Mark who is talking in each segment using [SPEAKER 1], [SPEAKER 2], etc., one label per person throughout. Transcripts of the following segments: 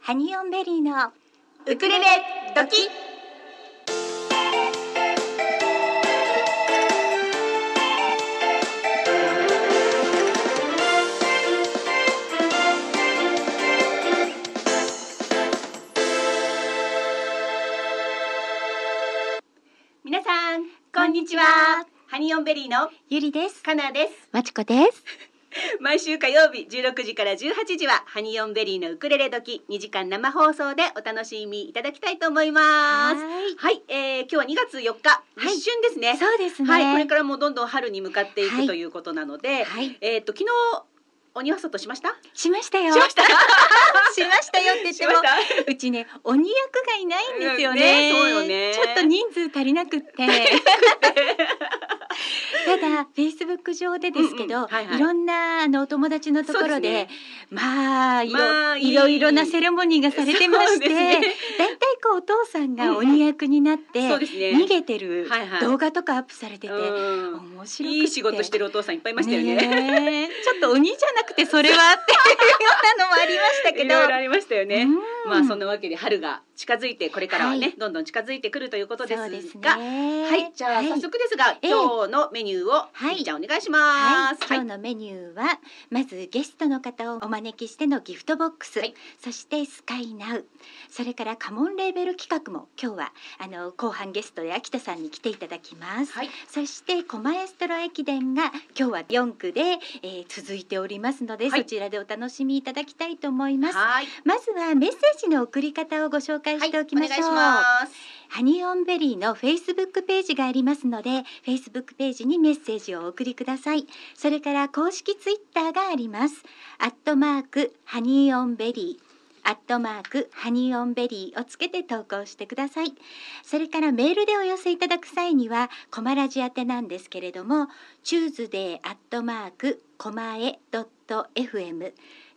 [SPEAKER 1] ハニオンベリーの
[SPEAKER 2] ウクレレドキ皆さんこんにちはハニオンベリーの
[SPEAKER 1] ゆりです
[SPEAKER 2] かなです
[SPEAKER 1] まちこです
[SPEAKER 2] 毎週火曜日16時から18時はハニオンベリーのウクレレ時2時間生放送でお楽しみいただきたいと思います
[SPEAKER 1] は
[SPEAKER 2] はい、えー、今日は2月4日、
[SPEAKER 1] はい
[SPEAKER 2] 立春ですね
[SPEAKER 1] そうですね
[SPEAKER 2] はい、これからもうどんどん春に向かっていく、
[SPEAKER 1] はい
[SPEAKER 2] ということなので、
[SPEAKER 1] はい
[SPEAKER 2] えーっ、と昨日お庭外しました
[SPEAKER 1] しましたよ
[SPEAKER 2] しました
[SPEAKER 1] しましたよって言っても
[SPEAKER 2] しました
[SPEAKER 1] うちね鬼役がいないんですよね,、
[SPEAKER 2] うんねそうよね
[SPEAKER 1] ちょっと人数足りな くってただフェイスブック上でですけど、
[SPEAKER 2] うん
[SPEAKER 1] い
[SPEAKER 2] うんはいはい
[SPEAKER 1] ろんなあのお友達のところ
[SPEAKER 2] そ
[SPEAKER 1] で
[SPEAKER 2] うですね
[SPEAKER 1] まあいろ,、
[SPEAKER 2] まあいい
[SPEAKER 1] いろいろなセレモニーがされてまして、
[SPEAKER 2] そうですね
[SPEAKER 1] だいたいこうお父さんが鬼役になって、
[SPEAKER 2] そうですね
[SPEAKER 1] 逃げてる
[SPEAKER 2] はいはい
[SPEAKER 1] 動画とかアップされてて、
[SPEAKER 2] うん
[SPEAKER 1] 面白くて
[SPEAKER 2] いい仕事してるお父さんいっぱいいましたよね
[SPEAKER 1] ねえちょっと鬼じゃなくてそれはっていうようなのもありましたけど
[SPEAKER 2] いろいろありましたよね、
[SPEAKER 1] うん
[SPEAKER 2] まあそんなわけで春が近づいてこれからはね、
[SPEAKER 1] はい
[SPEAKER 2] どんどん近づいてくるということですが
[SPEAKER 1] そうですね
[SPEAKER 2] はいじゃあ早速ですが、
[SPEAKER 1] ええ
[SPEAKER 2] 今日のメニューを、
[SPEAKER 1] はい
[SPEAKER 2] みっちゃんお願いし
[SPEAKER 1] は
[SPEAKER 2] ま
[SPEAKER 1] い
[SPEAKER 2] す、
[SPEAKER 1] 今日のメニューはまずゲストの方をお招きしてのギフトボックス、
[SPEAKER 2] はい
[SPEAKER 1] そしてスカイナウそれからカモンレーベル企画も今日はあの後半ゲストで秋田さんに来ていただきます、
[SPEAKER 2] はい
[SPEAKER 1] そして狛江ストロ駅伝が今日は四区で、えー続いておりますので、
[SPEAKER 2] はい
[SPEAKER 1] そちらでお楽しみいただきたいと思います
[SPEAKER 2] はい
[SPEAKER 1] まずはメッセージの送り方をご紹介しておきましょう、
[SPEAKER 2] はい、お願いします
[SPEAKER 1] ハニーオンベリーのフェイスブックページがありますので、フェイスブックページにメッセージをお送りください。それから公式ツイッターがあります。アットマークハニーオンベリー。アットマークハニーオンベリーをつけて投稿してくださいそれからメールでお寄せいただく際にはコマラジ宛てなんですけれども Tuesday アットマークコマエドット FM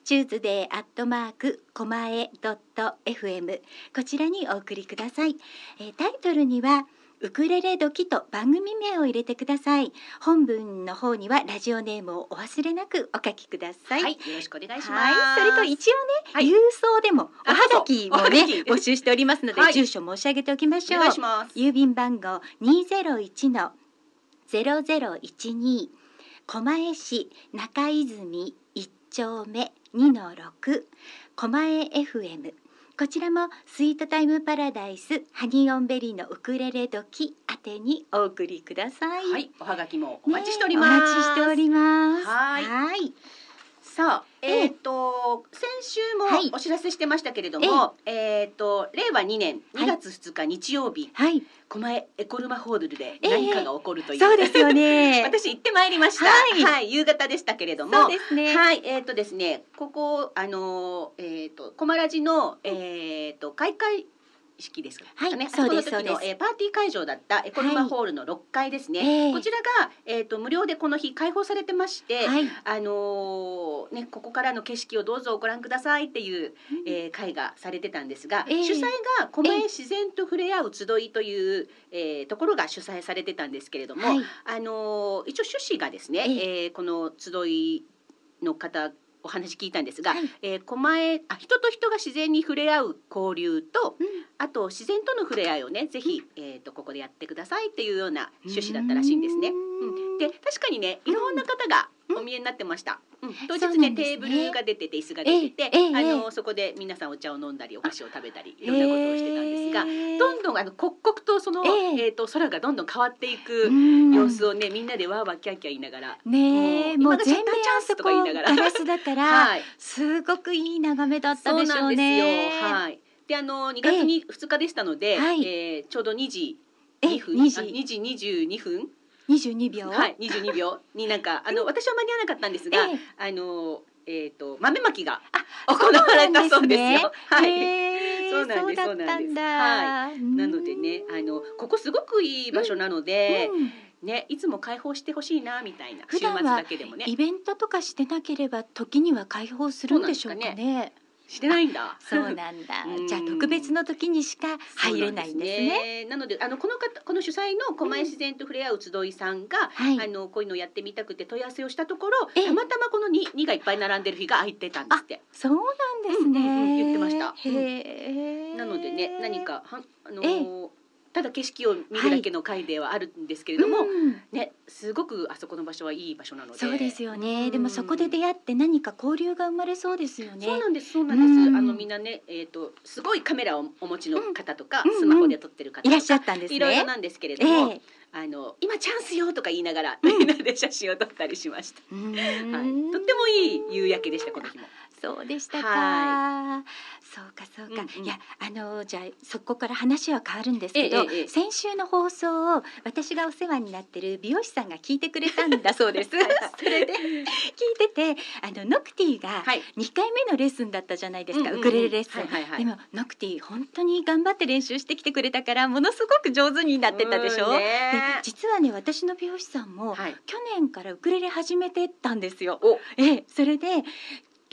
[SPEAKER 1] Tuesday アットマークコマエドット FM こちらにお送りくださいえータイトルにはウクレレ時と番組名を入れてください本文の方にはラジオネームをお忘れなくお書きください
[SPEAKER 2] はい、よろしくお願いします。
[SPEAKER 1] はいそれと一応ね、
[SPEAKER 2] はい
[SPEAKER 1] 郵送でもお
[SPEAKER 2] あ
[SPEAKER 1] はがきも
[SPEAKER 2] そうおはが
[SPEAKER 1] ね
[SPEAKER 2] き
[SPEAKER 1] 募集しておりますので、
[SPEAKER 2] はい
[SPEAKER 1] 住所申し上げておきましょ
[SPEAKER 2] お
[SPEAKER 1] う
[SPEAKER 2] 願いします。
[SPEAKER 1] 郵便番号201の0012狛江市中泉一丁目2の6狛江 FM こちらもスイートタイムパラダイスハニーオンベリーのウクレレ時宛てにお送りください。
[SPEAKER 2] は
[SPEAKER 1] ね
[SPEAKER 2] い、おはがきもお待ちしております。
[SPEAKER 1] お待ちしております。
[SPEAKER 2] はい
[SPEAKER 1] い
[SPEAKER 2] さあ、
[SPEAKER 1] ええ
[SPEAKER 2] えっ、と先週
[SPEAKER 1] はい
[SPEAKER 2] もお知らせしてましたけれども、えっ、と令和2年
[SPEAKER 1] はい
[SPEAKER 2] 2月2日日曜日、
[SPEAKER 1] はい、
[SPEAKER 2] 狛江エコルマホールで
[SPEAKER 1] ええ
[SPEAKER 2] 何かが起こるという、
[SPEAKER 1] そうですよね。
[SPEAKER 2] 私行ってまいりました。
[SPEAKER 1] はい
[SPEAKER 2] 夕方でしたけれども、
[SPEAKER 1] そうですね。
[SPEAKER 2] はい、えっ、とですね、ここあのーえっ、とコマラジのえっ、と開会式ですか、
[SPEAKER 1] はい
[SPEAKER 2] ね、
[SPEAKER 1] そうです
[SPEAKER 2] あ
[SPEAKER 1] そ
[SPEAKER 2] この時
[SPEAKER 1] う
[SPEAKER 2] の
[SPEAKER 1] です
[SPEAKER 2] えーパーティー会場だったエコルマホールの6階ですね。
[SPEAKER 1] ええ
[SPEAKER 2] こちらがえっ、と無料でこの日開放されてまして、
[SPEAKER 1] はい、
[SPEAKER 2] あのーねここからの景色をどうぞご覧くださいっていう、えー会がされてたんですが、
[SPEAKER 1] ええ
[SPEAKER 2] 主催が狛江自然と触れ合う集いという、えーところが主催されてたんですけれども、
[SPEAKER 1] はい
[SPEAKER 2] あのー一応趣旨がですね、
[SPEAKER 1] え
[SPEAKER 2] えーこの集いの方お話聞いたんですが、
[SPEAKER 1] はい
[SPEAKER 2] えー狛江あ人と人が自然に触れ合う交流と、
[SPEAKER 1] うん
[SPEAKER 2] あと自然との触れ合いをねぜひ、えー、とここでやってくださいっていうような趣旨だったらしいんですね。
[SPEAKER 1] うーん
[SPEAKER 2] うんで確かにねいろんな方がお見えになってました。うん当日
[SPEAKER 1] そうな
[SPEAKER 2] ね
[SPEAKER 1] んですね
[SPEAKER 2] テーブルが出てて椅子が出てて、
[SPEAKER 1] ええええ
[SPEAKER 2] あのーそこで皆さんお茶を飲んだりお菓子を食べたりいろんなことをしてたんですが、どんどんあの刻々とその、
[SPEAKER 1] え
[SPEAKER 2] え
[SPEAKER 1] え
[SPEAKER 2] ー、と空がどんどん変わっていく。
[SPEAKER 1] ん
[SPEAKER 2] 様子をねみんなでわーわーキャーキャー言いながら。
[SPEAKER 1] ねえも
[SPEAKER 2] もう
[SPEAKER 1] う
[SPEAKER 2] 今が
[SPEAKER 1] 全部
[SPEAKER 2] シャッターチャ
[SPEAKER 1] あ
[SPEAKER 2] ン
[SPEAKER 1] そ
[SPEAKER 2] ス
[SPEAKER 1] こ
[SPEAKER 2] とか言いなが
[SPEAKER 1] ガ
[SPEAKER 2] ら
[SPEAKER 1] ラスだから、
[SPEAKER 2] はい。
[SPEAKER 1] すごくいい眺めだった
[SPEAKER 2] そう
[SPEAKER 1] でしょ
[SPEAKER 2] なん
[SPEAKER 1] う
[SPEAKER 2] です
[SPEAKER 1] ね。
[SPEAKER 2] よ。はい。であの2月に2日でしたので、え
[SPEAKER 1] はい
[SPEAKER 2] ーちょうど2時
[SPEAKER 1] え
[SPEAKER 2] 2分
[SPEAKER 1] 2
[SPEAKER 2] あ
[SPEAKER 1] 時
[SPEAKER 2] 2時22分
[SPEAKER 1] 二十二秒。
[SPEAKER 2] はい22秒になんかあの私は間に合わなかったんですが、
[SPEAKER 1] ええ
[SPEAKER 2] あのえっ、と豆まきが行
[SPEAKER 1] そう
[SPEAKER 2] わ
[SPEAKER 1] な
[SPEAKER 2] れ
[SPEAKER 1] んで
[SPEAKER 2] た
[SPEAKER 1] すね
[SPEAKER 2] そうですよ。はい。
[SPEAKER 1] へえ
[SPEAKER 2] そうなんです
[SPEAKER 1] そうだったんだ。はい。
[SPEAKER 2] なのでねあのここすごくいい場所なので、
[SPEAKER 1] うん
[SPEAKER 2] ねいつも開放してほしいなみたいな
[SPEAKER 1] 普
[SPEAKER 2] 週末
[SPEAKER 1] 段は
[SPEAKER 2] だけでもね
[SPEAKER 1] イベントとかしてなければ時には開放するんでしょうかね。
[SPEAKER 2] してないんだ。
[SPEAKER 1] そう なんだ
[SPEAKER 2] う。ん
[SPEAKER 1] じゃあ特別の時にしか入れないんです
[SPEAKER 2] そうな
[SPEAKER 1] ね。
[SPEAKER 2] んですね。なのであのこの方この主催の狛江自然と触れ合う集いさんが、
[SPEAKER 1] はい。
[SPEAKER 2] あのこういうのをやってみたくて問い合わせをしたところ
[SPEAKER 1] ええ
[SPEAKER 2] たまたまこの 2, 2がいっぱい並んでる日が空いてたんですって。
[SPEAKER 1] そうなんですね。
[SPEAKER 2] うんうんうん言ってました
[SPEAKER 1] へえ。
[SPEAKER 2] なのでね何かはあの
[SPEAKER 1] え
[SPEAKER 2] ーただ景色を見るだけの回ではあるんですけれども、
[SPEAKER 1] うん
[SPEAKER 2] ねすごくあそこの場所はいい場所なので。
[SPEAKER 1] そうですよ
[SPEAKER 2] う
[SPEAKER 1] ね。
[SPEAKER 2] ん
[SPEAKER 1] でもそこで出会って何か交流が生まれそうですよね
[SPEAKER 2] そう。なんです、そうなんです。
[SPEAKER 1] うん
[SPEAKER 2] あのみんなね、えっ、とすごいカメラをお持ちの方とか、
[SPEAKER 1] うんうん
[SPEAKER 2] スマホで撮ってる方と
[SPEAKER 1] い
[SPEAKER 2] か、
[SPEAKER 1] らっしゃったんですね。
[SPEAKER 2] いろいろなんですけれど
[SPEAKER 1] え
[SPEAKER 2] も、
[SPEAKER 1] え
[SPEAKER 2] あの今チャンスよとか言いながらみんなで写真を撮ったりしました。
[SPEAKER 1] う
[SPEAKER 2] は
[SPEAKER 1] ー
[SPEAKER 2] い、
[SPEAKER 1] ん
[SPEAKER 2] とってもいい夕焼けでしたこの日も。
[SPEAKER 1] そうでしたか。そうかそうか。
[SPEAKER 2] うんうん
[SPEAKER 1] いやあのじゃあそこから話は変わるんですけど、
[SPEAKER 2] ええええ
[SPEAKER 1] 先週の放送を私がお世話になってる美容師さんが聞いてくれたんだそう です。 それで聞いててあのノクティが
[SPEAKER 2] はい。
[SPEAKER 1] 2回目のレッスンだったじゃないですか、
[SPEAKER 2] うんうんうん
[SPEAKER 1] ウクレレレッスン。
[SPEAKER 2] はいはいは
[SPEAKER 1] で
[SPEAKER 2] い
[SPEAKER 1] もノクティ本当に頑張って練習してきてくれたからものすごく上手になってたでしょ。
[SPEAKER 2] うん
[SPEAKER 1] で
[SPEAKER 2] ね
[SPEAKER 1] 実はね私の美容師さんも、
[SPEAKER 2] はい。
[SPEAKER 1] 去年からウクレレ始めてたんですよ。
[SPEAKER 2] お
[SPEAKER 1] ええ、それで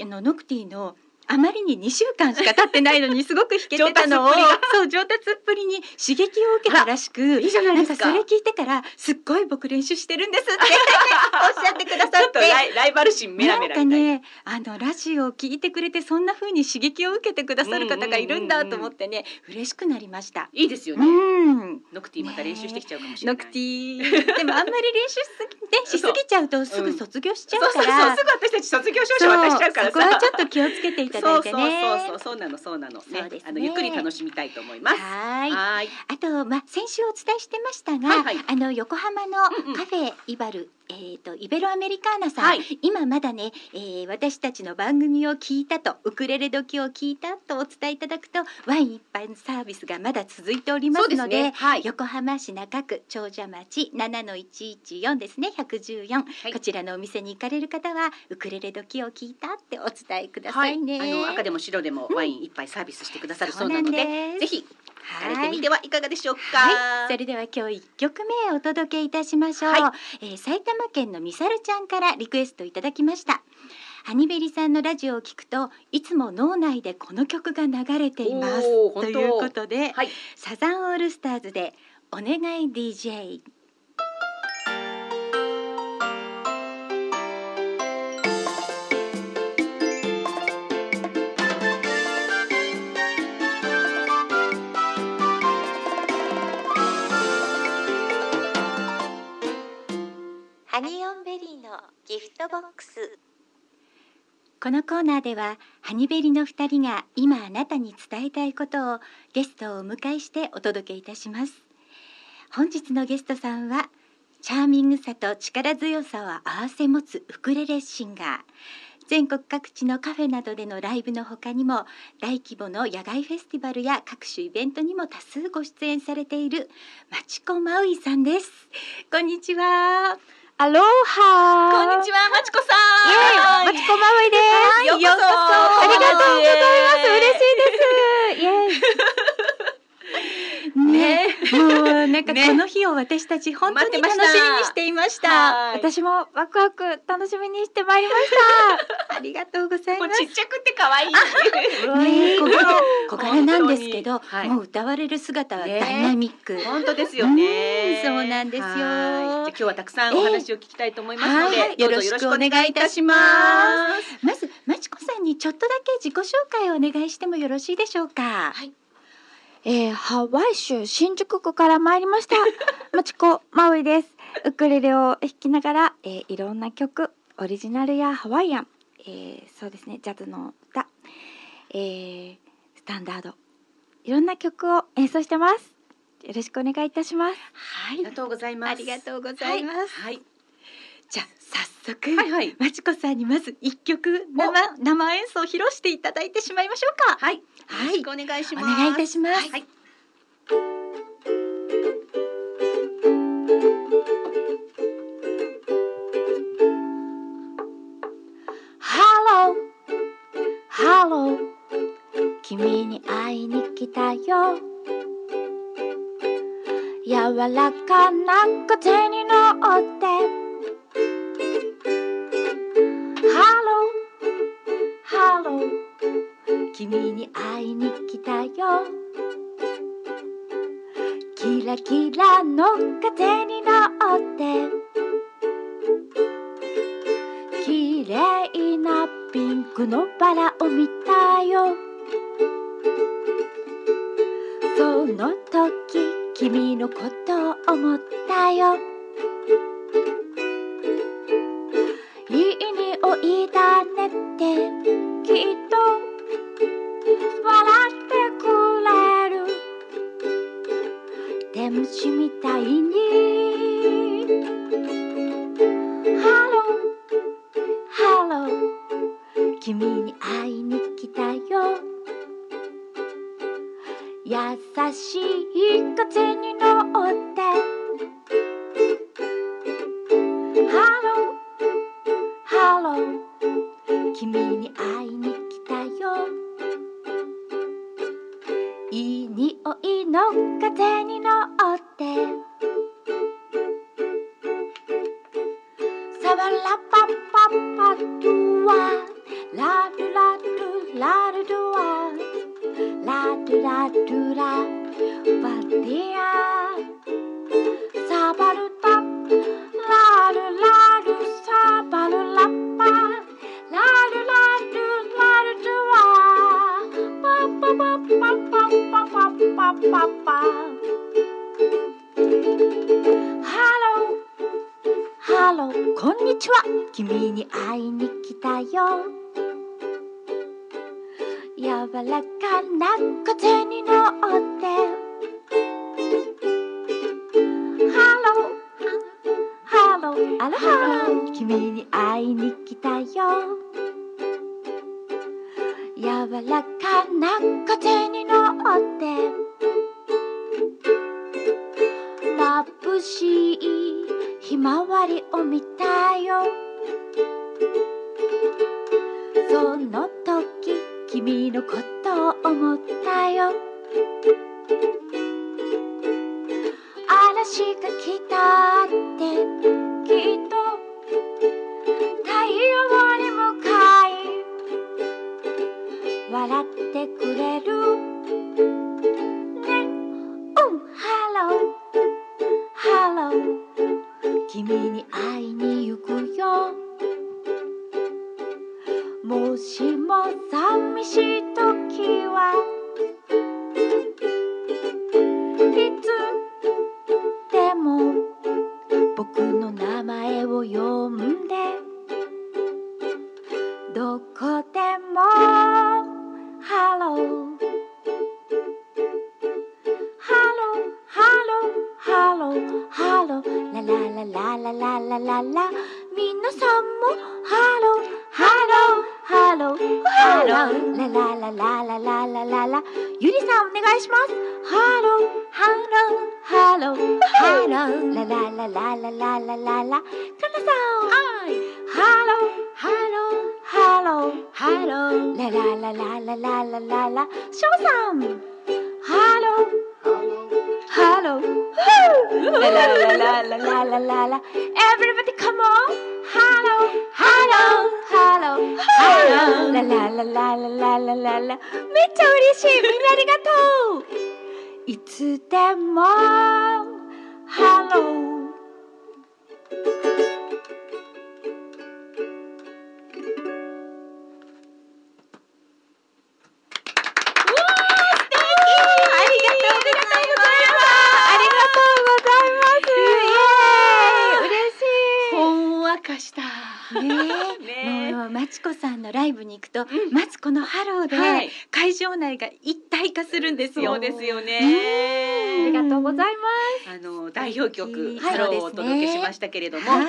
[SPEAKER 1] あのノクティのあまりに2週間しか経ってないのにすごく弾けてたのを
[SPEAKER 2] 上達っぷり
[SPEAKER 1] そう上達っぷりに刺激を受けたらしく
[SPEAKER 2] いいじゃないですか
[SPEAKER 1] んかそれ聞いてからすっごい僕練習してるん ですっておっしゃってくださ
[SPEAKER 2] ちょ
[SPEAKER 1] っ
[SPEAKER 2] っと
[SPEAKER 1] て
[SPEAKER 2] ライライバル心メラメラみたいな。
[SPEAKER 1] なんかねあのラジオを聞いてくれてそんな風に刺激を受けてくださる方がいるんだと思ってね、嬉しくなりました。
[SPEAKER 2] いいですよ
[SPEAKER 1] う
[SPEAKER 2] ね。
[SPEAKER 1] ん
[SPEAKER 2] ノクティまた練習してきちゃうかもしれな
[SPEAKER 1] ノ
[SPEAKER 2] い。
[SPEAKER 1] クティでもあんまり練習しすぎ,、 ね、しすぎちゃうとすぐ卒業しちゃ
[SPEAKER 2] そう
[SPEAKER 1] う
[SPEAKER 2] そう
[SPEAKER 1] か
[SPEAKER 2] そう
[SPEAKER 1] ら、
[SPEAKER 2] すぐ私たち卒業証書渡しちゃうからさ。
[SPEAKER 1] そうそこはちょっと気をつけていただいてね。
[SPEAKER 2] そうそうそうそうそうなのそうなのね
[SPEAKER 1] そうですね
[SPEAKER 2] あのゆっくり楽しみたいと思います。
[SPEAKER 1] はーい
[SPEAKER 2] はーい
[SPEAKER 1] あと、まあ、先週お伝えしてましたが、
[SPEAKER 2] はいはい
[SPEAKER 1] あの横浜の
[SPEAKER 2] うんうん
[SPEAKER 1] カフェイバル、えっ、とイベロアメリカーナさん、
[SPEAKER 2] はい
[SPEAKER 1] 今まだね、えー私たちの番組を聞いたとウクレレ時を聞いたとお伝えいただくとワイン一般サービスがまだ続いておりま
[SPEAKER 2] そう
[SPEAKER 1] す
[SPEAKER 2] で
[SPEAKER 1] の
[SPEAKER 2] す
[SPEAKER 1] で
[SPEAKER 2] ね。はい。
[SPEAKER 1] 横浜市中区長者町7の114ですね114、
[SPEAKER 2] い
[SPEAKER 1] こちらのお店に行かれる方はウクレレ時を聞いたってお伝えくださいね、
[SPEAKER 2] あの赤でも白でもワイン一杯サービスしてくださるそうなので、
[SPEAKER 1] そうなん
[SPEAKER 2] ぜ
[SPEAKER 1] です
[SPEAKER 2] ひ
[SPEAKER 1] は
[SPEAKER 2] さ
[SPEAKER 1] い
[SPEAKER 2] れてみてはいかがでしょうか。
[SPEAKER 1] はい、それでは今日一曲目をお届けいたしましょう、
[SPEAKER 2] は
[SPEAKER 1] えー埼玉県のみさるちゃんからリクエストいただきましたハニベリさんのラジオを聞くといつも脳内でこの曲が流れています
[SPEAKER 2] おー
[SPEAKER 1] と
[SPEAKER 2] 本当
[SPEAKER 1] いうことで、
[SPEAKER 2] はい
[SPEAKER 1] サザンオールスターズでお願い DJ ハニオンベリーのギフトボックスこのコーナーではハニベリの2人が今あなたに伝えたいことをゲストをお迎えしてお届けいたします本日のゲストさんはチャーミングさと力強さを併せ持つウクレレシンガー全国各地のカフェなどでのライブの他にも大規模の野外フェスティバルや各種イベントにも多数ご出演されているマチコマウイさんですこんにちは
[SPEAKER 3] アロハ
[SPEAKER 2] こんにちはまちこさん。
[SPEAKER 3] イエーイマチコマウイで
[SPEAKER 2] はいようこそ。
[SPEAKER 3] ありがとうござ
[SPEAKER 2] ます
[SPEAKER 3] いすイエーイ
[SPEAKER 1] ね
[SPEAKER 2] ね
[SPEAKER 1] もうなんか
[SPEAKER 2] ね
[SPEAKER 1] この日を私たち本当に
[SPEAKER 2] 待
[SPEAKER 1] 楽
[SPEAKER 2] って
[SPEAKER 1] し
[SPEAKER 2] ました
[SPEAKER 1] みにしていました。
[SPEAKER 2] はい
[SPEAKER 3] 私もワクワク楽しみにしてまいりまし
[SPEAKER 1] ありがとうござい
[SPEAKER 2] も
[SPEAKER 1] ま
[SPEAKER 2] う
[SPEAKER 1] す
[SPEAKER 2] ち。っちゃくて可愛い。
[SPEAKER 1] ねえ小柄小柄なんですけど、
[SPEAKER 2] 本当にはい
[SPEAKER 1] もう歌われる姿はダイナミック。
[SPEAKER 2] 本当ですよね。
[SPEAKER 1] うんそうなんですよ
[SPEAKER 2] はいじゃあ今日はたくさんお話を聞きたいと思いますの
[SPEAKER 1] ええは
[SPEAKER 2] で
[SPEAKER 1] い、
[SPEAKER 2] どうぞよろしくお願いいたしま
[SPEAKER 1] よ
[SPEAKER 2] す。
[SPEAKER 1] まずまちこさんにちょっとだけ自己紹介をお願いしてもよろしいでしょうか。
[SPEAKER 3] はいた、えー、ハワイ州新宿区から参り ましたマチコマウイですウクレレを弾きながら、えー、いろんな曲オリジナルやハワイアン、えー、そうですねジャズの歌、えー、スタンダードいろんな曲を演奏してますよろしくお願いいたします
[SPEAKER 1] は
[SPEAKER 2] ありが
[SPEAKER 1] い。
[SPEAKER 2] とうございます。
[SPEAKER 1] ありがとうございます。
[SPEAKER 2] はい
[SPEAKER 1] じゃあ早速、
[SPEAKER 2] はいはい
[SPEAKER 1] まちこさんにまず一曲生生演奏を披露していただいてしまいましょうか。
[SPEAKER 2] はい。よ
[SPEAKER 1] はい
[SPEAKER 2] ろしくお願いし
[SPEAKER 1] お
[SPEAKER 2] ます。
[SPEAKER 1] 願いいたします。
[SPEAKER 2] はい。
[SPEAKER 3] ハロー、ハロー、君に会いに来たよ。柔らかな風に乗って。ハロー、ハロー、
[SPEAKER 1] 君に会いに来たよキラキラの風に乗って綺麗なピンクのバラを見たよその時君のことを思ったよいい匂いだねってきっと笑ってくれる天使みたいにハローハロー君に会いに来たよ優しい風に乗ってハローハロー君に会いに来たよいい匂いの風に乗ってさわらパッパッパドゥワラドゥラドゥラルドゥワラドゥラドゥラバディアサバルタッラルラルサバルラッパラルラルラルドゥワパパパパパパパパパハローハローこんにちは君に会いに来たよ柔らかな風に乗ってハローハロー、アロハ君に会いに来たよ。柔らかな風に乗って。眩しいひまわりを見たよ。その時、君のことを思ったよ。嵐が来たってきっと太陽に向かい笑ってくれるねうんハローハロー君に会いに行くよもしも寂しい時はいつでも僕の名前を呼んでどこでもハローハローハローハローハローラララララララララ皆さんもハローハローハローハローラララララララララゆりさんお願いしますハローハローハローハローラララララララララかなさん
[SPEAKER 2] はい
[SPEAKER 1] ハローハローハロー
[SPEAKER 2] ハロー
[SPEAKER 1] ラララララララララしょうさんハローハローラララララララララ Everybody come on ハローハローハローハローラララララララララめっちゃ嬉しいみんなありがとういつでもハロー
[SPEAKER 2] ありがとうございます。ありがとうございます。イエーイほんわかした。
[SPEAKER 1] ねえ、
[SPEAKER 2] ねえ
[SPEAKER 1] もうマチコさんのライブに行くと、まずこのハローで、
[SPEAKER 2] はい
[SPEAKER 1] 会場内が一体化するんですよ。
[SPEAKER 2] そうですよ
[SPEAKER 3] あり
[SPEAKER 2] ね。
[SPEAKER 3] がとうございます。
[SPEAKER 2] あの代表曲
[SPEAKER 1] はい
[SPEAKER 2] ハローをお届けしましたけれども、
[SPEAKER 1] はい、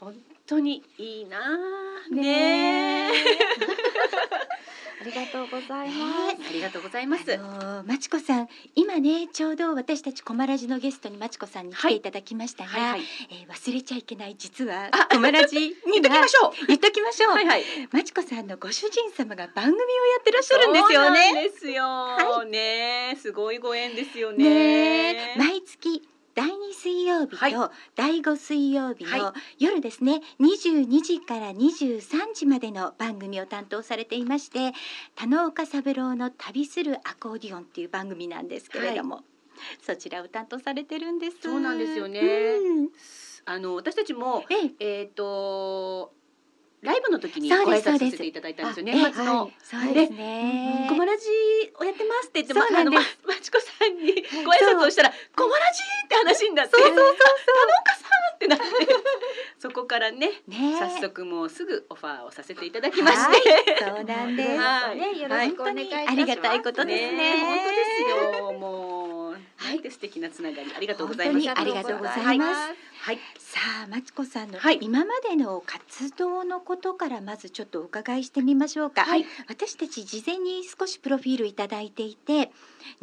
[SPEAKER 2] 本当にいいなあね
[SPEAKER 3] ね
[SPEAKER 2] え。
[SPEAKER 3] ありがとうござい
[SPEAKER 1] ね
[SPEAKER 3] ます。
[SPEAKER 2] ありがとうございます。
[SPEAKER 1] あのーマチコさん、今ねちょうど私たちコマラジのゲストにマチコさんに来ていただきましたが、
[SPEAKER 2] はいはい。
[SPEAKER 1] えー忘れちゃいけない実は
[SPEAKER 2] あ
[SPEAKER 1] コマラジには
[SPEAKER 2] 言っときましょう。
[SPEAKER 1] 言っときましょう。
[SPEAKER 2] はいはい。
[SPEAKER 1] マチコさんのご主人様が番組をやってらっしゃるんですよね。
[SPEAKER 2] そうなんですよ。ねえすごいご縁ですよ
[SPEAKER 1] ねえ
[SPEAKER 2] ね。
[SPEAKER 1] 毎月第2水曜日
[SPEAKER 2] はい
[SPEAKER 1] と第5水曜日
[SPEAKER 2] は
[SPEAKER 1] の夜ですね、22時から23時までの番組を担当されていまして田之岡三郎の旅するアコーディオンっていう番組なんですけれども、そちらを担当されてるんです
[SPEAKER 2] そうなんですよね
[SPEAKER 1] うん
[SPEAKER 2] あの私たちも
[SPEAKER 1] ええ
[SPEAKER 2] えっ、とライブの時にご
[SPEAKER 1] そうで
[SPEAKER 2] 挨
[SPEAKER 1] すそう
[SPEAKER 2] 拶
[SPEAKER 1] で
[SPEAKER 2] さ
[SPEAKER 1] す
[SPEAKER 2] せていただいたんですよね。
[SPEAKER 1] あええ
[SPEAKER 2] 松の、
[SPEAKER 3] はい
[SPEAKER 1] そうですね
[SPEAKER 3] え
[SPEAKER 2] コマラジをやってますって言っても
[SPEAKER 1] そう
[SPEAKER 2] あ
[SPEAKER 1] なん
[SPEAKER 2] の
[SPEAKER 1] で
[SPEAKER 2] ま
[SPEAKER 1] す
[SPEAKER 2] まちこさんにご挨拶をしたら「コマラジ!」って話になって「そうそうそうそう 田中さん!」ってなってそこからね
[SPEAKER 1] ね
[SPEAKER 2] 早速もうすぐオファーをさせていただきまし
[SPEAKER 1] はい
[SPEAKER 2] て。
[SPEAKER 1] そうなんです、
[SPEAKER 2] はい
[SPEAKER 3] ねよろしくお願いいた
[SPEAKER 1] 本当
[SPEAKER 3] します。
[SPEAKER 1] にありがたいことですね
[SPEAKER 2] 本当ですよ。もう、なんて素敵なつながり、ありがとうございます。
[SPEAKER 1] 本当にありがとうございます
[SPEAKER 2] はい、
[SPEAKER 1] さあマツコさんの
[SPEAKER 2] はい
[SPEAKER 1] 今までの活動のことからまずちょっとお伺いしてみましょうか、
[SPEAKER 2] はい
[SPEAKER 1] 私たち事前に少しプロフィールいただいていて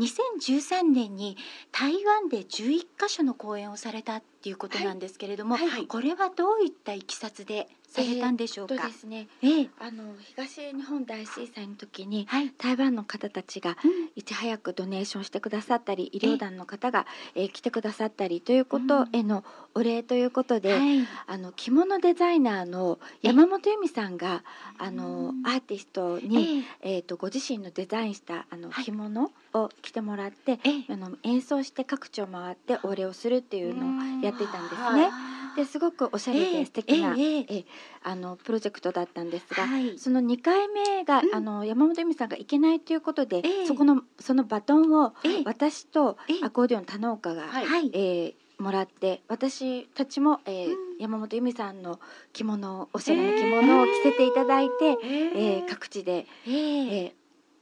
[SPEAKER 1] 2013年に台湾で11カ所の公演をされたっていうことなんですけれども、
[SPEAKER 2] はいはい
[SPEAKER 1] これはどういったいきさつでされたんでしょう
[SPEAKER 3] そ
[SPEAKER 1] か
[SPEAKER 3] う、ですね。
[SPEAKER 1] ええ
[SPEAKER 3] あの東日本大震災の時に
[SPEAKER 1] はい、
[SPEAKER 3] 台湾の方たちが
[SPEAKER 1] うん
[SPEAKER 3] いち早くドネーションしてくださったり医療団の方が、えー来てくださったりということへのお礼ということで、
[SPEAKER 1] はい
[SPEAKER 3] あの着物デザイナーの山本由美さんがあの
[SPEAKER 1] うん
[SPEAKER 3] アーティスト
[SPEAKER 1] え
[SPEAKER 3] に、
[SPEAKER 1] え
[SPEAKER 3] えー、とご自身のデザインしたあの
[SPEAKER 1] はい
[SPEAKER 3] 着物を着てもらって、
[SPEAKER 1] ええ
[SPEAKER 3] あの演奏して各地を回ってお礼をするっていうのをやっていたんです
[SPEAKER 2] うん
[SPEAKER 3] ね。
[SPEAKER 1] あー
[SPEAKER 3] ですごくおしゃれ
[SPEAKER 1] ええ
[SPEAKER 3] で素敵な、
[SPEAKER 1] ええええ
[SPEAKER 3] えあのプロジェクトだったんですが、
[SPEAKER 1] はい
[SPEAKER 3] その2回目が、
[SPEAKER 1] うん
[SPEAKER 3] あの山本由美さんが行けないということで、
[SPEAKER 1] ええ
[SPEAKER 3] そこのそのバトンを
[SPEAKER 1] ええ
[SPEAKER 3] 私と
[SPEAKER 1] ええ
[SPEAKER 3] アコーディオン田之岡が、
[SPEAKER 2] はい
[SPEAKER 1] はい
[SPEAKER 3] えーもらって私たちも、えー
[SPEAKER 1] うん
[SPEAKER 3] 山本由美さんの着物をおしゃれな着物を着せていただいて、
[SPEAKER 2] え
[SPEAKER 3] えー各地で、
[SPEAKER 1] ええ
[SPEAKER 3] えー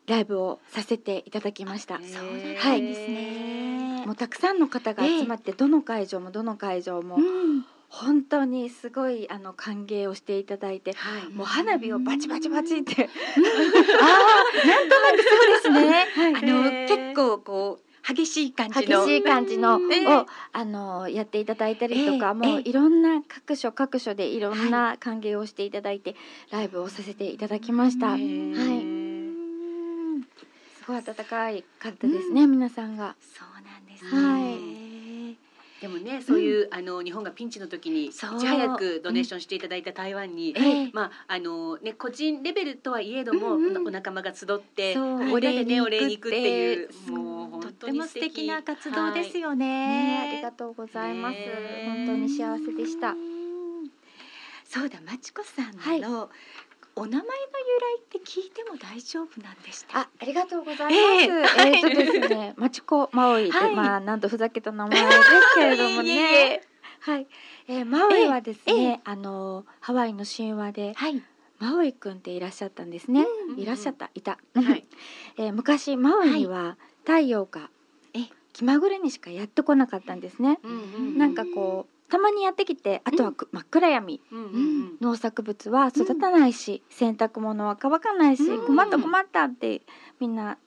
[SPEAKER 3] ライブをさせていただきました。
[SPEAKER 1] そうなんで
[SPEAKER 3] はい
[SPEAKER 1] すね、
[SPEAKER 3] もうたくさんの方が集まって、どの会場もどの会場も
[SPEAKER 1] うん
[SPEAKER 3] 本当にすごいあの歓迎をしていただいて、
[SPEAKER 2] はい、
[SPEAKER 3] もう花火をバチバチバチって、
[SPEAKER 1] なんとなくそうですね。あ
[SPEAKER 2] い
[SPEAKER 1] の
[SPEAKER 2] へー
[SPEAKER 1] 結構こう激しい感じ
[SPEAKER 3] 激
[SPEAKER 1] の。
[SPEAKER 3] しい感じのを、
[SPEAKER 1] うんええ
[SPEAKER 3] あのやっていただいたりとか、
[SPEAKER 1] ええ
[SPEAKER 3] もう
[SPEAKER 1] ええ
[SPEAKER 3] いろんな各所各所でいろんな歓迎をしていただいて、ライブをさせていただきました、
[SPEAKER 1] う
[SPEAKER 2] へー
[SPEAKER 3] はいすごい温かい方ですね、皆さんが
[SPEAKER 1] そうなんです
[SPEAKER 3] はい
[SPEAKER 1] ね。
[SPEAKER 2] でもね、そういう、あの日本がピンチの時にいち
[SPEAKER 1] そう
[SPEAKER 2] 早くドネーションしていただいた台湾に、
[SPEAKER 1] ええ
[SPEAKER 2] まああのね個人レベルとはいえども、
[SPEAKER 1] うんうん
[SPEAKER 2] お仲間が集って
[SPEAKER 3] そう
[SPEAKER 2] みんなでねお
[SPEAKER 3] お
[SPEAKER 2] 礼
[SPEAKER 3] 礼
[SPEAKER 2] に
[SPEAKER 3] に
[SPEAKER 2] 行
[SPEAKER 3] 行
[SPEAKER 2] く
[SPEAKER 3] く
[SPEAKER 2] っ
[SPEAKER 3] って
[SPEAKER 2] い
[SPEAKER 3] ていうう
[SPEAKER 1] と
[SPEAKER 2] もう本
[SPEAKER 1] っ
[SPEAKER 2] 当
[SPEAKER 1] て
[SPEAKER 2] に
[SPEAKER 1] も
[SPEAKER 2] 素
[SPEAKER 1] 素
[SPEAKER 2] 敵
[SPEAKER 1] 敵な活動ですよね。
[SPEAKER 3] ねありがとうございます、
[SPEAKER 2] ねえ
[SPEAKER 3] 本当に幸せでした、
[SPEAKER 1] うんそうだ、まちこさんの、
[SPEAKER 3] はい
[SPEAKER 1] お名前の由来って聞いても大丈夫なんでした。
[SPEAKER 3] あ、ありがとうございます。え
[SPEAKER 1] え
[SPEAKER 3] ーとです ね、マチコマオイで、
[SPEAKER 1] はい
[SPEAKER 3] まあなんとふざけた名前ですけれども
[SPEAKER 1] いえい
[SPEAKER 3] ね
[SPEAKER 1] え。
[SPEAKER 3] はい、えー、マオイはです
[SPEAKER 1] ええ
[SPEAKER 3] ね、あのハワイの神話で
[SPEAKER 1] はい。
[SPEAKER 3] マオイくんっていらっしゃったんですね。
[SPEAKER 2] うん
[SPEAKER 3] いらっしゃった、いた。
[SPEAKER 2] はい
[SPEAKER 3] えー昔マオイには太陽が
[SPEAKER 1] え
[SPEAKER 3] 気まぐれにしかやってこなかったんですね。
[SPEAKER 2] うんう
[SPEAKER 1] うん
[SPEAKER 3] なんかこうたまにやってきて、あとはく真っ暗闇。
[SPEAKER 2] うんうん
[SPEAKER 3] 農作物は育たないし、洗濯物は乾かないし、
[SPEAKER 1] うん
[SPEAKER 3] 困った困ったってみんな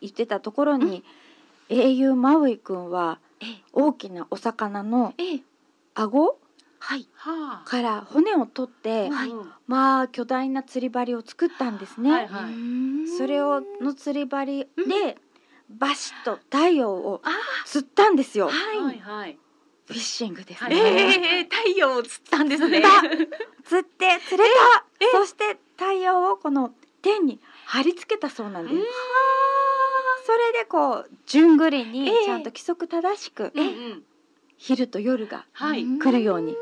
[SPEAKER 3] 言ってたところに、英雄マウイ君は
[SPEAKER 1] え
[SPEAKER 3] 大きなお魚の
[SPEAKER 1] え、ええ、
[SPEAKER 3] 顎
[SPEAKER 1] はい。
[SPEAKER 2] はあ
[SPEAKER 3] から骨を取って、
[SPEAKER 1] はい
[SPEAKER 2] うん
[SPEAKER 3] まあ巨大な釣り針を作ったんですね。
[SPEAKER 2] はいはいう
[SPEAKER 1] ーん
[SPEAKER 3] それをの釣り針で、バシッと太陽を釣ったんですよ。
[SPEAKER 1] は
[SPEAKER 2] はいい。 はい
[SPEAKER 3] フィッシングです
[SPEAKER 2] は
[SPEAKER 3] ね。
[SPEAKER 2] い
[SPEAKER 1] ええ太陽を釣ったんですね。
[SPEAKER 3] 釣釣って釣れた、そして太陽をこの天に貼り付けたそうなんです、
[SPEAKER 2] うん
[SPEAKER 3] それでこう順繰りに
[SPEAKER 1] ええ
[SPEAKER 3] ちゃんと規則正しく、
[SPEAKER 2] うんうん
[SPEAKER 3] 昼と夜が
[SPEAKER 2] はい
[SPEAKER 1] うん
[SPEAKER 3] 来るように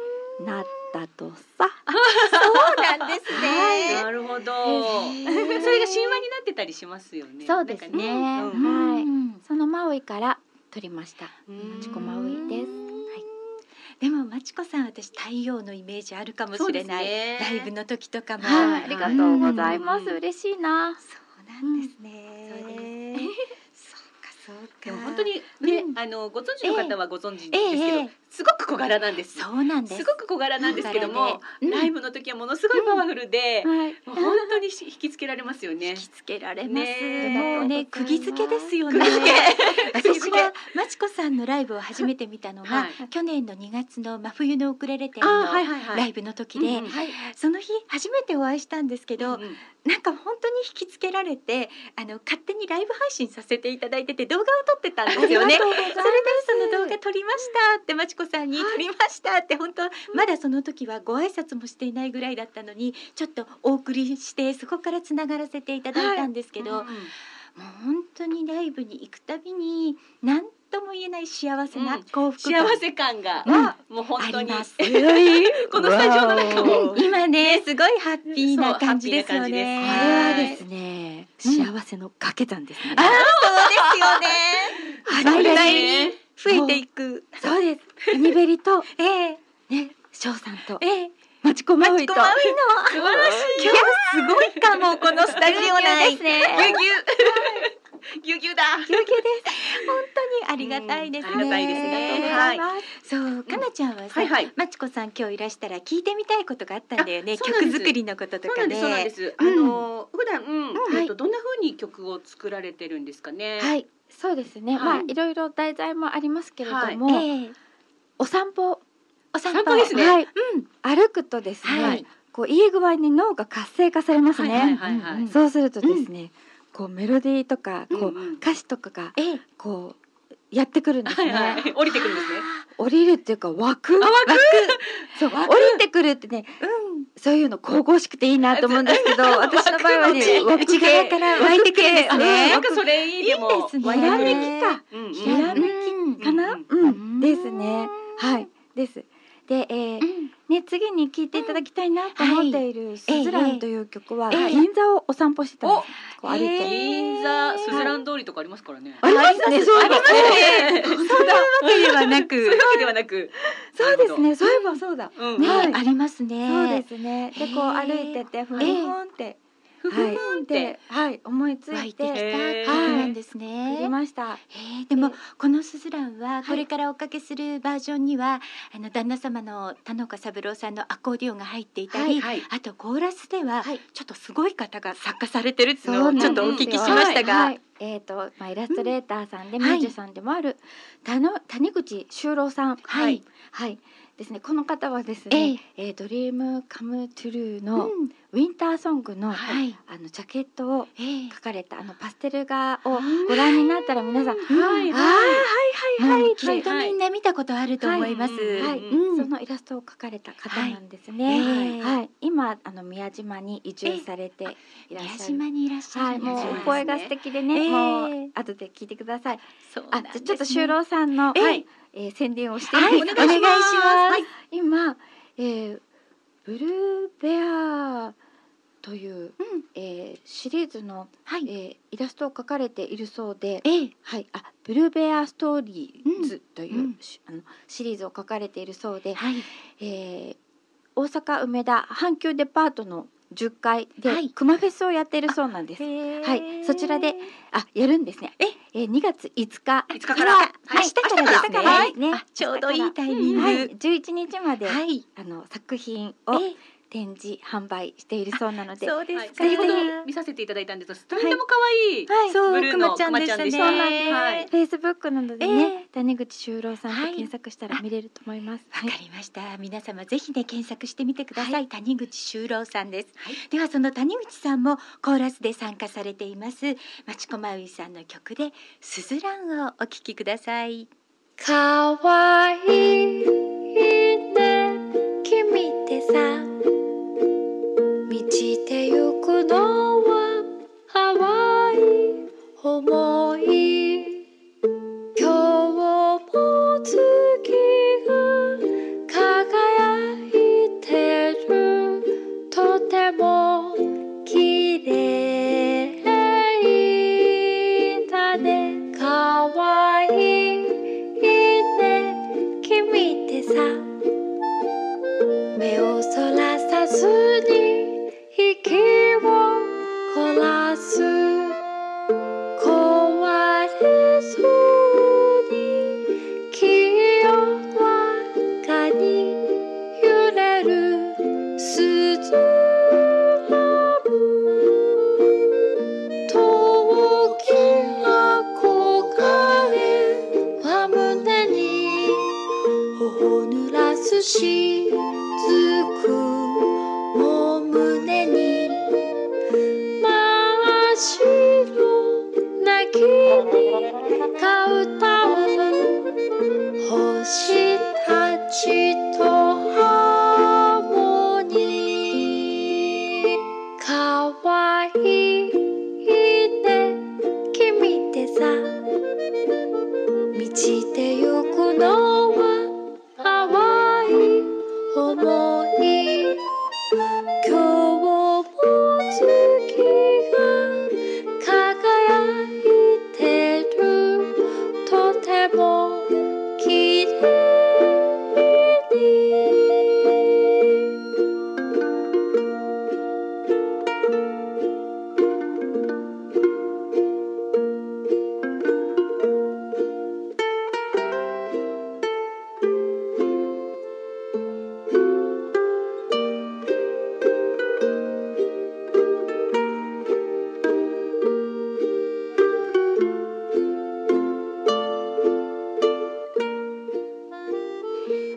[SPEAKER 3] なったとさ、
[SPEAKER 1] そうなんですね。
[SPEAKER 2] なるほど。
[SPEAKER 1] へー
[SPEAKER 2] それが神話になってたりしますよね。
[SPEAKER 3] そうですね
[SPEAKER 2] なんかね
[SPEAKER 3] はい
[SPEAKER 1] うん
[SPEAKER 3] そのマウイから取りました
[SPEAKER 2] うん
[SPEAKER 3] ちこまうい
[SPEAKER 1] はい。
[SPEAKER 3] です
[SPEAKER 1] でもまちこさん私太陽のイメージあるかも
[SPEAKER 2] そう
[SPEAKER 1] し
[SPEAKER 2] で
[SPEAKER 1] れ
[SPEAKER 2] す
[SPEAKER 1] ない、
[SPEAKER 2] ね
[SPEAKER 1] ライブの時とかも、
[SPEAKER 3] はい、あ
[SPEAKER 2] い
[SPEAKER 3] りがとうございます、
[SPEAKER 2] うん
[SPEAKER 3] 嬉しいな
[SPEAKER 1] そうなんですね、
[SPEAKER 3] うんそうです
[SPEAKER 1] そうかそうか
[SPEAKER 2] でも本当にね、
[SPEAKER 1] うん
[SPEAKER 2] あのご存知の方はご存知ですけど、
[SPEAKER 1] ええええ
[SPEAKER 2] すごく小柄なんです
[SPEAKER 1] そうなんです
[SPEAKER 2] すごく小柄なんですけども、
[SPEAKER 1] うん
[SPEAKER 2] ライブの時はものすごいパワフルで、
[SPEAKER 3] はい。
[SPEAKER 2] もう本当にし引きつけられますよね
[SPEAKER 1] 引きつけられます、
[SPEAKER 2] ね
[SPEAKER 1] もうね
[SPEAKER 3] ありがとうござい
[SPEAKER 1] 釘
[SPEAKER 3] ます
[SPEAKER 1] 付けですよね
[SPEAKER 2] 釘 付け釘
[SPEAKER 1] 私
[SPEAKER 2] 付け
[SPEAKER 1] がまちこさんのライブを初めて見たのが、
[SPEAKER 2] はい
[SPEAKER 1] 去年の2月の真冬のウクレレ展
[SPEAKER 2] あ
[SPEAKER 1] の
[SPEAKER 2] ーはいはいはい
[SPEAKER 1] ライブの時で、
[SPEAKER 2] うんうん
[SPEAKER 3] はい。
[SPEAKER 1] その日初めてお会いしたんですけど、
[SPEAKER 2] うんうん
[SPEAKER 1] なんか本当に引きつけられてあの勝手にライブ配信させていただいてて動画を撮ってたんです よね。
[SPEAKER 3] うご
[SPEAKER 1] そ
[SPEAKER 3] ざい
[SPEAKER 1] れでその動画撮りましたってまちこさんに撮りましたって本当まだその時はご挨拶もしていないぐらいだったのにちょっとお送りしてそこからつながらせていただいたんですけど、
[SPEAKER 2] うんうん
[SPEAKER 1] もう本当にライブに行くたびに何とも言えない幸せな
[SPEAKER 2] うん
[SPEAKER 1] 幸福感、
[SPEAKER 2] 幸せ感が、もう本当
[SPEAKER 1] あり
[SPEAKER 2] に
[SPEAKER 1] ます
[SPEAKER 2] このスタジオの中も
[SPEAKER 1] うん 今ねすごいハッピー
[SPEAKER 2] そ
[SPEAKER 1] な
[SPEAKER 2] う
[SPEAKER 1] 感じですよ
[SPEAKER 2] ハ
[SPEAKER 1] ね。
[SPEAKER 2] ッ
[SPEAKER 3] こ
[SPEAKER 2] ピー
[SPEAKER 3] れ
[SPEAKER 2] な
[SPEAKER 3] は
[SPEAKER 2] 感じ
[SPEAKER 3] ですね、
[SPEAKER 1] うん
[SPEAKER 3] 幸せの掛け算ですね。
[SPEAKER 1] あそうですよね。
[SPEAKER 3] そうです
[SPEAKER 1] 大
[SPEAKER 3] ね
[SPEAKER 1] 々に増えていく。
[SPEAKER 3] そうです。ハニベリと
[SPEAKER 1] ええ
[SPEAKER 3] ね、翔さんと
[SPEAKER 1] ええ。
[SPEAKER 3] マチコマウイ
[SPEAKER 1] コ
[SPEAKER 3] と。
[SPEAKER 1] マウイの
[SPEAKER 2] 素晴らしい
[SPEAKER 1] 今日すごいかもこのスタジオ内。
[SPEAKER 3] ですね。
[SPEAKER 2] ぎゅうぎゅうぎゅうぎゅうだ
[SPEAKER 1] ぎゅうぎゅうです。本当にありがたいですね。
[SPEAKER 2] うんありがたいですね
[SPEAKER 1] ありがとうございますそう、かなちゃんはさ、
[SPEAKER 2] はいはい
[SPEAKER 1] まちこさん今日いらしたら聞いてみたいことがあったんだよね。
[SPEAKER 2] あそうなんで
[SPEAKER 1] 曲
[SPEAKER 2] す
[SPEAKER 1] 作りのことと
[SPEAKER 2] そう
[SPEAKER 1] か
[SPEAKER 2] なん
[SPEAKER 1] ね。
[SPEAKER 2] です、そうなんです。あ
[SPEAKER 1] うん
[SPEAKER 2] の、普段、
[SPEAKER 3] は
[SPEAKER 2] え
[SPEAKER 3] い
[SPEAKER 2] っと、どんな風に曲を作られてるんですかね。。
[SPEAKER 3] はいい、そうですね。
[SPEAKER 2] はい
[SPEAKER 3] まあいろいろ題材もありますけれども、
[SPEAKER 1] ええ
[SPEAKER 3] お散歩、
[SPEAKER 1] お散歩
[SPEAKER 2] 散歩ですね
[SPEAKER 3] は
[SPEAKER 1] う
[SPEAKER 3] い、
[SPEAKER 1] ん、
[SPEAKER 3] 歩くとですね、
[SPEAKER 1] はい
[SPEAKER 3] こういい具合に脳が活性化されますね。
[SPEAKER 2] はいはいはいはい
[SPEAKER 1] うん
[SPEAKER 3] そうするとですね、こうメロディーとかこう、
[SPEAKER 2] うんうん
[SPEAKER 3] 歌詞とかが
[SPEAKER 1] ええ
[SPEAKER 3] こうやってくるんです
[SPEAKER 2] は
[SPEAKER 3] ね。
[SPEAKER 2] いはい。降りてくるんですね。
[SPEAKER 3] 降りるっていうか湧く。
[SPEAKER 2] あ、わか
[SPEAKER 3] そう降りてくるってね、
[SPEAKER 1] うん、
[SPEAKER 3] そういうの神々しくていいなと思うんです けど、私の場合はね、
[SPEAKER 2] 湧くの
[SPEAKER 3] 湧く
[SPEAKER 1] 内側から湧いてくるんです
[SPEAKER 2] る。
[SPEAKER 1] ね。
[SPEAKER 2] なんかそれいいでも。
[SPEAKER 1] いいですね
[SPEAKER 2] わ
[SPEAKER 3] ひら
[SPEAKER 2] かる
[SPEAKER 3] めきか。
[SPEAKER 2] うんうん
[SPEAKER 3] ひらめ
[SPEAKER 1] うん
[SPEAKER 2] き
[SPEAKER 3] かな、
[SPEAKER 2] う
[SPEAKER 3] うんん、
[SPEAKER 1] うん
[SPEAKER 3] ですね。はい、です。で、えー
[SPEAKER 1] うん
[SPEAKER 3] ね、次に聴いていただきたいなと思っている「スズラン」という曲は、
[SPEAKER 1] ええ
[SPEAKER 3] 銀座をお散歩してたん
[SPEAKER 2] お
[SPEAKER 3] です、こう歩いて、
[SPEAKER 1] ええ
[SPEAKER 2] 銀座すずらん通りとかありますからね。
[SPEAKER 3] ありますねそういえば
[SPEAKER 2] ね。そういうわ
[SPEAKER 1] わけではなく
[SPEAKER 2] そういうわけではなく。
[SPEAKER 3] そうですねそういえばそうだ、
[SPEAKER 2] うん。
[SPEAKER 1] ね、
[SPEAKER 3] はい
[SPEAKER 1] ありますね。
[SPEAKER 3] そうですねでこう
[SPEAKER 1] ええ
[SPEAKER 3] 歩いててふにほんって、
[SPEAKER 2] ふふ
[SPEAKER 3] は
[SPEAKER 2] ん
[SPEAKER 3] い
[SPEAKER 2] って
[SPEAKER 3] で。はい思いつ
[SPEAKER 1] 湧
[SPEAKER 3] い
[SPEAKER 1] いてきたって
[SPEAKER 3] て
[SPEAKER 1] いうことなんです
[SPEAKER 3] 作り
[SPEAKER 1] ね。
[SPEAKER 3] ました
[SPEAKER 1] えー、でも
[SPEAKER 3] で
[SPEAKER 1] このスズランはいこれからおかけするバージョンには、あの旦那様の田之岡三郎さんのアコーディオンが入っていたり、
[SPEAKER 2] はいはい
[SPEAKER 1] あとコーラスでは
[SPEAKER 3] はい
[SPEAKER 1] ちょっとすごい方が作家されてるっていうの
[SPEAKER 3] そう
[SPEAKER 1] をち
[SPEAKER 3] な
[SPEAKER 1] ょっ
[SPEAKER 3] んで
[SPEAKER 1] とお聞
[SPEAKER 3] すよ
[SPEAKER 1] きしましたが、
[SPEAKER 3] はいえっ、と、まあ、イラストレーターさんで、
[SPEAKER 1] うん
[SPEAKER 3] ミュージシャンさんでもある、たの谷口修郎さん
[SPEAKER 1] はい
[SPEAKER 3] はいですねこの方はです
[SPEAKER 1] え
[SPEAKER 3] ね「えードリームカムトゥルーの
[SPEAKER 1] うん
[SPEAKER 3] ウィンターソングの、
[SPEAKER 1] はい、
[SPEAKER 3] あのジャケットを
[SPEAKER 1] えー
[SPEAKER 3] 書かれたあのパステル画を
[SPEAKER 1] はい
[SPEAKER 3] ご覧になったら皆さん、
[SPEAKER 2] はい
[SPEAKER 3] ああはいはいはい、
[SPEAKER 1] うんきっとみんな見たことあると思います。
[SPEAKER 2] はい
[SPEAKER 3] はい、
[SPEAKER 1] うん
[SPEAKER 3] そのイラストを描かれた方なんですね。は
[SPEAKER 1] はい
[SPEAKER 3] い、
[SPEAKER 1] ええ
[SPEAKER 3] はい今あの宮島に移住されていら
[SPEAKER 1] 宮
[SPEAKER 3] っしゃる。
[SPEAKER 1] 島にいらっし
[SPEAKER 3] は
[SPEAKER 1] ゃ
[SPEAKER 3] い、
[SPEAKER 1] る
[SPEAKER 3] もう
[SPEAKER 1] 宮
[SPEAKER 3] お
[SPEAKER 1] 島ですね
[SPEAKER 3] 声が素敵でね、
[SPEAKER 1] ええ
[SPEAKER 3] もう後で聞いてください。
[SPEAKER 2] そうな
[SPEAKER 3] あ、
[SPEAKER 2] んです
[SPEAKER 3] じゃ
[SPEAKER 2] ね
[SPEAKER 3] ちょっと修郎さんの、
[SPEAKER 2] ええ
[SPEAKER 3] はい、えー宣伝をして
[SPEAKER 2] はい
[SPEAKER 3] い
[SPEAKER 2] お
[SPEAKER 3] い
[SPEAKER 2] 願
[SPEAKER 3] で
[SPEAKER 2] い
[SPEAKER 3] す
[SPEAKER 2] しま
[SPEAKER 3] か。
[SPEAKER 2] す
[SPEAKER 3] す今、えーブルーベアという、
[SPEAKER 1] うん
[SPEAKER 3] えーシリーズの、
[SPEAKER 1] は
[SPEAKER 3] え
[SPEAKER 1] い、
[SPEAKER 3] ーイラストを描かれているそうで、
[SPEAKER 1] えー、
[SPEAKER 3] はい、あブルーベアストーリーズという、
[SPEAKER 1] うん
[SPEAKER 3] しあのシリーズを書かれているそうで、
[SPEAKER 1] はい、
[SPEAKER 3] えー大阪梅田阪急デパートの10階で、
[SPEAKER 1] はい
[SPEAKER 3] 熊フェスをやっているそうなんです。はいそちらであやるんですね。
[SPEAKER 1] え
[SPEAKER 3] えー、2月5日
[SPEAKER 2] 5日から
[SPEAKER 3] はい
[SPEAKER 1] 明日からですね。
[SPEAKER 3] はい
[SPEAKER 1] はいあちょうどいいタイミング。
[SPEAKER 3] はい、11日まで、
[SPEAKER 1] い。
[SPEAKER 3] あの作品
[SPEAKER 1] え
[SPEAKER 3] を展示販売しているそうなので、
[SPEAKER 1] そうですか。
[SPEAKER 2] はい先ほど
[SPEAKER 3] ぜ
[SPEAKER 2] 見させていただいたんですが、とても可愛い。
[SPEAKER 3] はい、
[SPEAKER 1] そう
[SPEAKER 2] ブルー
[SPEAKER 1] く
[SPEAKER 2] の
[SPEAKER 1] まちゃんでしたね。
[SPEAKER 2] く
[SPEAKER 3] まちゃんでしたそうなん
[SPEAKER 2] ですはい
[SPEAKER 3] フェイスブックなどでね、
[SPEAKER 1] ええ
[SPEAKER 3] 谷口修郎さんと
[SPEAKER 1] はい
[SPEAKER 3] 検索したら見れると思います。
[SPEAKER 1] わかりました。皆様ぜひね検索してみてください。
[SPEAKER 3] は
[SPEAKER 1] 谷口修郎さんです。
[SPEAKER 2] はい
[SPEAKER 1] ではその谷口さんもコーラスで参加されています。まちこまういさんの曲でスズランをお聞きください。
[SPEAKER 3] かわいいね君ってさ満ちてゆくのは淡い思い今日も月が輝いてるとても綺麗だねかわいいいいね君ってさ目をそらさずに息を凝らす壊れしずくお胸に真っ白な木に歌うたう星たちとハーモニーかわいいね君ってさ満ちてゆくのは淡い思い今日も月が輝いてるとても綺麗に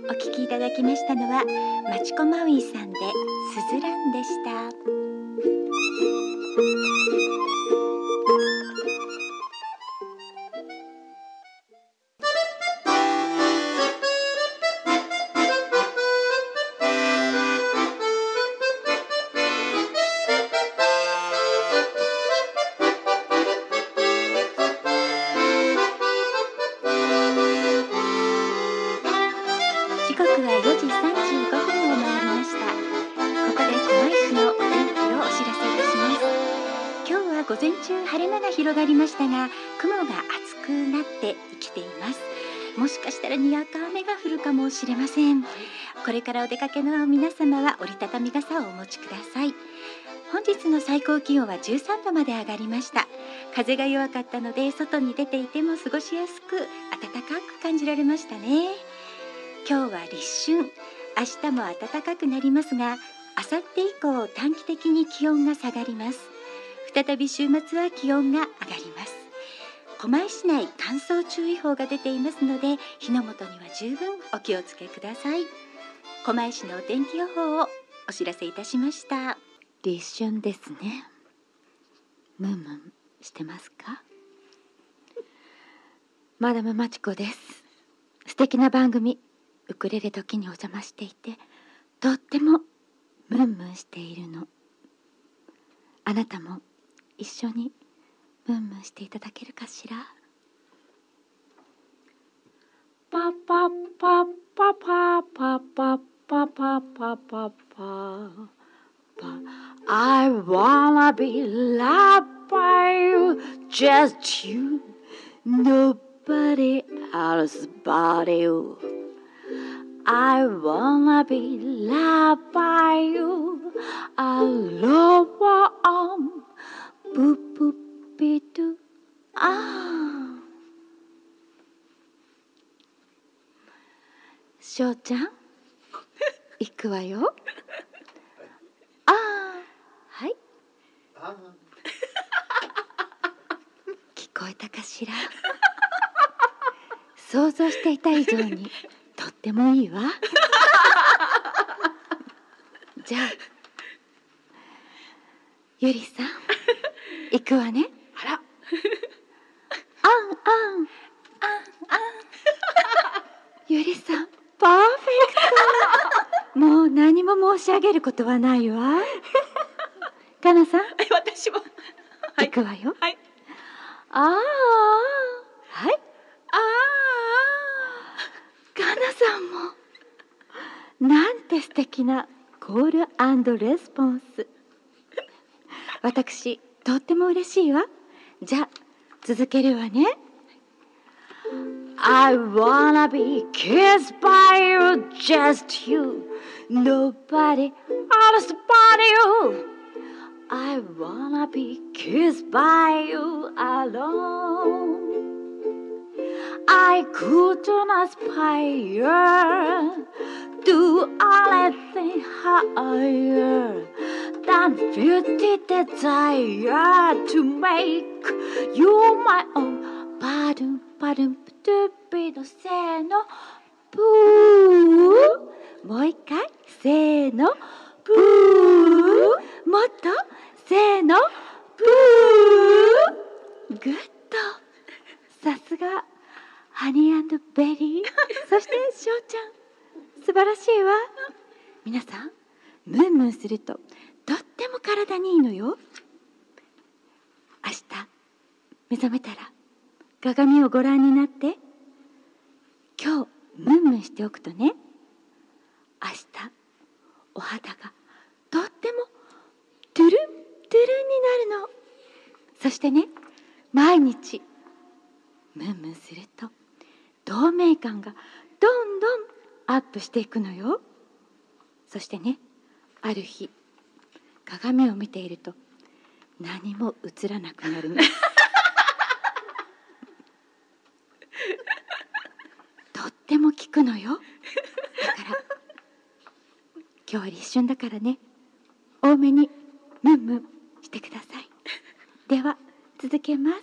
[SPEAKER 1] お聞きいただきましたのはマチコマウイさんでスズランでした時刻は4時35分を回りましたここで狛江市のお天気をお知らせいたします今日は午前中晴れ間が広がりましたが雲が厚くなってきていますもしかしたらにわか雨が降るかもしれませんこれからお出かけの皆様は折りたたみ傘をお持ちください本日の最高気温は13度まで上がりました風が弱かったので外に出ていても過ごしやすく暖かく感じられましたね今日は立春明日も暖かくなりますが明後日以降短期的に気温が下がります再び週末は気温が上がります狛江市内乾燥注意報が出ていますので火の元には十分お気をつけください狛江市のお天気予報をお知らせいたしました
[SPEAKER 4] 立春ですねムンムンしてますかマダムマチコです素敵な番組ウクレレ時にお邪魔していてとってもムンムンしているのあなたも一緒にムンムンしていただけるかしら
[SPEAKER 3] パパパパパパパパパパパパ I wanna be loved by you, just you, nobody else but you. I wanna be loved by you, I love on, boop boop be doo, ah.
[SPEAKER 4] 翔ちゃ ん行くわよああはい聞こえたかしら想像していた以上にとってもいいわじゃあゆりさん行くわね
[SPEAKER 2] あら
[SPEAKER 4] あんあんあんあんゆりさんパーフェクトもう何も申し上げることはないわかなさん、
[SPEAKER 2] 私もはい
[SPEAKER 4] 行くわよ
[SPEAKER 2] はい
[SPEAKER 4] ああはい
[SPEAKER 2] あ
[SPEAKER 4] かなさんもなんて素敵なコールレスポンス私とっても嬉しいわじゃあ続けるわね
[SPEAKER 3] I wanna be kissed by you, just you, nobody else but you. I wanna be kissed by you alone. I could not aspire to anything higher than beauty desire to make you my own. Pardon, pardon, to be no say no. Boo, もう一回せーのブーもっとせーのブーグッとさすがハニーベリーそしてしょうちゃん素晴らしいわ皆さんムンムンするととっても体にいいのよ明日目覚めたら鏡をご覧になって今日ムンムンしておくとね明日お肌がとってもトゥルントゥルンになるのそしてね毎日ムンムンすると透明感がどんどんアップしていくのよそしてねある日鏡を見ていると何も映らなくなるのとっても効くのよだから今日は立春だからね多めにムンムンしてくださいでは続けます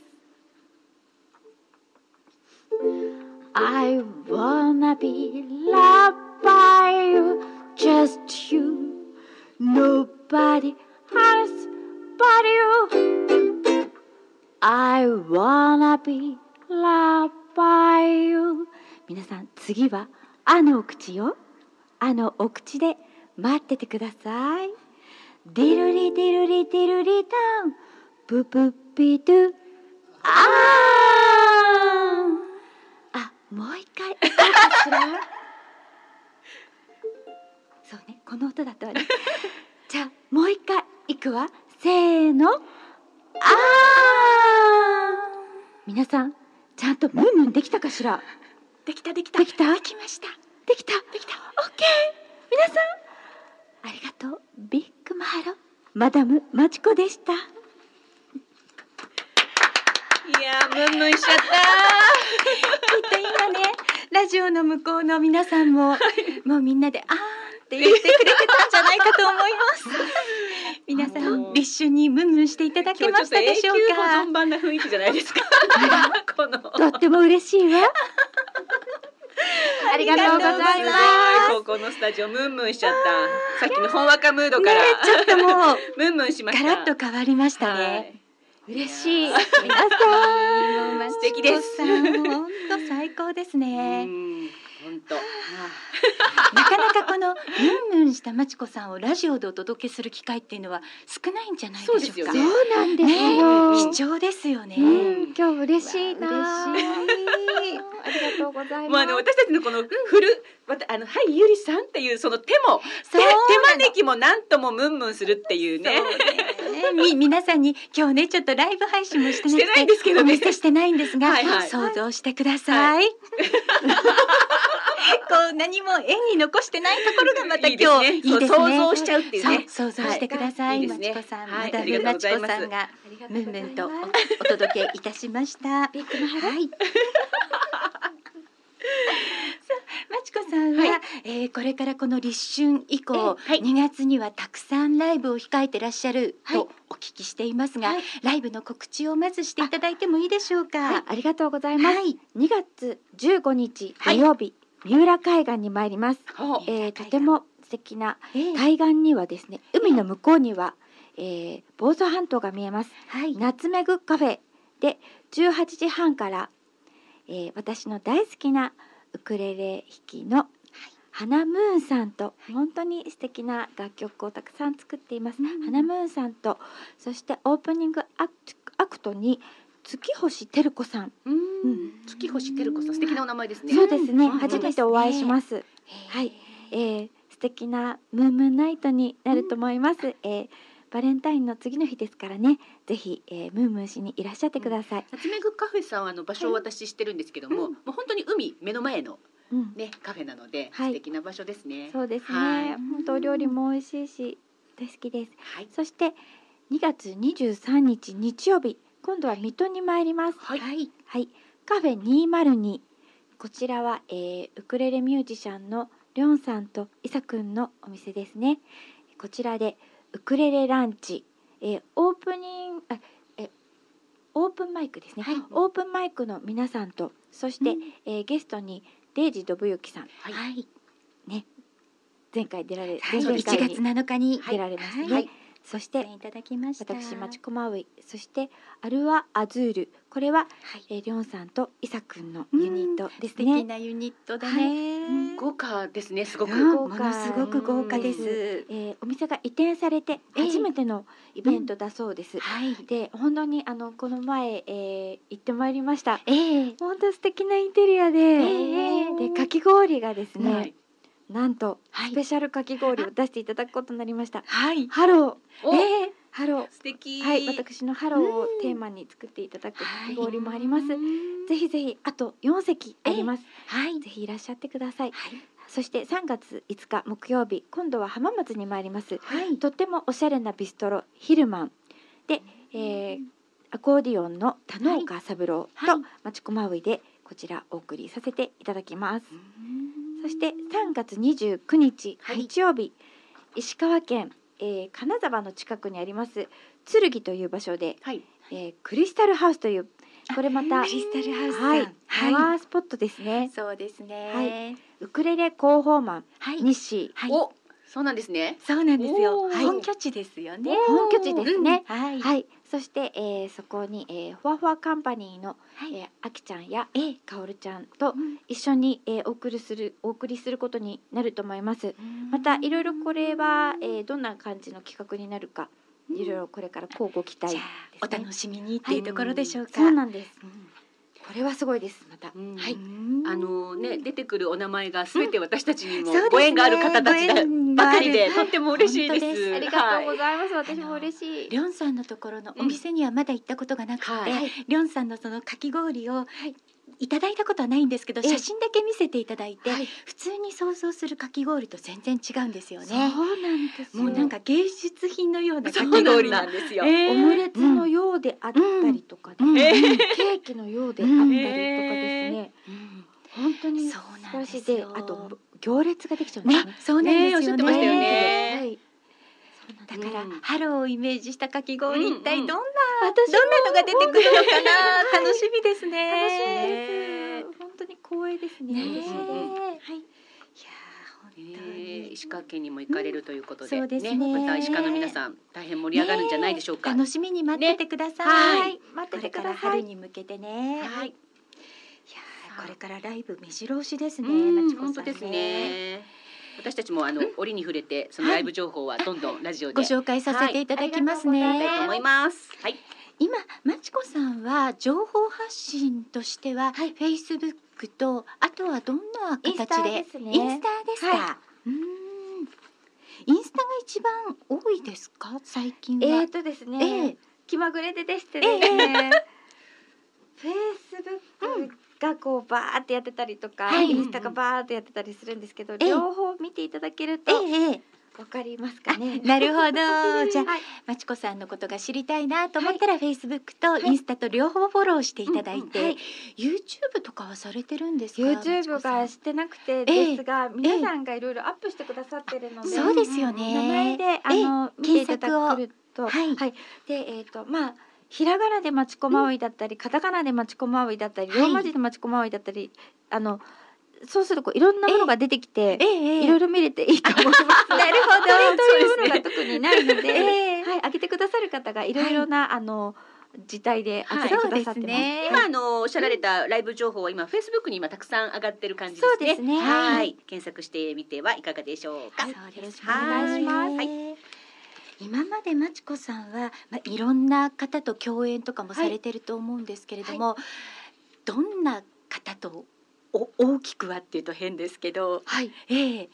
[SPEAKER 5] I wanna be loved by you, just you. Nobody else but you. I wanna be loved by you.
[SPEAKER 3] 皆さん次は「あ」のお口よ「あ」のお口で待っててくださいディルリディルリディルリタンブブビドゥあーあもう一回あかしらそうねこの音だとはねじゃあもう一回いくわせーのあー皆さんちゃんとムンムンできたかしら
[SPEAKER 2] できたできた
[SPEAKER 3] できた
[SPEAKER 2] できました
[SPEAKER 3] できた
[SPEAKER 2] できた
[SPEAKER 3] オッケー皆さんありがとうビッグマハロマダムマチコでした
[SPEAKER 2] いやームンムンしちゃっ
[SPEAKER 3] きっと今ねラジオの向こうの皆さんも、もうみんなであーんって言ってくれてたんじゃないかと思います 皆さ
[SPEAKER 2] 本当
[SPEAKER 3] ん立春にムンムンしていただ
[SPEAKER 2] た
[SPEAKER 3] けましたでしょう
[SPEAKER 2] 今日ちょっと永久保
[SPEAKER 3] か
[SPEAKER 2] 存版な雰囲気じゃないですか この
[SPEAKER 3] とっても嬉しい わ
[SPEAKER 5] ありがとうございます。
[SPEAKER 2] 高校のスタジオムンムンしちゃったさっきのほんわかムードから、
[SPEAKER 3] ねちょっともう
[SPEAKER 2] ムンムンしまし
[SPEAKER 1] ガ
[SPEAKER 2] た
[SPEAKER 1] ラッと変わりましたね、
[SPEAKER 2] はい
[SPEAKER 3] 嬉しい
[SPEAKER 5] 皆さん
[SPEAKER 2] 素敵です
[SPEAKER 1] さん本当最高です
[SPEAKER 2] う
[SPEAKER 1] ね
[SPEAKER 2] ん本当
[SPEAKER 1] なかなかこのムンムンしたまちこさんをラジオでお届けする機会っていうのは少ないんじゃないでしょうか
[SPEAKER 2] そうですよ
[SPEAKER 3] そ
[SPEAKER 2] ね
[SPEAKER 3] うなんです
[SPEAKER 1] ね
[SPEAKER 3] よ、
[SPEAKER 2] うん
[SPEAKER 1] 貴重ですよね、
[SPEAKER 2] ん
[SPEAKER 3] うん今日嬉しいな
[SPEAKER 1] 嬉しい
[SPEAKER 3] ありがとうござい
[SPEAKER 2] もう
[SPEAKER 3] ま
[SPEAKER 2] あ
[SPEAKER 3] す
[SPEAKER 2] の私たちのこの振る、またあのはいゆりさんっていうその手も
[SPEAKER 1] そ
[SPEAKER 2] 手
[SPEAKER 1] うなの
[SPEAKER 2] 手招きもなんともムンムンするっていうね。
[SPEAKER 1] ねみ皆さんに今日ねちょっとライブ配信もしてなくて
[SPEAKER 2] してないんですけどね
[SPEAKER 1] お見せしてないんですが
[SPEAKER 2] はいはい
[SPEAKER 1] 想像してください、 こう何も絵に残してないところがまた
[SPEAKER 2] いいです
[SPEAKER 1] 今
[SPEAKER 2] ね
[SPEAKER 1] 日いいですね
[SPEAKER 2] そう想像しちゃうっていうね。
[SPEAKER 1] そう想像してくださ
[SPEAKER 2] はい
[SPEAKER 1] い、
[SPEAKER 2] いい
[SPEAKER 1] ま
[SPEAKER 2] で
[SPEAKER 1] す
[SPEAKER 2] ね
[SPEAKER 1] ちこさん、
[SPEAKER 2] はい
[SPEAKER 1] マダ
[SPEAKER 2] あり
[SPEAKER 1] ムま
[SPEAKER 2] がとうご
[SPEAKER 1] ち
[SPEAKER 2] ざい
[SPEAKER 1] こ
[SPEAKER 2] ます
[SPEAKER 1] さんが
[SPEAKER 3] ありがと
[SPEAKER 1] ム
[SPEAKER 3] う
[SPEAKER 1] ン
[SPEAKER 3] ござ
[SPEAKER 1] ム
[SPEAKER 3] い
[SPEAKER 1] ン
[SPEAKER 3] ま
[SPEAKER 1] とお
[SPEAKER 3] す
[SPEAKER 1] お届けいたしました
[SPEAKER 3] ビッグマハロ
[SPEAKER 1] はい。さあ、まちこさんは、
[SPEAKER 2] は
[SPEAKER 1] えーこれからこの立春以降、
[SPEAKER 2] えはい
[SPEAKER 1] 2月にはたくさんライブを控えてらっしゃる
[SPEAKER 3] はい
[SPEAKER 1] とお聞きしていますが、
[SPEAKER 3] はい
[SPEAKER 1] ライブの告知をまずしていただいてもいいでしょうか。
[SPEAKER 3] はい、ありがとうございます。
[SPEAKER 1] い。
[SPEAKER 3] 2月15日
[SPEAKER 1] は
[SPEAKER 3] 土
[SPEAKER 1] い
[SPEAKER 3] 曜日、三浦海岸に参ります。
[SPEAKER 2] ほう
[SPEAKER 3] えー、と
[SPEAKER 1] 海岸
[SPEAKER 3] ても素敵な
[SPEAKER 1] えー
[SPEAKER 3] 海岸にはですね、海の向こうには、えー、房総半島が見えます。
[SPEAKER 1] はい。
[SPEAKER 3] 夏めぐカフェで18時半から、えー、私の大好きなウクレレ弾きの花ムーンさんと本当に素敵な楽曲をたくさん作っています、
[SPEAKER 1] うん
[SPEAKER 3] 花ムーンさんとそしてオープニングアクアクトに月星照子さん、
[SPEAKER 2] うん
[SPEAKER 3] うん
[SPEAKER 2] 月星照子さん素敵なお名前ですね。
[SPEAKER 3] そうですね、
[SPEAKER 2] うん
[SPEAKER 3] 初めてお会いします、はいえー、素敵なムームーナイトになると思います、えーバレンタインの次の日ですからねぜひ、えー、ムームーしにいらっしゃってください、
[SPEAKER 2] 夏目ぐカフェさんはあの場所を私知ってるんですけども、もう本当に海目の前の
[SPEAKER 3] うん、
[SPEAKER 2] ねカフェなので、
[SPEAKER 3] はい
[SPEAKER 2] 素敵な場所ですね。
[SPEAKER 3] そうです
[SPEAKER 2] はい
[SPEAKER 3] ね。本当お料理も美味しいし大好きです。
[SPEAKER 2] はい
[SPEAKER 3] そして2月23日日曜日今度は水戸に参ります。
[SPEAKER 2] はい
[SPEAKER 3] はい。カフェ202こちらは、えーウクレレミュージシャンのりょんさんといさくんのお店ですね。こちらでウクレレランチ、えーオープニングあえオープンマイクですね、
[SPEAKER 1] はい
[SPEAKER 3] オープンマイクの皆さんとそして、
[SPEAKER 1] うん
[SPEAKER 3] えーゲストにデイジドブユキさん
[SPEAKER 2] はい
[SPEAKER 1] はい。
[SPEAKER 3] 前回出られ、
[SPEAKER 1] はい、
[SPEAKER 3] 前々
[SPEAKER 1] 1
[SPEAKER 3] 回
[SPEAKER 1] 月7日に
[SPEAKER 3] 出られますね。
[SPEAKER 1] はい
[SPEAKER 3] そし
[SPEAKER 1] 出
[SPEAKER 3] て
[SPEAKER 1] 演いただきました。
[SPEAKER 3] 私マチコマウイ、そしてアルワアズール、これは、
[SPEAKER 1] はい、
[SPEAKER 3] えー、リョンさんとイサくんのユニットで
[SPEAKER 1] 素
[SPEAKER 3] す
[SPEAKER 1] 敵
[SPEAKER 3] ね。
[SPEAKER 1] なユニットだ
[SPEAKER 3] は
[SPEAKER 1] ね。
[SPEAKER 2] 豪華ですねすごく、
[SPEAKER 1] うん
[SPEAKER 3] 豪
[SPEAKER 1] も
[SPEAKER 3] 華
[SPEAKER 1] のすごく豪華です。
[SPEAKER 3] えー、お店が移転されて
[SPEAKER 1] ええ
[SPEAKER 3] 初めてのイベントだそうです。
[SPEAKER 1] はい。
[SPEAKER 3] で本当にあのこの前、えー行ってまいりました。
[SPEAKER 1] ええ
[SPEAKER 3] 本当素敵なインテリアで、
[SPEAKER 1] ええ
[SPEAKER 3] でかき氷がですね、
[SPEAKER 2] はい
[SPEAKER 3] なんと
[SPEAKER 1] はい
[SPEAKER 3] スペシャルかき氷を出していただくことになりました。
[SPEAKER 1] はい。
[SPEAKER 3] ハロ
[SPEAKER 2] お
[SPEAKER 3] ー、えーハロ
[SPEAKER 2] 素敵
[SPEAKER 3] ー、はい、私のハローをテーマに作っていただくかき氷もあります。
[SPEAKER 1] うん
[SPEAKER 3] ぜひぜひあと4席あります。
[SPEAKER 1] はい。
[SPEAKER 3] ぜひいらっしゃってください。
[SPEAKER 1] はい。
[SPEAKER 3] そして3月5日木曜日、今度は浜松に参ります。
[SPEAKER 1] はい。
[SPEAKER 3] とってもおしゃれなビストロヒルマンで、えーアコーディオンの田之岡三郎
[SPEAKER 1] はいは
[SPEAKER 3] と
[SPEAKER 1] い
[SPEAKER 3] マチコマウイでこちらお送りさせていただきます。そして3月29日、
[SPEAKER 1] はい
[SPEAKER 3] 日曜日石川県、えー金沢の近くにあります剣という場所で、
[SPEAKER 2] はい
[SPEAKER 3] えークリスタルハウスというこれまた、
[SPEAKER 1] クリスタルハウスさん。
[SPEAKER 3] はい、パワースポットですね、
[SPEAKER 1] そうですね。
[SPEAKER 3] ウクレレ広報マン
[SPEAKER 1] はい。
[SPEAKER 3] 日誌、
[SPEAKER 1] はい。
[SPEAKER 2] おそうなんですね
[SPEAKER 1] そうなんですよ。
[SPEAKER 2] おー
[SPEAKER 1] はい本拠地ですよね。
[SPEAKER 3] 本拠地ですね、
[SPEAKER 1] うんはい。
[SPEAKER 3] はい、そして、えーそこに、えー、ふわふわカンパニーの、
[SPEAKER 1] はい
[SPEAKER 3] えーあきちゃんや、えー、かおるちゃんと
[SPEAKER 1] うん
[SPEAKER 3] 一緒に、えーお送りするお送りすることになると思います。またいろいろこれは、えーどんな感じの企画になるか、いろいろこれから交互期待
[SPEAKER 1] じ
[SPEAKER 3] で
[SPEAKER 1] ゃあ
[SPEAKER 3] す
[SPEAKER 1] お
[SPEAKER 3] ね、
[SPEAKER 1] 楽しみにっていうところでしょうか。
[SPEAKER 3] そうなんです。
[SPEAKER 1] うん
[SPEAKER 3] これはすごいです。また、
[SPEAKER 2] うん
[SPEAKER 1] はい。
[SPEAKER 2] あのね出てくるお名前がすべて私たちに
[SPEAKER 1] そ
[SPEAKER 2] も
[SPEAKER 1] うですね
[SPEAKER 2] ご縁がある方たちだ
[SPEAKER 1] ご縁があ
[SPEAKER 2] ば
[SPEAKER 1] る
[SPEAKER 2] かりでとっても嬉しいで
[SPEAKER 1] 本当で
[SPEAKER 2] す。
[SPEAKER 1] す
[SPEAKER 3] ありがとう
[SPEAKER 2] は
[SPEAKER 3] ご
[SPEAKER 2] い
[SPEAKER 3] ざいます。私
[SPEAKER 1] 私
[SPEAKER 3] も
[SPEAKER 1] も
[SPEAKER 3] 嬉
[SPEAKER 1] 嬉
[SPEAKER 3] しい。
[SPEAKER 1] りょんさんのところのお店にはまだ行ったことがなくて、
[SPEAKER 2] うん
[SPEAKER 3] はい
[SPEAKER 1] りょんさんのそのかき氷をいただいたことはないんですけど、
[SPEAKER 3] ええ
[SPEAKER 1] 写真だけ見せていただいて、
[SPEAKER 3] はい
[SPEAKER 1] 普通に想像するかき氷と全然違うんですよ
[SPEAKER 3] そうな
[SPEAKER 1] ね。
[SPEAKER 3] んですよ。
[SPEAKER 1] もうなんか芸術品のようなか
[SPEAKER 2] そ
[SPEAKER 1] き
[SPEAKER 2] う
[SPEAKER 1] 氷
[SPEAKER 2] な
[SPEAKER 1] なんん
[SPEAKER 2] ですよ。
[SPEAKER 3] オムレツのようであったりとかね、
[SPEAKER 1] うんうん
[SPEAKER 3] ケーキのようであったりとかですね、本当に
[SPEAKER 1] そ
[SPEAKER 3] 素
[SPEAKER 1] うなんですよ
[SPEAKER 3] 晴らしいで、あと行列ができちゃうんですね。
[SPEAKER 1] ね、そうなんですよね。
[SPEAKER 2] ねおっしゃってましたよね
[SPEAKER 3] はい。
[SPEAKER 1] だから、
[SPEAKER 2] うん
[SPEAKER 1] ハローをイメージしたかき氷、
[SPEAKER 2] うん
[SPEAKER 1] 一体どんな、
[SPEAKER 3] 私
[SPEAKER 1] どんなのが出てくるのかな、楽しみですね。
[SPEAKER 3] 楽し
[SPEAKER 1] ね
[SPEAKER 3] みです。本当に光栄ですね。
[SPEAKER 1] ね
[SPEAKER 3] 嬉しいです
[SPEAKER 1] はい。いやー、本当に。
[SPEAKER 2] ね石川県にも行かれるということで,、
[SPEAKER 1] うんそうですね
[SPEAKER 2] また石川の皆さん大変盛り上がるんじゃないでしょうか。
[SPEAKER 1] 楽しみに待っててください。
[SPEAKER 2] ねは
[SPEAKER 3] はい、待
[SPEAKER 1] こ
[SPEAKER 3] っ
[SPEAKER 1] れ
[SPEAKER 3] てて
[SPEAKER 1] か
[SPEAKER 3] く
[SPEAKER 1] ら
[SPEAKER 3] ださ
[SPEAKER 1] 春
[SPEAKER 3] い。
[SPEAKER 1] に向けてね。
[SPEAKER 2] はいい
[SPEAKER 1] やーこれからライブ目白押しですね。
[SPEAKER 2] うん
[SPEAKER 1] まちこさん
[SPEAKER 2] 本当です。ね。私たちもあの折に触れてそのライブ情報はどんどんラジオで
[SPEAKER 1] ご
[SPEAKER 2] やり
[SPEAKER 1] 紹介させていただきますね。
[SPEAKER 3] はいありが
[SPEAKER 2] たいと思います。はい。
[SPEAKER 1] 今まちこさんは情報発信としては、Facebook とあとはどんな
[SPEAKER 3] インスタ
[SPEAKER 1] 形で
[SPEAKER 3] ですね
[SPEAKER 1] インスタですか。
[SPEAKER 3] は
[SPEAKER 1] うーんインスタが一番多いですか最近は。
[SPEAKER 3] えーとです
[SPEAKER 1] え
[SPEAKER 3] ね
[SPEAKER 1] え、
[SPEAKER 3] 気まぐれででしてですね。フェイスブックがこうバーってやってたりとか、
[SPEAKER 1] はい
[SPEAKER 3] インスタがバーってやってたりするんですけど、
[SPEAKER 1] え
[SPEAKER 3] 両方見ていただけると
[SPEAKER 1] ええええ
[SPEAKER 3] わかりますかね。
[SPEAKER 1] なるほ どじゃあ
[SPEAKER 3] はい
[SPEAKER 1] まちこさんのことが知りたいなと思ったら、Facebook とインスタと両方フォローしていただいて、
[SPEAKER 3] うんうんはい
[SPEAKER 1] YouTube とかはされてるんですか
[SPEAKER 3] YouTube がしてなくてですが、皆さんがいろいろアップしてくださってるので、
[SPEAKER 1] そうですよね
[SPEAKER 3] 名前であの見ていただくと、
[SPEAKER 1] 検索をはい
[SPEAKER 3] でえっ、とまあひらがなでマチコマウイだったり、カタカナでマチコマウイだったり、
[SPEAKER 1] はい
[SPEAKER 3] ローマ字でマチコマウイだったり、あのそうするとこういろんなものが出てきて、
[SPEAKER 1] ええ
[SPEAKER 3] いろいろ見れていいと思います。なるほど。 そういうもの
[SPEAKER 2] そう
[SPEAKER 3] が特にないので、
[SPEAKER 1] ええ
[SPEAKER 3] はい、上げてくださる方がいろいろな、あの事態で上げて
[SPEAKER 1] そ
[SPEAKER 3] く
[SPEAKER 1] う
[SPEAKER 3] だ
[SPEAKER 1] で
[SPEAKER 3] さっ
[SPEAKER 1] す
[SPEAKER 3] てます。
[SPEAKER 1] ね。
[SPEAKER 2] 今あのおっしゃられたライブ情報は今 Facebook に今たくさん上がってる感じですね。
[SPEAKER 3] そうですね
[SPEAKER 2] は。
[SPEAKER 3] はい
[SPEAKER 2] 検索してみてはいかがでしょうか。
[SPEAKER 1] そうです
[SPEAKER 3] よろしくお願いします
[SPEAKER 1] はい今までまちこさんは、まあ、いろんな方と共演とかもされてると思うんですけれども、どんな方とお大きくはっていうと変ですけど、
[SPEAKER 3] はい。
[SPEAKER 1] ええ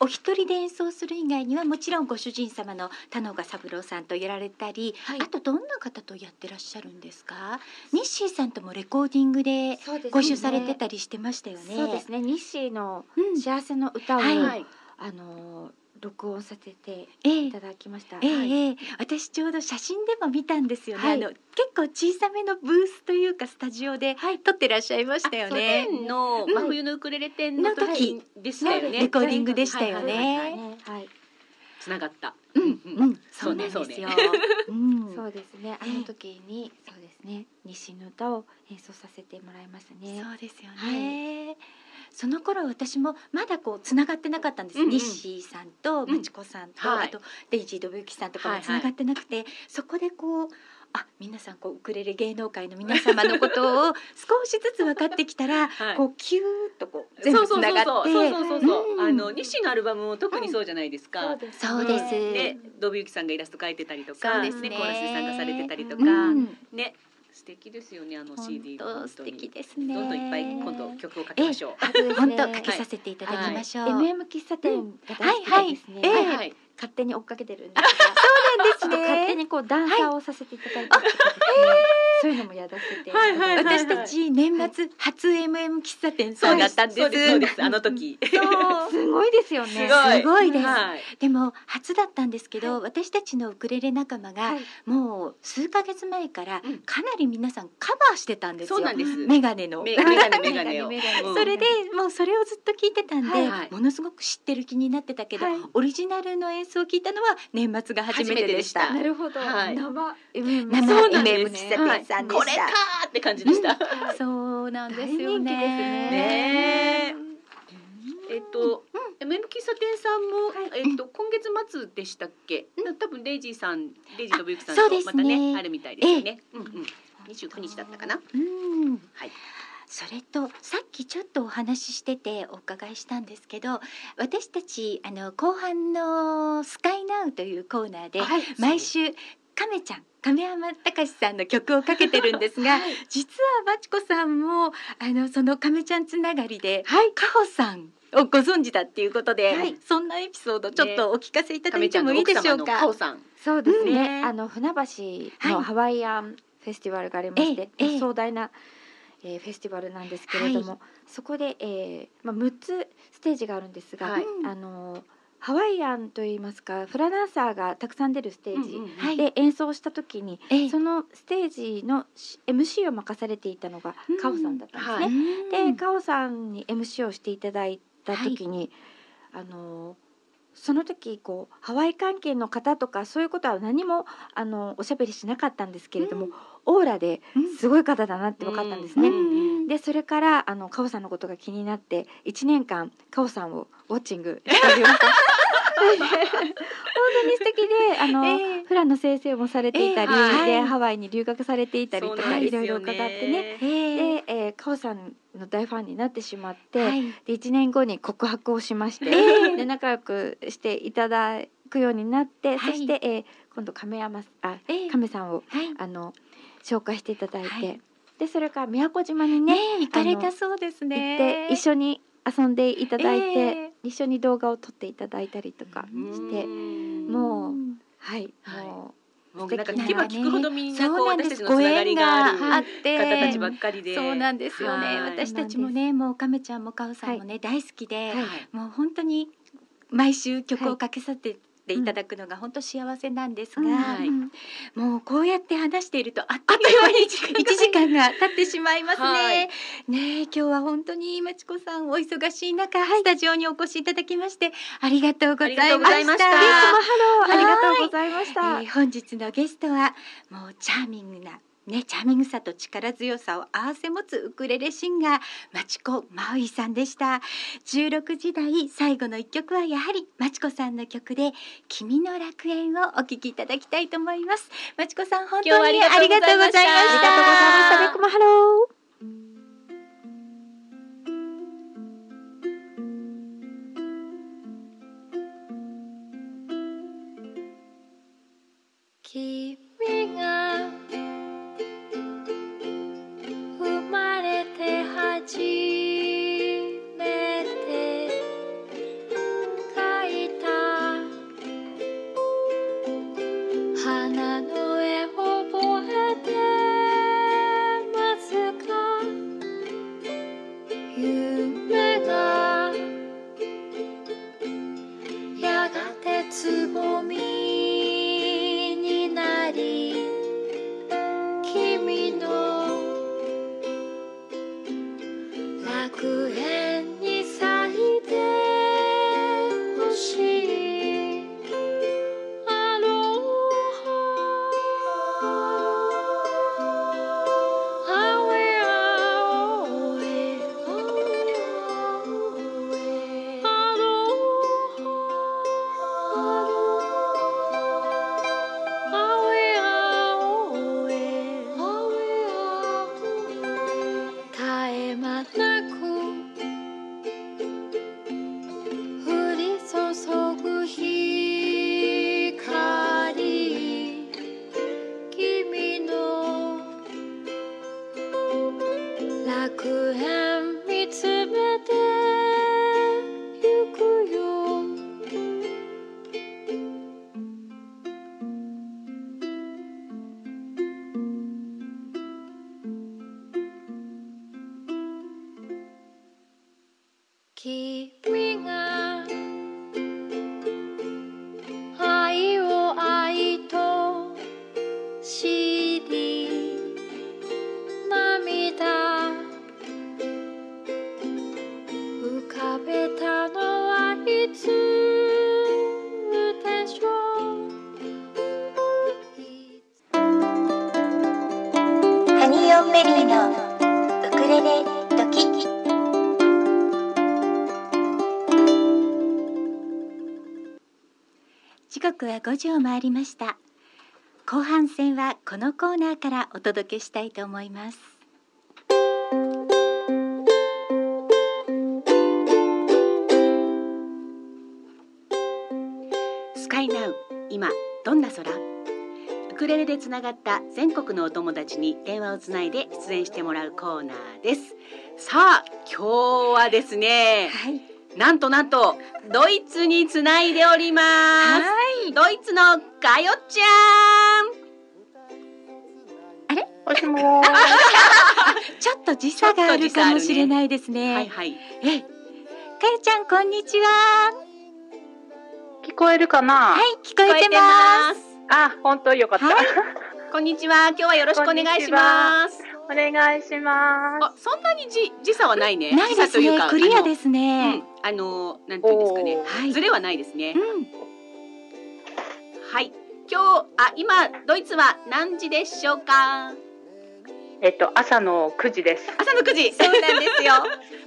[SPEAKER 1] お一人で演奏する以外にはもちろんご主人様の田野岡三郎さんとやられたり、
[SPEAKER 3] はい
[SPEAKER 1] あとどんな方とやってらっしゃるんですかニッシーさんともレコーディングで
[SPEAKER 3] そうですね
[SPEAKER 1] ご一緒されてたりしてましたよね。
[SPEAKER 3] そうですね。日誌の
[SPEAKER 1] うん
[SPEAKER 3] 幸せの歌を、
[SPEAKER 1] はい
[SPEAKER 2] はい。
[SPEAKER 3] あのー録音させて
[SPEAKER 1] ええ
[SPEAKER 3] いただきました。
[SPEAKER 1] ええ
[SPEAKER 3] はい
[SPEAKER 1] ええ私ちょうど写真でも見たんですよね、
[SPEAKER 3] は
[SPEAKER 1] あ
[SPEAKER 3] い
[SPEAKER 1] の結構小さめのブースというかスタジオで撮ってらっしゃいましたよね。
[SPEAKER 2] 去年の真冬のウクレレ展の時でしたよね。
[SPEAKER 1] レコーディングでしたよ
[SPEAKER 2] はいはいはいはい
[SPEAKER 1] ね。
[SPEAKER 3] はい、
[SPEAKER 2] つながった。
[SPEAKER 1] うんう
[SPEAKER 2] うん
[SPEAKER 1] ん、そうなんですよ。うん
[SPEAKER 3] そうですね。あ
[SPEAKER 1] ええ
[SPEAKER 3] の時に、そうですね。日誌の歌を演奏させてもらいましたね。
[SPEAKER 1] そうですよね。その頃私もまだこうつながってなかったんです、
[SPEAKER 2] うんうん
[SPEAKER 1] ニッシーさんとまちこさんと、
[SPEAKER 2] は
[SPEAKER 1] あ
[SPEAKER 2] い
[SPEAKER 1] とデイジー・ドブユキさんとかもつながってなくて、そこでこうあ皆さんこうウクレレ芸能界の皆様のことを少しずつ分かってきたら、
[SPEAKER 2] はい
[SPEAKER 1] こうキューッとこう全
[SPEAKER 2] そう
[SPEAKER 1] 部
[SPEAKER 2] そ
[SPEAKER 1] つ
[SPEAKER 2] う
[SPEAKER 1] な
[SPEAKER 2] そ
[SPEAKER 1] が
[SPEAKER 2] う
[SPEAKER 1] って
[SPEAKER 2] そうそうそうそうそう
[SPEAKER 1] うん
[SPEAKER 2] あの西のアルバムも特にそうじゃないですか、
[SPEAKER 3] です
[SPEAKER 1] そうです、
[SPEAKER 2] ね、ドビユキさんがイラスト描いてたりと
[SPEAKER 1] そ
[SPEAKER 2] か、
[SPEAKER 1] う
[SPEAKER 2] ね
[SPEAKER 1] ですね
[SPEAKER 2] コーラスさんがされてたりとか、
[SPEAKER 1] うん、
[SPEAKER 2] ね、素敵ですよね、あの
[SPEAKER 1] 本
[SPEAKER 2] CD が
[SPEAKER 1] 当
[SPEAKER 2] 本
[SPEAKER 1] 素
[SPEAKER 2] 当に
[SPEAKER 1] 敵ですね
[SPEAKER 2] どんどんいっぱい今度曲をかけましょう。
[SPEAKER 1] 本当かけさせていただきましょう、
[SPEAKER 3] MM 喫茶店が大好きなんですね、
[SPEAKER 1] ええ
[SPEAKER 2] はいはい、
[SPEAKER 3] 勝手に追っかけてるんですが
[SPEAKER 1] そうなんです
[SPEAKER 3] 勝手
[SPEAKER 1] ね
[SPEAKER 3] にこうダンサーをさせていただいてるんですけど、そういうのもやらせて、
[SPEAKER 2] はいはいはい
[SPEAKER 1] 私たち年末初 MM 喫茶店そうだったんです,、
[SPEAKER 2] そうです、そうです、あの時。す
[SPEAKER 1] そう
[SPEAKER 3] すごいですよね
[SPEAKER 1] すごいです
[SPEAKER 2] はい
[SPEAKER 1] でも初だったんですけど、私たちのウクレレ仲間が
[SPEAKER 3] はい
[SPEAKER 1] もう数ヶ月前から
[SPEAKER 2] うん
[SPEAKER 1] かなり皆さんカバーしてたんですよ、
[SPEAKER 2] そうなんです。
[SPEAKER 1] メガネの
[SPEAKER 2] メメガネメガネを。
[SPEAKER 3] メガネメガネ
[SPEAKER 2] うん
[SPEAKER 1] それでもうそれをずっと聞いてたんで、
[SPEAKER 3] はい
[SPEAKER 2] はい
[SPEAKER 1] ものすごく知ってる気になってたけど、
[SPEAKER 3] はい
[SPEAKER 1] オリジナルの演奏を聞いたのは年末が初めてでした
[SPEAKER 2] 初めてでした
[SPEAKER 3] なるほど、
[SPEAKER 2] はい
[SPEAKER 3] 生 MM
[SPEAKER 1] 生
[SPEAKER 2] そうなんで
[SPEAKER 1] MM
[SPEAKER 2] す
[SPEAKER 1] 喫茶店さんで
[SPEAKER 2] これ
[SPEAKER 1] した、
[SPEAKER 2] かーって感じでした。
[SPEAKER 1] そうなんですよ
[SPEAKER 3] 大人気ですね
[SPEAKER 2] ねえっと、MM 喫茶店さんも、えっと、今月末でしたっけ、多分レイジーさん、レイジーとブユキさん
[SPEAKER 1] あそう
[SPEAKER 2] と
[SPEAKER 1] ですね
[SPEAKER 2] またね、あるみたいですよね。うんうん、二十九日だったかな。
[SPEAKER 1] うん
[SPEAKER 2] はい
[SPEAKER 1] それとさっきちょっとお話ししててお伺いしたんですけど私たちあの後半の「スカイナウというコーナーで
[SPEAKER 3] はい
[SPEAKER 1] 毎週亀ちゃん亀山隆さんの曲をかけてるんですが、実はまちこさんもあのその亀ちゃんつながりで、
[SPEAKER 3] はい
[SPEAKER 1] かほさんをご存知だっていうことで、
[SPEAKER 2] はい
[SPEAKER 1] そんなエピソードちょっとお聞かせいただ
[SPEAKER 2] 亀
[SPEAKER 1] い
[SPEAKER 2] ち
[SPEAKER 1] て
[SPEAKER 2] ゃん
[SPEAKER 1] も
[SPEAKER 2] の
[SPEAKER 1] いい
[SPEAKER 2] 奥
[SPEAKER 1] でしょ
[SPEAKER 2] 様
[SPEAKER 1] う
[SPEAKER 2] の
[SPEAKER 1] か。
[SPEAKER 2] カオさん。
[SPEAKER 3] そうです
[SPEAKER 1] うん
[SPEAKER 3] ね、
[SPEAKER 2] ね
[SPEAKER 3] あの船橋
[SPEAKER 1] は
[SPEAKER 3] の
[SPEAKER 1] い
[SPEAKER 3] ハワイアンフェスティバルがありまして、
[SPEAKER 1] ええええ
[SPEAKER 3] 壮大な、えーフェスティバルなんですけれども、そこで、えーまあ、6つステージがあるんですが、
[SPEAKER 2] はい
[SPEAKER 3] あのーハワイアンといいますかフラダンサーがたくさん出るステージ、
[SPEAKER 2] うんうんうん
[SPEAKER 1] はい
[SPEAKER 3] で演奏した時に、
[SPEAKER 1] ええ
[SPEAKER 3] そのステージの MC を任されていたのが
[SPEAKER 1] うん
[SPEAKER 3] カオさんだったんですね。
[SPEAKER 2] はい
[SPEAKER 3] でカオさんに MC をしていただいた時に、あのその時こうハワイ関係の方とかそういうことは何もあのおしゃべりしなかったんですけれども、オーラで
[SPEAKER 1] うん
[SPEAKER 3] すごい方だなって分かったんですね。
[SPEAKER 2] うん
[SPEAKER 1] うん
[SPEAKER 3] でそれからあのカオさんのことが気になって1年間カオさんをウォッチングしておりました。本当に素敵であの、
[SPEAKER 1] ええ
[SPEAKER 3] フランの先生もされていたり、
[SPEAKER 2] ええはい
[SPEAKER 3] でハワイに留学されていたり
[SPEAKER 2] そ
[SPEAKER 3] と
[SPEAKER 2] うな
[SPEAKER 3] か
[SPEAKER 2] んで
[SPEAKER 3] い
[SPEAKER 2] すよ
[SPEAKER 3] ろ
[SPEAKER 2] ね
[SPEAKER 3] いろ伺ってね
[SPEAKER 1] えー
[SPEAKER 3] で、えー、カオさんの大ファンになってしまって、
[SPEAKER 1] はい
[SPEAKER 3] で1年後に告白をしまして、で仲良くしていただくようになって、
[SPEAKER 1] はい
[SPEAKER 3] そして、えー今度亀山さんあ
[SPEAKER 1] えー
[SPEAKER 3] 亀さんを
[SPEAKER 1] はい
[SPEAKER 3] あの紹介していただいて、
[SPEAKER 1] はい
[SPEAKER 3] でそれから宮古島に
[SPEAKER 1] ね
[SPEAKER 3] ね
[SPEAKER 1] 行かれたそうです
[SPEAKER 3] 行
[SPEAKER 1] ね。
[SPEAKER 3] って一
[SPEAKER 1] 緒
[SPEAKER 3] 緒に遊んでいただいて、
[SPEAKER 1] え
[SPEAKER 3] 一緒に動画を撮っていただいたりとかして、
[SPEAKER 2] うん
[SPEAKER 3] もうはい、
[SPEAKER 2] はい
[SPEAKER 3] も
[SPEAKER 2] もうなんか
[SPEAKER 3] 素
[SPEAKER 2] 聞け
[SPEAKER 3] 敵
[SPEAKER 2] ば
[SPEAKER 3] な
[SPEAKER 2] 聞くほどみんなこう
[SPEAKER 1] そうなん
[SPEAKER 2] 私
[SPEAKER 1] で
[SPEAKER 2] たち
[SPEAKER 1] す。
[SPEAKER 2] の
[SPEAKER 1] ご
[SPEAKER 2] つながり
[SPEAKER 1] 縁
[SPEAKER 2] がある
[SPEAKER 1] があって、
[SPEAKER 2] 方たちばっかりで。
[SPEAKER 1] そうなんですよね。
[SPEAKER 2] はい
[SPEAKER 1] 私たちもね、もう亀ちゃんもカオさんもね、大好きで、
[SPEAKER 2] はい
[SPEAKER 1] もう本当に毎週曲をかけさせていただくのが本当幸せなんですが、
[SPEAKER 3] うん
[SPEAKER 2] はい
[SPEAKER 1] もうこうやって話しているとあっという間に一時間が経ってしまいますね。
[SPEAKER 2] はい
[SPEAKER 1] ねえ今日は本当にまちこさんお忙しい中、スタジオにお越しいただきましてありがとうございま
[SPEAKER 2] ありがとうござい
[SPEAKER 1] し
[SPEAKER 2] ました
[SPEAKER 1] た。
[SPEAKER 3] うありがとうございました。
[SPEAKER 1] えー本日のゲストはもうチャーミングなねチャーミングさと力強さを併せ持つウクレレシンガーマチコマウイさんでした16時代最後の一曲はやはりマチコさんの曲で君の楽園をお聞きいただきたいと思いますマチコさん本当に
[SPEAKER 2] 今日は
[SPEAKER 1] あ
[SPEAKER 2] あ
[SPEAKER 1] り
[SPEAKER 2] り
[SPEAKER 1] が
[SPEAKER 2] が
[SPEAKER 1] と
[SPEAKER 2] と
[SPEAKER 1] う
[SPEAKER 2] う
[SPEAKER 1] ございまし
[SPEAKER 2] ご
[SPEAKER 1] た
[SPEAKER 2] ざいました
[SPEAKER 3] ありがとうございました。ベックもハロー。
[SPEAKER 6] 君が生まれて初めて描いた花の絵覚えてますか夢がやがてつぼみになり君の楽園に咲いてほしいアロハ Away, away, away.
[SPEAKER 7] 楽園見つめてゆくよ君が愛を愛と知り涙浮かべたのはいつでしょう
[SPEAKER 1] ハニーオンベリーのウクレレドキキ時刻は5時を回りました後半戦はこのコーナーからお届けしたいと思います
[SPEAKER 2] スカイナウ今どんな空ウクレレでつながった全国のお友達に電話をつないで出演してもらうコーナーですさあ今日はですね
[SPEAKER 1] はい
[SPEAKER 2] なんとなんとドイツにつないでおりますドイツのかよちゃん
[SPEAKER 8] もしもー
[SPEAKER 1] ちょっと時差があるかもしれないですね
[SPEAKER 2] はいはい
[SPEAKER 1] えかよちゃんこんにちは
[SPEAKER 8] 聞こえるかな、
[SPEAKER 1] はい聞こえてます
[SPEAKER 8] あ、本当よかった、
[SPEAKER 2] はこんにちは今日はよろしくお願いします
[SPEAKER 8] お願いします
[SPEAKER 2] あそんなにじ時差はないね
[SPEAKER 1] ないです
[SPEAKER 2] 時差という
[SPEAKER 1] ね
[SPEAKER 2] か
[SPEAKER 1] クリア
[SPEAKER 2] す
[SPEAKER 1] です
[SPEAKER 2] う
[SPEAKER 1] ね
[SPEAKER 2] ん、あのなんていうんですかね
[SPEAKER 8] おー
[SPEAKER 1] はい
[SPEAKER 2] ズレはないですね
[SPEAKER 1] うん
[SPEAKER 2] はい今日あ今ドイツは何時でしょうか
[SPEAKER 8] えっと、朝の9時です
[SPEAKER 2] 朝の9時
[SPEAKER 1] そうなん です よ。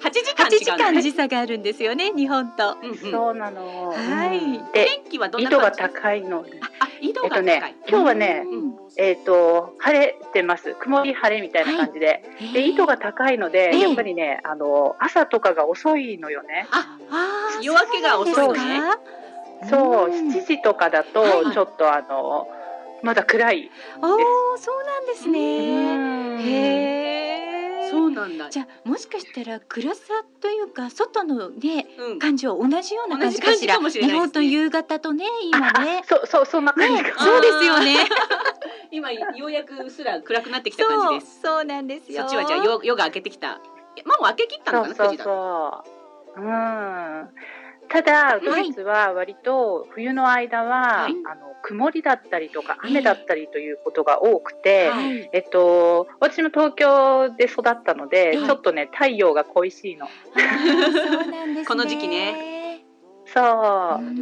[SPEAKER 2] 8時間
[SPEAKER 1] 8時
[SPEAKER 2] 違うの
[SPEAKER 1] 間
[SPEAKER 2] ね
[SPEAKER 1] 時差があるんですよね、日本と。
[SPEAKER 2] うんうん
[SPEAKER 8] そうなの
[SPEAKER 1] はい
[SPEAKER 8] うんで、
[SPEAKER 2] 天気はどんな
[SPEAKER 8] 糸が
[SPEAKER 2] 感じ
[SPEAKER 8] 高いので
[SPEAKER 2] あ緯度
[SPEAKER 8] えっ
[SPEAKER 2] が高
[SPEAKER 8] と
[SPEAKER 2] い、
[SPEAKER 8] ね、今日はね、
[SPEAKER 2] うん
[SPEAKER 8] えっと、晴れてます曇り晴れみたいな感じで、
[SPEAKER 1] え
[SPEAKER 8] で、
[SPEAKER 1] ー
[SPEAKER 8] 糸が高いので、
[SPEAKER 1] ええ
[SPEAKER 8] やっぱりね、あの、朝とかが遅いのよね
[SPEAKER 2] あ
[SPEAKER 1] あー
[SPEAKER 2] 夜明けが遅い
[SPEAKER 1] そう
[SPEAKER 8] ね
[SPEAKER 1] なんですか
[SPEAKER 8] そう、
[SPEAKER 1] うん
[SPEAKER 8] 7時とかだ
[SPEAKER 2] はい
[SPEAKER 8] と、ちょっとあの、まだ暗い
[SPEAKER 1] おお、そうなんですね。
[SPEAKER 8] へ
[SPEAKER 1] へえ。
[SPEAKER 2] そうなんだ
[SPEAKER 1] じゃあもしかしたら暗さというか外のね
[SPEAKER 2] うん
[SPEAKER 1] 感じは同じような感じ
[SPEAKER 2] 同
[SPEAKER 1] か
[SPEAKER 2] じ感
[SPEAKER 1] し
[SPEAKER 2] じ
[SPEAKER 1] ら。
[SPEAKER 2] かもしれない
[SPEAKER 1] 日
[SPEAKER 2] ですね
[SPEAKER 1] 本と夕方とね今ね。
[SPEAKER 8] そう、そう、そんな感じ
[SPEAKER 1] ね
[SPEAKER 8] か、
[SPEAKER 1] そうですよね。
[SPEAKER 2] 今ようやくうっすら暗くなってきた感
[SPEAKER 1] そう
[SPEAKER 2] じです
[SPEAKER 1] そうなんです
[SPEAKER 2] そ
[SPEAKER 1] よ。
[SPEAKER 2] っちはじゃあ夜夜が明けてきたいやもう明けきったのかな
[SPEAKER 8] そう
[SPEAKER 2] 9
[SPEAKER 8] そ
[SPEAKER 2] 時
[SPEAKER 8] う
[SPEAKER 2] だと
[SPEAKER 8] そう。うん。ただドイツは割と冬の間は、
[SPEAKER 2] はい
[SPEAKER 8] あの曇りだったりとか雨だったりということが多くて、
[SPEAKER 2] はい
[SPEAKER 1] はい。
[SPEAKER 8] えっと私も東京で育ったので、
[SPEAKER 1] はい
[SPEAKER 8] ちょっとね太陽が恋しいの。
[SPEAKER 1] あーそうなんですね。
[SPEAKER 2] この時期
[SPEAKER 1] ね。
[SPEAKER 8] そ
[SPEAKER 1] う
[SPEAKER 8] う
[SPEAKER 1] ん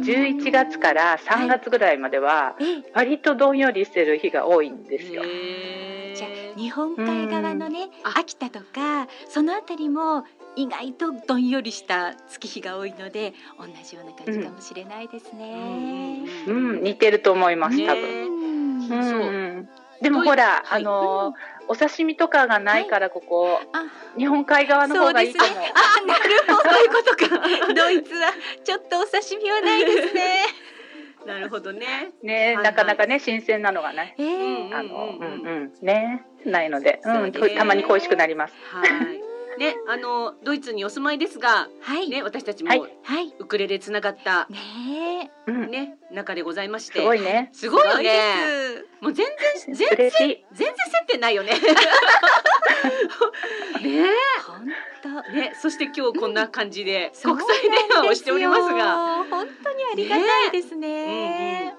[SPEAKER 8] 11月から3月ぐらいまでは
[SPEAKER 1] ええ。
[SPEAKER 8] 割とどんよりしてる日が多いんですよ。
[SPEAKER 2] へー
[SPEAKER 1] じゃあ日本海側のね、
[SPEAKER 2] あ
[SPEAKER 1] 秋田とかそのあたりも意外とどんよりした月日が多いので同じような感じかもしれないですね。
[SPEAKER 8] う
[SPEAKER 2] うん
[SPEAKER 8] ん、似てると思います、
[SPEAKER 2] ね
[SPEAKER 8] 多
[SPEAKER 2] う
[SPEAKER 8] 分。
[SPEAKER 1] うん
[SPEAKER 2] ん
[SPEAKER 8] うん
[SPEAKER 2] そう
[SPEAKER 8] うんでもほら、
[SPEAKER 2] はい
[SPEAKER 8] あのお刺身とかがないからここ、
[SPEAKER 1] あ、
[SPEAKER 8] 日本海側の
[SPEAKER 1] そ
[SPEAKER 8] 方
[SPEAKER 1] う
[SPEAKER 8] が
[SPEAKER 1] で
[SPEAKER 8] いい
[SPEAKER 1] す
[SPEAKER 8] か
[SPEAKER 1] ね
[SPEAKER 8] も。。
[SPEAKER 1] あ、なるほど、そういうこと か。ドイツはちょっとお刺身はないですね。
[SPEAKER 2] なるほどね
[SPEAKER 8] ね、
[SPEAKER 2] はい
[SPEAKER 8] なかなかね新鮮なのがね、
[SPEAKER 1] え
[SPEAKER 2] う
[SPEAKER 1] ー
[SPEAKER 2] んうん
[SPEAKER 8] あの、
[SPEAKER 2] う
[SPEAKER 8] う
[SPEAKER 2] んう
[SPEAKER 8] ん
[SPEAKER 2] ん
[SPEAKER 8] うんねないので、
[SPEAKER 2] そう
[SPEAKER 8] う
[SPEAKER 2] ね
[SPEAKER 8] ん、たまに恋しくなります。
[SPEAKER 2] はいねあのドイツにお住まいですが
[SPEAKER 1] はい、
[SPEAKER 2] ね私たち
[SPEAKER 8] は
[SPEAKER 2] も
[SPEAKER 8] い
[SPEAKER 1] はい、
[SPEAKER 2] ウクレレつながった
[SPEAKER 1] ね
[SPEAKER 8] うん、
[SPEAKER 2] ね中でございまし
[SPEAKER 8] す
[SPEAKER 2] て
[SPEAKER 8] ごいね。
[SPEAKER 2] すごいね
[SPEAKER 1] え。
[SPEAKER 2] もう全然全然
[SPEAKER 8] 嬉しい。
[SPEAKER 2] 全然接点ないよねね
[SPEAKER 1] 本当。
[SPEAKER 2] ねそして今日こんな感じで
[SPEAKER 1] そう
[SPEAKER 2] 国
[SPEAKER 1] なん
[SPEAKER 2] 際電話をしておりますが
[SPEAKER 1] ですよ本当にありがたいですね。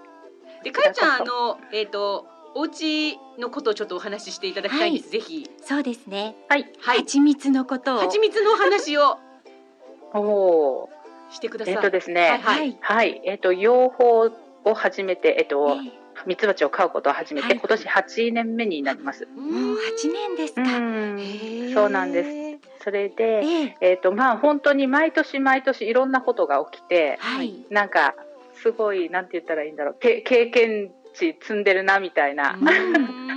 [SPEAKER 2] でかえちゃんあのえっ、とお家のことをちょっとお話ししていただきたいんです、ぜひ
[SPEAKER 1] そうですね。
[SPEAKER 8] はい。
[SPEAKER 2] はい
[SPEAKER 1] 蜂蜜のことを。
[SPEAKER 2] 蜂蜜のお話を
[SPEAKER 8] おお
[SPEAKER 2] してくださ
[SPEAKER 8] ー。
[SPEAKER 2] い、
[SPEAKER 8] えっとです
[SPEAKER 2] はい
[SPEAKER 8] ね。
[SPEAKER 2] はい、
[SPEAKER 1] はい
[SPEAKER 8] はい。えっと養蜂を始めて、えっと
[SPEAKER 1] ね
[SPEAKER 8] ミツバチを飼うことを始め
[SPEAKER 1] は
[SPEAKER 8] て、
[SPEAKER 1] い
[SPEAKER 8] 今年8年目になります。
[SPEAKER 1] もう八年です
[SPEAKER 8] う
[SPEAKER 1] か。
[SPEAKER 8] ん
[SPEAKER 1] へ。ー
[SPEAKER 8] そうなんですそれで、
[SPEAKER 1] ええ
[SPEAKER 8] えっとまあ本当に毎年毎年いろんなことが起きて、
[SPEAKER 1] はい。
[SPEAKER 8] なんかすごいなんて言ったらいいんだろう。け経験値積んでるなみたいな。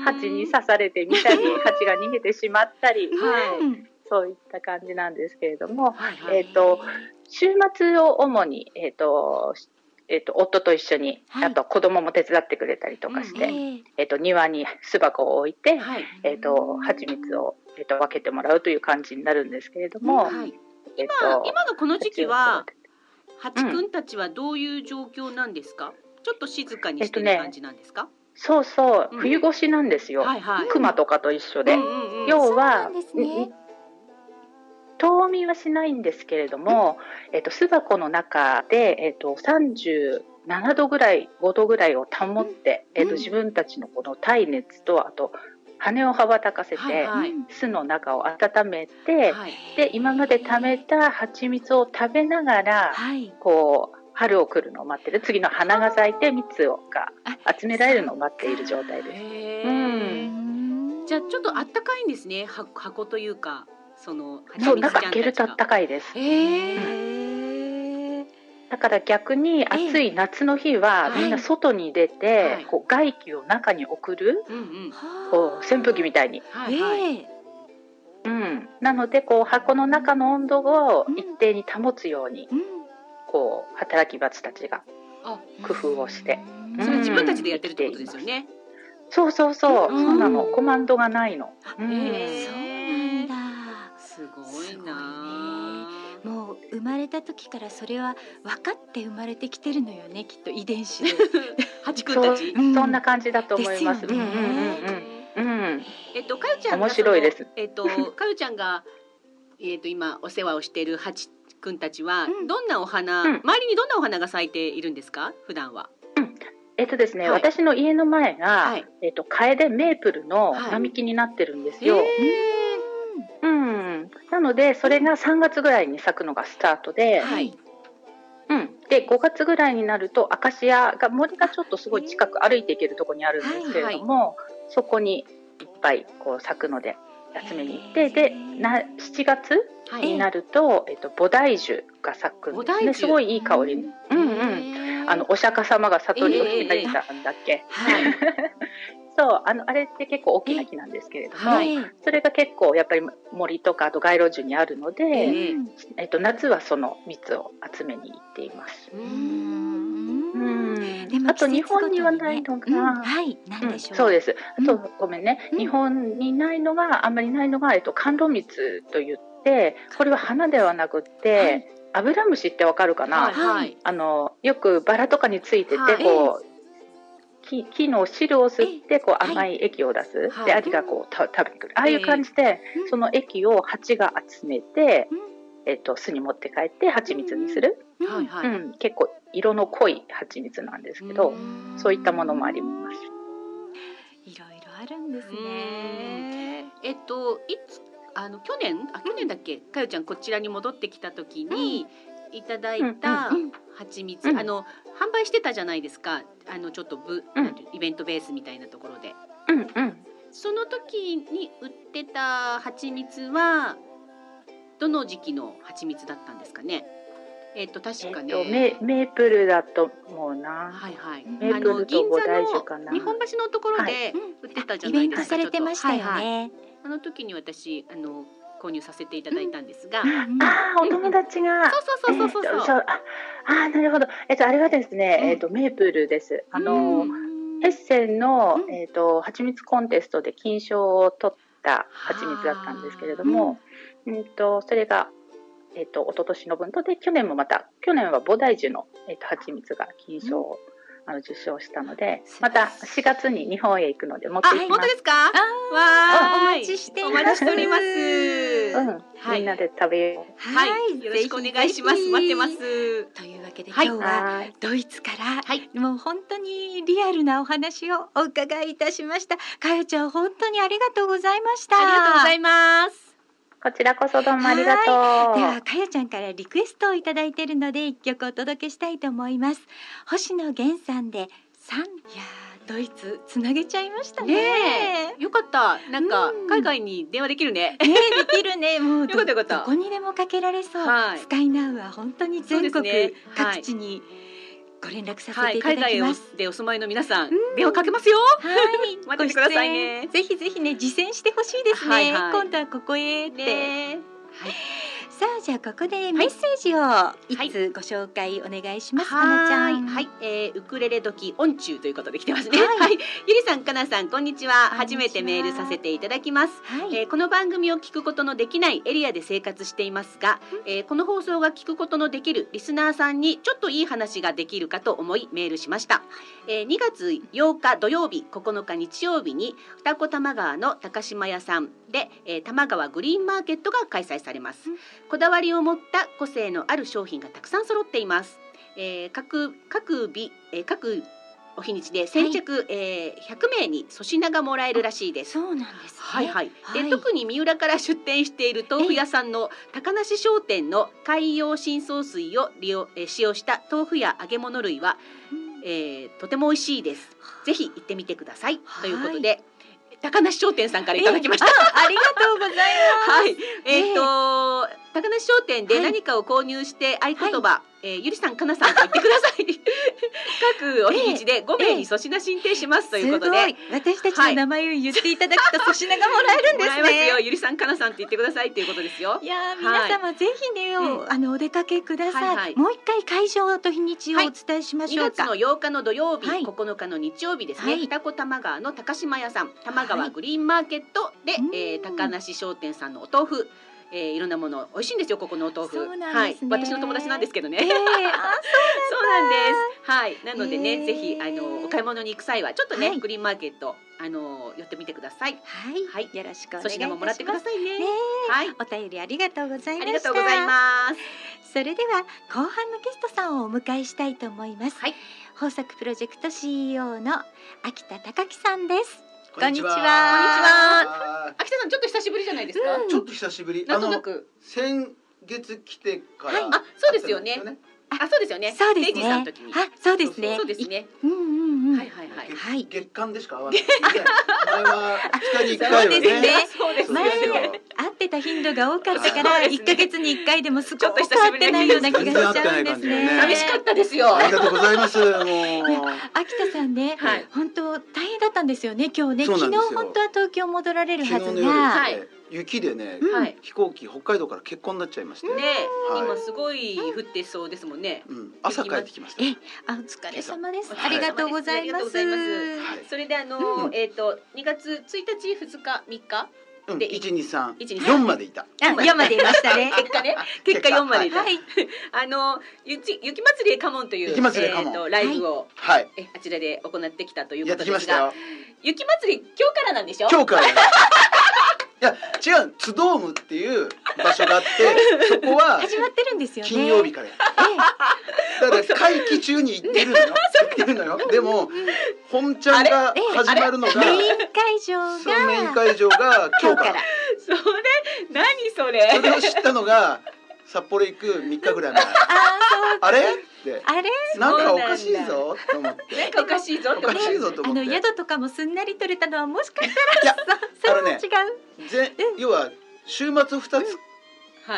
[SPEAKER 8] 蜂に刺されてみ たり蜂が逃げてしまったり
[SPEAKER 2] はい
[SPEAKER 1] うん
[SPEAKER 8] そういった感じなんですけれども
[SPEAKER 2] はいはい、
[SPEAKER 8] えっ、と週末を主にえっ、としえっと夫と一緒に、
[SPEAKER 1] はい
[SPEAKER 8] あと子供も手伝ってくれたりとかし
[SPEAKER 1] え
[SPEAKER 8] て、
[SPEAKER 1] え
[SPEAKER 8] えっと庭に巣箱を置いて、
[SPEAKER 2] はい
[SPEAKER 8] えっと蜂蜜をえっと、分けてもらうという感じになるんですけれども、
[SPEAKER 2] はい、
[SPEAKER 8] えっ
[SPEAKER 2] 今
[SPEAKER 8] と、
[SPEAKER 2] 今のこの時期はハチ
[SPEAKER 8] うん
[SPEAKER 2] くんたちはどういう状況なんですか、ちょっと静かにして
[SPEAKER 8] えっ
[SPEAKER 2] る
[SPEAKER 8] とね
[SPEAKER 2] 感じなんですか、
[SPEAKER 8] そうそう
[SPEAKER 2] うん
[SPEAKER 8] 冬越しなんですよ、
[SPEAKER 2] はいはい、
[SPEAKER 8] 熊とかと一緒で、
[SPEAKER 2] うんうんうん
[SPEAKER 8] 要
[SPEAKER 3] そ
[SPEAKER 8] は
[SPEAKER 3] うなんですね
[SPEAKER 8] 冬眠はしないんですけれども、えっと、巣箱の中で、えっと、37度ぐらい5度ぐらいを保って、えっと、自分たちのこの耐熱とあと羽を羽ばたかせて、
[SPEAKER 2] はいはい
[SPEAKER 8] 巣の中を温めて、
[SPEAKER 2] はい
[SPEAKER 8] で今まで貯めた蜂蜜を食べながら、
[SPEAKER 1] はい。
[SPEAKER 8] こう春を来るのを待ってる次の花が咲いて蜜をが集められるのを待っている状態です。
[SPEAKER 2] へー
[SPEAKER 8] う
[SPEAKER 3] うん
[SPEAKER 2] じゃあちょっとあったかいんですねは箱というかその蜂
[SPEAKER 8] そう
[SPEAKER 2] 蜜
[SPEAKER 8] だから開けると
[SPEAKER 2] ちゃんたちが
[SPEAKER 8] 暖かいです。
[SPEAKER 2] へえ
[SPEAKER 8] だから逆に暑い夏の日は
[SPEAKER 2] はい
[SPEAKER 8] みんな外に出
[SPEAKER 2] はい
[SPEAKER 8] てこう外気を中に送る
[SPEAKER 2] うんうん
[SPEAKER 8] こう扇風機みたいに。
[SPEAKER 2] はいはい、
[SPEAKER 1] え
[SPEAKER 8] うん、なのでこう箱の中の温度を一定に保つようにこう働き蜂たちが
[SPEAKER 2] あ
[SPEAKER 8] 工夫をして。
[SPEAKER 2] それは自分たちでやってるってことですよね、
[SPEAKER 8] そうそうそう、
[SPEAKER 2] うん
[SPEAKER 8] そうなのコマンドがないの。うん
[SPEAKER 2] へ
[SPEAKER 1] そう
[SPEAKER 2] え
[SPEAKER 1] なん
[SPEAKER 2] すごいな
[SPEAKER 1] だ。もう生まれた時からそれは分かって生まれてきてるのよねきっと遺伝子で。
[SPEAKER 2] ハチくん
[SPEAKER 8] そ
[SPEAKER 2] た
[SPEAKER 8] う
[SPEAKER 2] ち
[SPEAKER 1] ん
[SPEAKER 8] そんな感じだと思います。
[SPEAKER 1] ですよね
[SPEAKER 8] うんうんうんうんうん
[SPEAKER 2] えっと、かゆちゃんが
[SPEAKER 8] 面白いです
[SPEAKER 2] そのえっ と、かゆちゃんが、えっと、今お世話をしているハチくんたちは、
[SPEAKER 1] うん
[SPEAKER 2] どんなお花、
[SPEAKER 8] うん
[SPEAKER 2] 周りにどんなお花が咲いているんですか、普段は。
[SPEAKER 8] えっとですね、
[SPEAKER 2] はい
[SPEAKER 8] 私の家の前が、
[SPEAKER 2] はい
[SPEAKER 8] えっと、カエデメープルの
[SPEAKER 2] はい
[SPEAKER 8] 並木になってるんです
[SPEAKER 2] へー
[SPEAKER 8] よ。うん。なので、それが3月ぐらいに咲くのがスタートで、
[SPEAKER 2] はい。
[SPEAKER 8] うん。で、5月ぐらいになると、アカシアが、森がちょっとすごい近く歩いていけるところにあるんですけれども、そこにいっぱいこう咲くので、集めに行って、で、な7月
[SPEAKER 2] は
[SPEAKER 8] に
[SPEAKER 2] い。
[SPEAKER 8] なると、えっと、菩提樹が咲くん
[SPEAKER 2] 菩
[SPEAKER 8] で
[SPEAKER 2] 提
[SPEAKER 8] すね。
[SPEAKER 2] 樹
[SPEAKER 8] すごいいい香り。うんうん。あのお釈迦様が悟りを開いたんだっけ、
[SPEAKER 2] はい。
[SPEAKER 8] そうあのあれって結構大きな木なんですけれども、
[SPEAKER 2] はい。
[SPEAKER 8] それが結構やっぱり森とかあと街路樹にあるので、
[SPEAKER 2] え
[SPEAKER 8] え
[SPEAKER 2] え
[SPEAKER 8] っと、夏はその蜜を集めに行っています。うん
[SPEAKER 1] でも
[SPEAKER 8] あと日本にはないの
[SPEAKER 1] うん
[SPEAKER 8] が、
[SPEAKER 1] はいなん
[SPEAKER 8] うん
[SPEAKER 1] でしょう。
[SPEAKER 8] そうですあと、
[SPEAKER 1] う
[SPEAKER 8] ごめんね、
[SPEAKER 1] うん
[SPEAKER 8] 日本にないのがあんまりないのが、えっと、甘露蜜と言ってこれは花ではなくって、アブラムシってわかるかな、
[SPEAKER 2] はい。はい。
[SPEAKER 8] あのよくバラとかについてて、
[SPEAKER 2] はい
[SPEAKER 8] こう木木の汁を吸ってこう甘い液を出す、
[SPEAKER 2] はい
[SPEAKER 8] でアリがこうた食べてくるああいう感じで、
[SPEAKER 1] うん
[SPEAKER 8] その液を蜂が集めて、
[SPEAKER 1] うん
[SPEAKER 8] えっと巣に持って帰って蜂蜜にする、
[SPEAKER 1] うん
[SPEAKER 2] はい。
[SPEAKER 8] うん
[SPEAKER 2] はい。
[SPEAKER 8] 結構色の濃い蜂蜜なんですけど、
[SPEAKER 2] うん
[SPEAKER 8] そういったものもあります。
[SPEAKER 1] いろいろあるんです
[SPEAKER 2] う
[SPEAKER 1] ね。
[SPEAKER 2] えっと、いつ、あの、去年、あ、去年だっけ、かゆちゃん、こちらに戻ってきた時に。いただいた
[SPEAKER 8] うん
[SPEAKER 1] うん
[SPEAKER 2] 蜂蜜、
[SPEAKER 8] うん
[SPEAKER 2] あの、販売してたじゃないですか。あの、ちょっとぶ、
[SPEAKER 8] うん
[SPEAKER 2] なんていうイベントベースみたいなところで。
[SPEAKER 8] うんうん
[SPEAKER 2] その時に売ってた蜂蜜はどの時期の蜂蜜だったんですかね。えっ、と確かね。
[SPEAKER 8] えっと、メメープルだと思うな、
[SPEAKER 2] はいはい。
[SPEAKER 8] メープルと
[SPEAKER 2] 銀
[SPEAKER 8] 菩
[SPEAKER 2] 座
[SPEAKER 8] 提樹か
[SPEAKER 2] の
[SPEAKER 8] な
[SPEAKER 2] 日本橋のところ
[SPEAKER 8] は
[SPEAKER 2] で
[SPEAKER 1] うん
[SPEAKER 2] 売ってたじゃ
[SPEAKER 1] イ
[SPEAKER 2] な
[SPEAKER 1] ベ
[SPEAKER 2] い
[SPEAKER 1] ン
[SPEAKER 2] で
[SPEAKER 1] ト
[SPEAKER 2] すか。
[SPEAKER 1] されてましたよ
[SPEAKER 2] はいはい
[SPEAKER 1] ね。
[SPEAKER 2] あの時に私あの購入させていただいたんですが。
[SPEAKER 1] うん
[SPEAKER 8] ああお友達が、
[SPEAKER 2] そうそうそうそう
[SPEAKER 8] え
[SPEAKER 2] そ
[SPEAKER 8] ー
[SPEAKER 2] う
[SPEAKER 8] と
[SPEAKER 2] そう。
[SPEAKER 8] ああーなるほど。えっ、とあれはですね、
[SPEAKER 2] うん
[SPEAKER 8] えっ、とメープルです。あの、
[SPEAKER 1] うん
[SPEAKER 8] ヘッセンの、
[SPEAKER 1] うん
[SPEAKER 8] えっ、と蜂蜜コンテストで金賞を取った蜂蜜だったんですけれども、うん、とそれがえっ、と一昨年の分とで去年もまた去年は菩提樹のえっ、と蜂蜜が金賞を、あの受賞したので、また4月に日本へ行くので持って
[SPEAKER 2] あ
[SPEAKER 8] いき
[SPEAKER 2] 本
[SPEAKER 8] ま。
[SPEAKER 2] 当ですすか。わーい
[SPEAKER 1] お待ちしています
[SPEAKER 2] お待ちしております。
[SPEAKER 8] うん、
[SPEAKER 2] はい
[SPEAKER 8] みんなで食べよう。
[SPEAKER 2] はい。よろしくお願いします。待ってます。
[SPEAKER 1] というわけで
[SPEAKER 2] は
[SPEAKER 1] 今
[SPEAKER 2] い
[SPEAKER 1] 日は
[SPEAKER 8] はーい。
[SPEAKER 1] ドイツから、
[SPEAKER 2] はい
[SPEAKER 1] もう本当にリアルなお話をお伺いいたしました。かよちゃん本当にありがとうございました。
[SPEAKER 2] ありがとうございます。
[SPEAKER 8] こちらこそどうもありがとう。
[SPEAKER 1] で はかやちゃんからリクエストをいただいているので一曲お届けしたいと思います星野源さんで三いやードイツつなげちゃいましたね
[SPEAKER 2] ねえ、よかった。なんか
[SPEAKER 1] うん
[SPEAKER 2] 海外に電話でき るね。
[SPEAKER 1] ねえできるねもうど
[SPEAKER 2] よかったよかった
[SPEAKER 1] どこにでもかけられそう、
[SPEAKER 2] はい
[SPEAKER 1] スカイナウは本当に全
[SPEAKER 2] そう
[SPEAKER 1] 国
[SPEAKER 2] ですねはい
[SPEAKER 1] 各地にご連絡させ
[SPEAKER 2] は
[SPEAKER 1] て
[SPEAKER 2] い、
[SPEAKER 1] いた
[SPEAKER 2] 海
[SPEAKER 1] だき
[SPEAKER 2] 外
[SPEAKER 1] ます、
[SPEAKER 2] でお住まいの皆さん、電話かけますよ。
[SPEAKER 1] はい、
[SPEAKER 2] 待っててくださいね
[SPEAKER 1] ご出演ぜひぜひね実践してほしいですね、
[SPEAKER 2] はいはい
[SPEAKER 1] 今度はここへって、
[SPEAKER 2] ねえ。
[SPEAKER 1] ささあじゃあここでメッセージを一通ご紹介お願いします。かなちゃ
[SPEAKER 2] は
[SPEAKER 1] ん。
[SPEAKER 2] い、はい、えー、ウクレレ時音中ということで来てますね。はい、ゆりさん、かなさん、こんにちは。
[SPEAKER 1] こんにち
[SPEAKER 2] 初
[SPEAKER 1] は
[SPEAKER 2] めてメールさせていただきます。
[SPEAKER 1] はい。
[SPEAKER 2] えーこの番組を聞くことのできないエリアで生活していますが、えーこの放送が聞くことのできるリスナーさんにちょっといい話ができるかと思いメールしました、えー2月8日土曜日9日日曜日に二子玉川の高島屋さんで、えー玉川グリーンマーケットが開催されます、こだわりを持った個性のある商品がたくさん揃っています、えー各各日、えー各お日にちで先着、えー100名に粗品がもらえるらしいです
[SPEAKER 1] そうなんです、ね。
[SPEAKER 2] はいはい、で、
[SPEAKER 1] はい
[SPEAKER 2] 特に三浦から出店している豆腐屋さんの高梨商店の海洋深層水を利用えー使用した豆腐や揚げ物類は、えーとても美味しいです。ぜひ行ってみてください、
[SPEAKER 1] はい
[SPEAKER 2] ということで高梨商店さんからいただきまし た。
[SPEAKER 1] ありがとうござい
[SPEAKER 2] はい、えっ、と、高梨商店で何かを購入して合言葉、えーゆりさんかなさんと言ってくださ い。各お日にちで5名に粗品申請します、ということで。
[SPEAKER 1] 私たちの名前を言っていただ くと粗品がもらえるんですね。
[SPEAKER 2] もらえますよ。ゆりさん、かなさんって言ってくださいっていうことですよ
[SPEAKER 1] い。やー皆様ぜひね、おあのお出かけください。
[SPEAKER 2] はいはい
[SPEAKER 1] もう一回会場と日にちをお伝えしま
[SPEAKER 2] 2
[SPEAKER 1] しょう
[SPEAKER 2] 月
[SPEAKER 1] か。
[SPEAKER 2] の8日の土曜日、
[SPEAKER 1] はい
[SPEAKER 2] 9日の日曜日ですね、
[SPEAKER 1] はい
[SPEAKER 2] 二子玉川の高島屋さん玉
[SPEAKER 1] は
[SPEAKER 2] 川
[SPEAKER 1] い
[SPEAKER 2] グリーンマーケットで、
[SPEAKER 1] うん
[SPEAKER 2] えー高梨商店さんのお豆腐、えーいろんなもの美味しいんですよここのお豆腐
[SPEAKER 1] そうな
[SPEAKER 2] は
[SPEAKER 1] んで
[SPEAKER 2] い
[SPEAKER 1] すね、
[SPEAKER 2] 私の友達なんですけどね、
[SPEAKER 1] え
[SPEAKER 2] そう
[SPEAKER 1] えあ
[SPEAKER 2] なんですはいなのでね、
[SPEAKER 1] へー
[SPEAKER 2] ぜひあのお買い物に行く際はちょっとね、
[SPEAKER 1] はい
[SPEAKER 2] グリーンマーケットあの寄ってみてください
[SPEAKER 1] はい、
[SPEAKER 2] はい
[SPEAKER 1] よろしくお願いい
[SPEAKER 2] 粗
[SPEAKER 1] たし
[SPEAKER 2] 品ももらってく
[SPEAKER 1] ま
[SPEAKER 2] だ
[SPEAKER 1] す。
[SPEAKER 2] さいね
[SPEAKER 1] ね
[SPEAKER 2] はい
[SPEAKER 1] お便りありがとうござい
[SPEAKER 2] あ
[SPEAKER 1] ました。
[SPEAKER 2] りがとうございます
[SPEAKER 1] す。それでは後半のゲストさんをお迎えしたいと思います。
[SPEAKER 2] はい
[SPEAKER 1] 豊作プロジェクト CEO の秋田隆樹さんです。
[SPEAKER 9] こんにちは。
[SPEAKER 1] こんにち
[SPEAKER 2] は
[SPEAKER 9] は。
[SPEAKER 2] 秋田さんちょっと久しぶりじゃないですか、
[SPEAKER 1] うん
[SPEAKER 9] ちょっと久しぶり。
[SPEAKER 2] なんとな
[SPEAKER 9] あの
[SPEAKER 2] く
[SPEAKER 9] 先月来てか
[SPEAKER 2] は
[SPEAKER 9] ら、
[SPEAKER 2] いあそうですよね
[SPEAKER 9] 会って
[SPEAKER 2] あそう
[SPEAKER 9] ないで
[SPEAKER 2] ですよね
[SPEAKER 1] そうですね
[SPEAKER 2] デイジーさんの時に
[SPEAKER 1] あ、そうですね。
[SPEAKER 2] そうですね
[SPEAKER 1] うんうんうん。
[SPEAKER 2] はいはいはい
[SPEAKER 9] すよね。
[SPEAKER 1] はい
[SPEAKER 9] 月月間でしか会 わない。ね前は二日に一
[SPEAKER 1] そう
[SPEAKER 9] 回は
[SPEAKER 1] です
[SPEAKER 9] ね。
[SPEAKER 1] ね
[SPEAKER 2] そうです
[SPEAKER 1] 前
[SPEAKER 9] そうですよ
[SPEAKER 1] 会ってた頻度が多かったから
[SPEAKER 2] はい
[SPEAKER 1] 一ヶ月に一回でもすごく
[SPEAKER 2] ちょっと久
[SPEAKER 1] 会
[SPEAKER 2] し
[SPEAKER 1] っ
[SPEAKER 2] ぶ
[SPEAKER 1] て
[SPEAKER 2] り
[SPEAKER 1] ないような気がしちゃうんですね
[SPEAKER 9] 全然
[SPEAKER 2] 寂
[SPEAKER 9] 会
[SPEAKER 2] しかったですよ。
[SPEAKER 9] ありがとうございます。もう。
[SPEAKER 1] 秋田さんね、
[SPEAKER 2] はい
[SPEAKER 1] 本当大変だったんですよね今日ね
[SPEAKER 9] そうな
[SPEAKER 1] 昨
[SPEAKER 9] ん
[SPEAKER 1] 日
[SPEAKER 9] ですよ
[SPEAKER 1] 本当は東京戻られる
[SPEAKER 9] 昨
[SPEAKER 1] は
[SPEAKER 9] 日
[SPEAKER 1] ず
[SPEAKER 9] の夜ですね、
[SPEAKER 1] が、
[SPEAKER 2] はい
[SPEAKER 9] 雪でね、
[SPEAKER 2] はい。
[SPEAKER 9] 飛行機北海道から欠航になっちゃいまして。
[SPEAKER 2] ね、
[SPEAKER 9] はい
[SPEAKER 2] 今すごい降ってそうですもんね。
[SPEAKER 9] うん、朝帰ってきました。
[SPEAKER 1] えあお疲れ様です、
[SPEAKER 9] はい
[SPEAKER 1] ありがとうございます
[SPEAKER 2] ありがとうございま
[SPEAKER 9] はい
[SPEAKER 2] それであの、
[SPEAKER 9] うん
[SPEAKER 2] えっ、と2月1日2日3日
[SPEAKER 9] うん、
[SPEAKER 2] で
[SPEAKER 9] 一二三、
[SPEAKER 2] 一二三
[SPEAKER 9] 四までいた。
[SPEAKER 1] あ山でいましたね
[SPEAKER 2] 結果ね結果4までいた、
[SPEAKER 9] は
[SPEAKER 1] はい
[SPEAKER 2] あの雪雪祭りへカモンという
[SPEAKER 9] 雪祭りへカモン
[SPEAKER 2] えーとライブを、
[SPEAKER 9] はい。
[SPEAKER 2] えあちらで行ってきたという
[SPEAKER 9] や
[SPEAKER 2] こと
[SPEAKER 9] ってき
[SPEAKER 2] で
[SPEAKER 9] ますした
[SPEAKER 2] が
[SPEAKER 9] よ。
[SPEAKER 2] 雪祭り今日からなんでしょ
[SPEAKER 9] 今日から。 いや違うツドームっていう場所があ ってそこは
[SPEAKER 1] 始まってるんですよね
[SPEAKER 9] 金曜日からやってるだから会期中に行ってる のよ行ってるのよでも本ちゃんが始まるのが
[SPEAKER 1] メイン会場
[SPEAKER 9] そのメイン
[SPEAKER 1] が
[SPEAKER 9] 会場が今日から
[SPEAKER 2] それ何そ
[SPEAKER 9] それ
[SPEAKER 2] れ
[SPEAKER 9] を知ったのが札幌行く3日ぐらい前
[SPEAKER 1] あー
[SPEAKER 9] あれって
[SPEAKER 1] そうあれ
[SPEAKER 9] なんかおかしいぞと思って
[SPEAKER 2] なんかおかしいぞって
[SPEAKER 9] おかしいぞと
[SPEAKER 1] あ
[SPEAKER 9] 思って
[SPEAKER 1] の
[SPEAKER 9] いや
[SPEAKER 1] 宿とかもすんなり取れたのはもしかした
[SPEAKER 9] あ
[SPEAKER 1] ら
[SPEAKER 9] の
[SPEAKER 1] それは違
[SPEAKER 9] ね
[SPEAKER 1] う
[SPEAKER 9] ぜ要は週末2つ
[SPEAKER 2] は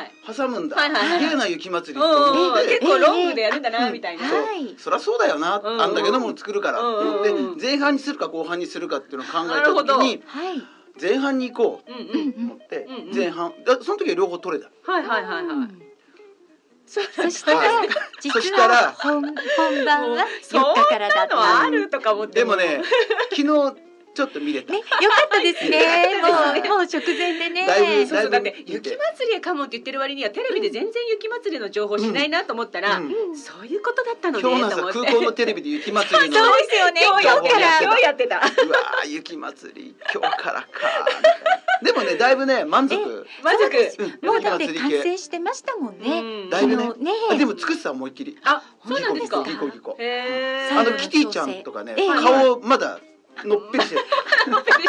[SPEAKER 2] い
[SPEAKER 9] 挟むんだ
[SPEAKER 2] はいはいはい
[SPEAKER 9] 綺麗な雪祭りって
[SPEAKER 2] うん
[SPEAKER 9] 思
[SPEAKER 2] うん
[SPEAKER 9] っ
[SPEAKER 2] うん
[SPEAKER 9] て
[SPEAKER 2] 結構ロングでやるんだな
[SPEAKER 9] うん
[SPEAKER 2] みたいな、
[SPEAKER 9] そう
[SPEAKER 1] はい
[SPEAKER 9] そりゃそうだよな、
[SPEAKER 2] うんうん
[SPEAKER 9] あんだけども作るから、
[SPEAKER 2] うんうんうん
[SPEAKER 9] で前半にするか後半にするかっていうのを考えた時に
[SPEAKER 1] はい
[SPEAKER 9] 前半に行こう
[SPEAKER 2] うんう、
[SPEAKER 1] うんうんん
[SPEAKER 9] と思って、
[SPEAKER 2] うんうん
[SPEAKER 9] 前半だその時は両方取れた
[SPEAKER 2] はいはいはいはい、
[SPEAKER 1] うん
[SPEAKER 2] そう
[SPEAKER 1] そしたら
[SPEAKER 9] はいそ
[SPEAKER 1] 実
[SPEAKER 9] した
[SPEAKER 1] は
[SPEAKER 9] ら
[SPEAKER 1] 本本番は
[SPEAKER 2] そ
[SPEAKER 1] 4
[SPEAKER 2] ん
[SPEAKER 1] 日からだっ
[SPEAKER 2] なの
[SPEAKER 1] た
[SPEAKER 2] あるとか思って
[SPEAKER 9] でもね 昨日ちょっと見れた、
[SPEAKER 1] ね、よかったですね。
[SPEAKER 9] よかったです
[SPEAKER 1] もう、もう直前でね。
[SPEAKER 9] だいぶ
[SPEAKER 2] そうそうだ
[SPEAKER 9] だ
[SPEAKER 2] っ
[SPEAKER 9] いぶ
[SPEAKER 2] て
[SPEAKER 9] 見て
[SPEAKER 2] 雪祭りへかもって言ってる割にはテレビで全然雪祭りの情報しないなと思ったら、
[SPEAKER 9] うん
[SPEAKER 2] そういうことだったのねと
[SPEAKER 9] 今日
[SPEAKER 2] 思
[SPEAKER 9] の
[SPEAKER 2] って
[SPEAKER 9] 朝空港のテレビで雪祭 りの
[SPEAKER 1] そうですよね。
[SPEAKER 2] 今日やって
[SPEAKER 9] 今日やったてた
[SPEAKER 2] 今日やってた
[SPEAKER 9] うわー雪祭り今日からかみたいなでもねだいぶね満足、
[SPEAKER 2] 満足
[SPEAKER 9] うん
[SPEAKER 1] もうだって
[SPEAKER 9] 雪
[SPEAKER 1] 完
[SPEAKER 9] 祭り系
[SPEAKER 1] 成してましたもん
[SPEAKER 2] う
[SPEAKER 1] ね。
[SPEAKER 2] ん
[SPEAKER 9] だいぶね
[SPEAKER 1] あのね
[SPEAKER 9] あでも作ってた思いっきり
[SPEAKER 2] あそうなんですか
[SPEAKER 9] ギコギコギコギコ
[SPEAKER 2] へえ
[SPEAKER 9] あのキティちゃんとかね、
[SPEAKER 1] ええ
[SPEAKER 9] 顔まだのっぺりしてる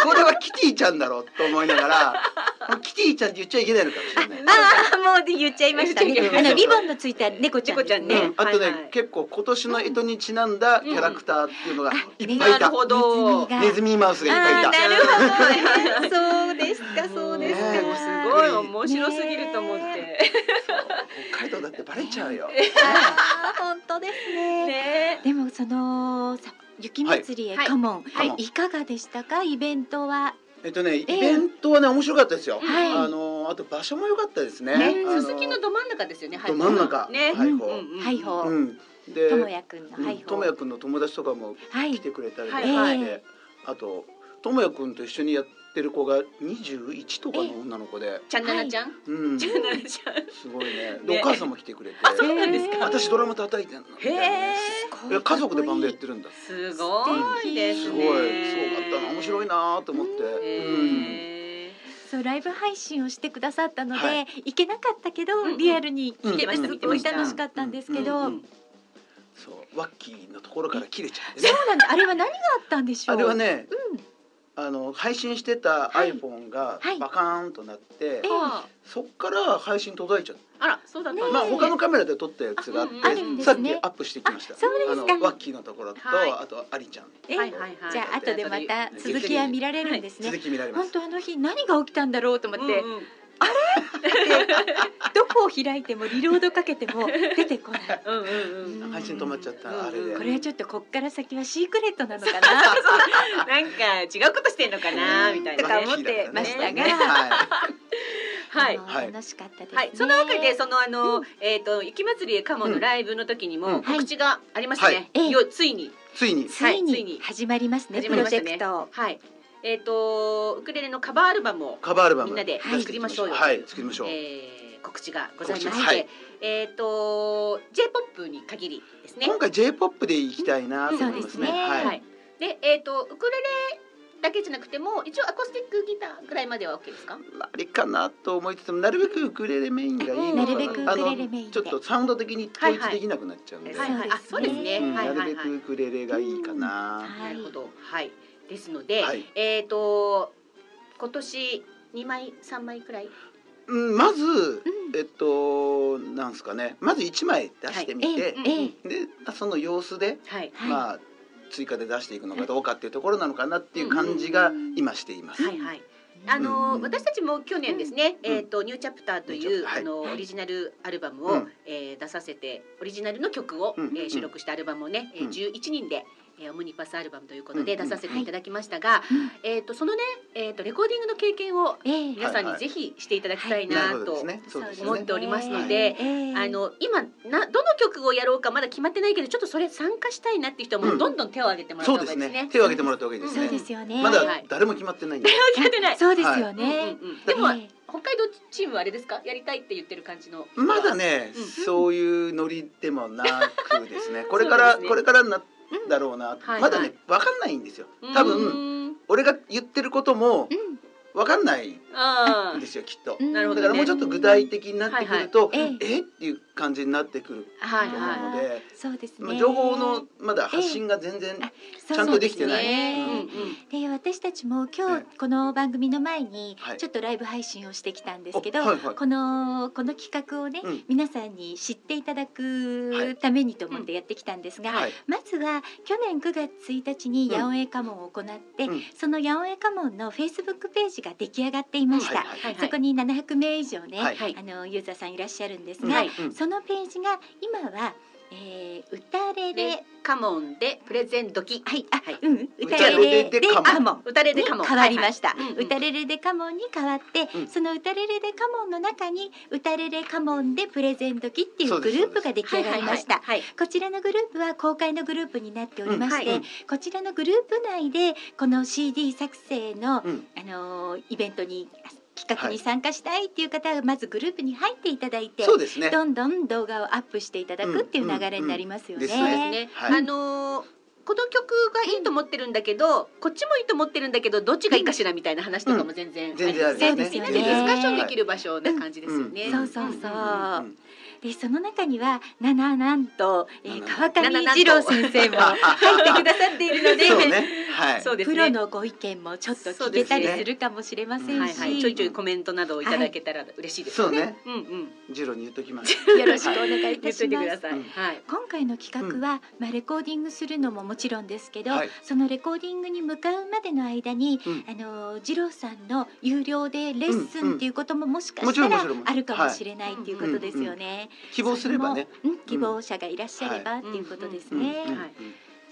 [SPEAKER 9] これはキティちゃんだろうと思いながらキティちゃんって言っちゃいけないのかもしれない、
[SPEAKER 1] ああ、もう言っちゃいましたね。あ
[SPEAKER 2] 言っちゃいけない
[SPEAKER 1] のリボンのついた猫ちゃんです。
[SPEAKER 2] 猫ちゃん
[SPEAKER 9] う
[SPEAKER 2] ね
[SPEAKER 9] ん、あとね、
[SPEAKER 2] はいはい
[SPEAKER 9] 結構今年の干支にちなんだキャラクターっていうのがいっぱい
[SPEAKER 2] ないる
[SPEAKER 9] た、
[SPEAKER 2] ほど
[SPEAKER 1] ネ
[SPEAKER 9] ネ
[SPEAKER 1] ズ
[SPEAKER 9] ズ
[SPEAKER 1] ミ
[SPEAKER 9] ミマウスがいっぱいい
[SPEAKER 1] が。あ
[SPEAKER 9] た
[SPEAKER 1] あ、なるほど。 そうですか、そうです
[SPEAKER 9] ねえ
[SPEAKER 1] か。
[SPEAKER 9] もう
[SPEAKER 2] すごい面白すぎると思って
[SPEAKER 1] ね
[SPEAKER 9] そう北海道だってバレちゃうよ、
[SPEAKER 1] ああ、本当ですね。
[SPEAKER 2] ね
[SPEAKER 1] でも、その、さ雪祭りへ
[SPEAKER 2] はい
[SPEAKER 1] カモン、
[SPEAKER 9] はい
[SPEAKER 1] いかがでしたか、イベントは。
[SPEAKER 9] えっとねイベントはね面白かったですよ、
[SPEAKER 1] はい
[SPEAKER 9] あののあと場所も良かったですね。
[SPEAKER 2] ね、
[SPEAKER 9] あ
[SPEAKER 2] すすきのど真ん中ですよね。
[SPEAKER 9] ど真ん中
[SPEAKER 2] ね、
[SPEAKER 9] はいこう
[SPEAKER 2] うんうん
[SPEAKER 1] ハイホ
[SPEAKER 9] う
[SPEAKER 1] ー
[SPEAKER 9] ん、で、
[SPEAKER 1] ともやくんのハイホ
[SPEAKER 9] ともや
[SPEAKER 1] ー
[SPEAKER 9] くんの友達とかも
[SPEAKER 1] はい
[SPEAKER 9] 来てくれたりとか
[SPEAKER 2] は
[SPEAKER 9] して、
[SPEAKER 2] いはい
[SPEAKER 9] あとともやくんと一緒にやってる子が21とかの女の子で、
[SPEAKER 2] ちゃんななちゃん、
[SPEAKER 9] うん、
[SPEAKER 2] ち
[SPEAKER 9] す
[SPEAKER 2] ゃんななちゃん。
[SPEAKER 9] ごいね。
[SPEAKER 2] ね
[SPEAKER 9] でお母さんも来てくれて、
[SPEAKER 2] そうなんですか。
[SPEAKER 9] 私ドラム叩いてんのみたいなね。いや家族でバンドやってるんだ。
[SPEAKER 2] すごいです
[SPEAKER 9] すごい、
[SPEAKER 2] ね。
[SPEAKER 9] すごかったな、面白いなと思って。うん
[SPEAKER 2] へー
[SPEAKER 1] そうライブ配信をしてくださったので、
[SPEAKER 9] はい
[SPEAKER 1] 行けなかったけど、
[SPEAKER 2] んうん
[SPEAKER 1] リアルに
[SPEAKER 9] うん
[SPEAKER 1] 聞けて
[SPEAKER 9] うん
[SPEAKER 1] すごい楽しかったんですけど、
[SPEAKER 2] う
[SPEAKER 1] そ
[SPEAKER 2] ん
[SPEAKER 9] そう、ワッキーのところから切れちゃってね。
[SPEAKER 1] うなんだあれは何があったんでしょう
[SPEAKER 9] あれはね、
[SPEAKER 1] うん
[SPEAKER 9] あの配信してた
[SPEAKER 1] はい
[SPEAKER 9] iPhone が
[SPEAKER 1] はい
[SPEAKER 9] バカーンとなって、
[SPEAKER 2] あ
[SPEAKER 9] そっから配信途絶えちゃった、
[SPEAKER 2] あら、そうだったん
[SPEAKER 9] まあ
[SPEAKER 2] ですね
[SPEAKER 9] 他のカメラで撮ったやつがあって
[SPEAKER 2] あうんうんあるんで
[SPEAKER 9] さ
[SPEAKER 1] す
[SPEAKER 9] っき
[SPEAKER 1] ね
[SPEAKER 9] アップしてきました
[SPEAKER 1] あそうですか
[SPEAKER 9] のワッキーのところと、
[SPEAKER 2] はい
[SPEAKER 9] あとアリちゃん
[SPEAKER 1] え
[SPEAKER 2] はいはいはい
[SPEAKER 1] じゃあ後でまた続きは見られるんですね
[SPEAKER 9] 続き見られま
[SPEAKER 1] 本
[SPEAKER 9] す
[SPEAKER 1] 当あの日何が起きたんだろうと思って、
[SPEAKER 2] うんうん
[SPEAKER 1] どこを開いてもリロードかけても出てこない
[SPEAKER 2] うんうんうん。
[SPEAKER 9] 配信止まっちゃった、
[SPEAKER 2] うんうん
[SPEAKER 9] あれで
[SPEAKER 2] うん
[SPEAKER 1] これはちょっとこっから先はシークレットなのかな
[SPEAKER 2] なんか違うことしてんのかなみたい
[SPEAKER 9] と
[SPEAKER 2] な
[SPEAKER 9] か
[SPEAKER 2] ね。
[SPEAKER 9] 思って
[SPEAKER 1] ましたが
[SPEAKER 9] は
[SPEAKER 2] はい。
[SPEAKER 1] あの
[SPEAKER 9] はい
[SPEAKER 1] 楽しかったですね、
[SPEAKER 2] はい、そのわけで、そのあの、えっ、と、雪まつりかものライブの時に
[SPEAKER 9] うん
[SPEAKER 2] も、告知がありましたね。
[SPEAKER 1] はい
[SPEAKER 2] いよ、ついに、
[SPEAKER 9] い、ついに
[SPEAKER 1] つい
[SPEAKER 2] はいつい
[SPEAKER 1] に
[SPEAKER 2] に
[SPEAKER 1] 始まりますね、
[SPEAKER 2] 始
[SPEAKER 1] プ
[SPEAKER 2] まり
[SPEAKER 1] ロ
[SPEAKER 2] ま
[SPEAKER 1] ジ
[SPEAKER 2] し
[SPEAKER 1] ェ
[SPEAKER 2] たね
[SPEAKER 1] クト
[SPEAKER 2] はい、えっ、と、ウクレレのカバーアルバムを。
[SPEAKER 9] カバーアルバム
[SPEAKER 2] みんなで
[SPEAKER 9] 出していき
[SPEAKER 2] はい
[SPEAKER 9] はい、作りましょう、
[SPEAKER 2] えー、告知がございまして、
[SPEAKER 9] 告知はい
[SPEAKER 2] えっ、と、J. ポップに限りですね。
[SPEAKER 9] 今回 J-POP でいきたいなと思
[SPEAKER 1] うん
[SPEAKER 9] いますね,、
[SPEAKER 1] そうですね
[SPEAKER 9] はい、
[SPEAKER 2] はい。で、えっ、と、ウクレレだけじゃなくても、一応アコースティックギターぐらいまではオッケーですか。
[SPEAKER 9] あれかなと思いつつもなるべくウクレレメインがいいのか
[SPEAKER 1] な
[SPEAKER 9] な
[SPEAKER 1] るべくウ
[SPEAKER 9] あ
[SPEAKER 1] クレ
[SPEAKER 9] の
[SPEAKER 1] レメイン
[SPEAKER 9] ち
[SPEAKER 1] で
[SPEAKER 9] ょっとサウンド的に統一できなくなっちゃうんで、
[SPEAKER 2] はいはい、あ、そうですね。
[SPEAKER 9] うん
[SPEAKER 2] はいはい
[SPEAKER 9] な
[SPEAKER 2] は
[SPEAKER 9] る
[SPEAKER 2] い
[SPEAKER 9] べ。くウクレレがいいかな。
[SPEAKER 2] なるほど、はい、ですので、
[SPEAKER 9] はい
[SPEAKER 2] えっ、と、今年二枚、三枚くらい。
[SPEAKER 9] うん、まず、えっと、なんですかね、まず一枚出してみて、
[SPEAKER 1] はい
[SPEAKER 2] うん
[SPEAKER 1] ええ
[SPEAKER 9] で、その様子で、
[SPEAKER 2] はい、
[SPEAKER 1] はい
[SPEAKER 9] まあ。追加で出していくのかどうかっていうところなのかなっていう感じが今しています。
[SPEAKER 2] はい、はい。あのー、
[SPEAKER 9] うん
[SPEAKER 2] 私たちも去年ですね、
[SPEAKER 9] うん
[SPEAKER 2] えっ、と、ニューチャプターと
[SPEAKER 9] ニュ
[SPEAKER 2] い
[SPEAKER 9] ー
[SPEAKER 2] う、
[SPEAKER 9] チャプターはい
[SPEAKER 2] あの、オリジナルアルバムを、
[SPEAKER 9] うん
[SPEAKER 2] えー出させて。オリジナルの曲を、
[SPEAKER 9] うん
[SPEAKER 2] えー収録したアルバムをね、え
[SPEAKER 9] うん
[SPEAKER 2] 十一人で。えーオムニパスアルバムということ
[SPEAKER 9] う
[SPEAKER 2] で
[SPEAKER 9] んうん
[SPEAKER 2] 出させていただきましたが、えっ、とそのね、えっ、とレコーディングの経験を
[SPEAKER 1] ええ
[SPEAKER 2] 皆さんにぜひしていただきたいな
[SPEAKER 9] る
[SPEAKER 2] と
[SPEAKER 9] ほどですね。そうですね。
[SPEAKER 2] 思っておりますので、
[SPEAKER 1] ええ
[SPEAKER 2] あの今などの曲をやろうかまだ決まってないけどちょっとそれ参加したいなっていう人はもううんどんどん手を挙げてもらった
[SPEAKER 9] そ
[SPEAKER 2] 方
[SPEAKER 9] う
[SPEAKER 2] がい
[SPEAKER 9] です
[SPEAKER 2] いですね
[SPEAKER 9] ね。。手を挙げてもらったわけです
[SPEAKER 1] そう
[SPEAKER 9] ね
[SPEAKER 1] で。すよね
[SPEAKER 9] ま
[SPEAKER 2] は
[SPEAKER 9] だ
[SPEAKER 2] い
[SPEAKER 9] 誰も決まってないんで。
[SPEAKER 2] 手を挙げてない。
[SPEAKER 1] そうですよね、
[SPEAKER 2] うんうんうんでも、
[SPEAKER 1] ええ
[SPEAKER 2] 北海道チームはあれですかやりたいって言ってる感じの。
[SPEAKER 9] まだ。ね、
[SPEAKER 2] うん
[SPEAKER 9] そういうノリでもなくですね。これから、
[SPEAKER 2] そうですね
[SPEAKER 9] これからなだろうな。
[SPEAKER 2] はい
[SPEAKER 9] まだね、わかんないんですよ。多分。
[SPEAKER 2] 分。
[SPEAKER 9] 俺が言ってることも分かんないん
[SPEAKER 2] あ
[SPEAKER 9] ですよきっと。
[SPEAKER 1] うん
[SPEAKER 2] なるほ
[SPEAKER 9] だ
[SPEAKER 2] ど
[SPEAKER 9] から
[SPEAKER 2] ね
[SPEAKER 9] もうちょっと具体的になってくると、
[SPEAKER 1] はいはいえ
[SPEAKER 9] えっていう感じになってくる
[SPEAKER 2] あ。はい
[SPEAKER 9] と思う
[SPEAKER 2] はい。
[SPEAKER 9] ので、
[SPEAKER 1] そうです
[SPEAKER 9] まあ
[SPEAKER 1] ね
[SPEAKER 9] 情報のまだ発信が全然、ちゃんとできてない
[SPEAKER 1] そう
[SPEAKER 2] うん
[SPEAKER 1] です
[SPEAKER 2] う
[SPEAKER 1] ね
[SPEAKER 2] ん。
[SPEAKER 1] で私たちも今
[SPEAKER 9] え
[SPEAKER 1] 日この番組の前に
[SPEAKER 9] はい
[SPEAKER 1] ちょっとライブ配信をしてきたんですけど、
[SPEAKER 9] おはいはい
[SPEAKER 1] このこの企画をね、
[SPEAKER 9] うん
[SPEAKER 1] 皆さんに知っていただ
[SPEAKER 9] はい
[SPEAKER 1] くためにと思ってやってきたんですが、
[SPEAKER 9] はい
[SPEAKER 1] まずは去年9月1日に
[SPEAKER 9] うん
[SPEAKER 1] 八百屋家紋を行って、
[SPEAKER 9] うん
[SPEAKER 1] その八百屋家紋のフェイスブックページが出来上がっていました、
[SPEAKER 9] はいはい
[SPEAKER 1] そこに700名以上ね、
[SPEAKER 9] はい
[SPEAKER 2] はい
[SPEAKER 1] あのユーザーさんいらっしゃるんです
[SPEAKER 9] うん
[SPEAKER 1] が、
[SPEAKER 2] はい
[SPEAKER 9] うん
[SPEAKER 1] そのページが今は、えー、歌れれ
[SPEAKER 2] で、カモンでプレゼンドキ。
[SPEAKER 1] はい、あ、
[SPEAKER 2] はい
[SPEAKER 1] うん、歌
[SPEAKER 9] 歌
[SPEAKER 1] れれ
[SPEAKER 9] れれ
[SPEAKER 1] で
[SPEAKER 9] で
[SPEAKER 1] カ
[SPEAKER 9] カ
[SPEAKER 1] モン
[SPEAKER 2] 歌れで
[SPEAKER 1] に
[SPEAKER 2] カモン。
[SPEAKER 1] 変わりました。
[SPEAKER 2] はいはいうんうん
[SPEAKER 1] 歌れれでカモンに変わって、
[SPEAKER 9] うん
[SPEAKER 1] その歌れれでカモンの中に歌れれカモンでプレゼントキっていう
[SPEAKER 9] そう
[SPEAKER 1] グ
[SPEAKER 9] です
[SPEAKER 1] ループが出来上がりました。
[SPEAKER 2] はいはい
[SPEAKER 1] こちらのグループは公開のグループになっておりまして、
[SPEAKER 2] うんはい
[SPEAKER 1] こちらのグループ内でこの CD 作成の、
[SPEAKER 9] うん
[SPEAKER 1] あのーイベントに企画
[SPEAKER 9] は
[SPEAKER 1] に
[SPEAKER 9] い
[SPEAKER 1] 参加したいっていう方はまずグループに入っていただいて、
[SPEAKER 9] そうですね。
[SPEAKER 1] どんどん動画をアップしていただくっていう流れになりますよね。
[SPEAKER 9] うんうんうんです
[SPEAKER 2] はい。ね、
[SPEAKER 9] はい
[SPEAKER 2] あのーこの曲がいいと思ってるんだけど、こっちもいいと思ってるんだけどどっちがいいかしらみたいな話とかも全然
[SPEAKER 9] ん全然ある
[SPEAKER 2] ります
[SPEAKER 1] そうです
[SPEAKER 2] みん
[SPEAKER 1] よ
[SPEAKER 2] な
[SPEAKER 1] ね
[SPEAKER 2] でディスカッションできる場所な感じですよね。
[SPEAKER 1] そうそうそう。
[SPEAKER 9] うんうん
[SPEAKER 1] でその中にはなななんと、えー、
[SPEAKER 9] な
[SPEAKER 1] 川
[SPEAKER 9] な
[SPEAKER 1] 上二郎先生も入ってくださっているので
[SPEAKER 9] そうね。はい。
[SPEAKER 2] そうです
[SPEAKER 1] プ
[SPEAKER 2] ね。
[SPEAKER 1] ロのご意見もちょっと聞けたりするかもしれませ
[SPEAKER 2] は
[SPEAKER 1] ん
[SPEAKER 2] い
[SPEAKER 1] し、
[SPEAKER 2] はい、ちょいちょいコメントなどをいただけたら嬉しいです
[SPEAKER 9] そうね。
[SPEAKER 2] うんうん。
[SPEAKER 9] ジローに言っときます。
[SPEAKER 1] よろしくお願いいた
[SPEAKER 2] 言っと
[SPEAKER 1] し
[SPEAKER 2] いて
[SPEAKER 1] ま
[SPEAKER 2] く
[SPEAKER 1] す。
[SPEAKER 2] ださい。
[SPEAKER 9] うん
[SPEAKER 2] はい。
[SPEAKER 1] 今回の企画は、まあ、レコーディングするのももちろんですけど、
[SPEAKER 9] はい
[SPEAKER 1] そのレコーディングに向かうまでの間に、
[SPEAKER 9] うん
[SPEAKER 1] あの二郎さんの有料でレッス
[SPEAKER 9] うん
[SPEAKER 1] ン
[SPEAKER 9] うん
[SPEAKER 1] っていうことももしか
[SPEAKER 9] も
[SPEAKER 1] し
[SPEAKER 9] ち
[SPEAKER 1] た
[SPEAKER 9] ろん
[SPEAKER 1] ら
[SPEAKER 9] もちろんもちろん
[SPEAKER 1] あるかもしれないっていうことですよね。
[SPEAKER 9] 希望すればね。
[SPEAKER 1] それもうん希望者がいらっしゃればっていうことですね。
[SPEAKER 9] うんうんうん
[SPEAKER 2] はい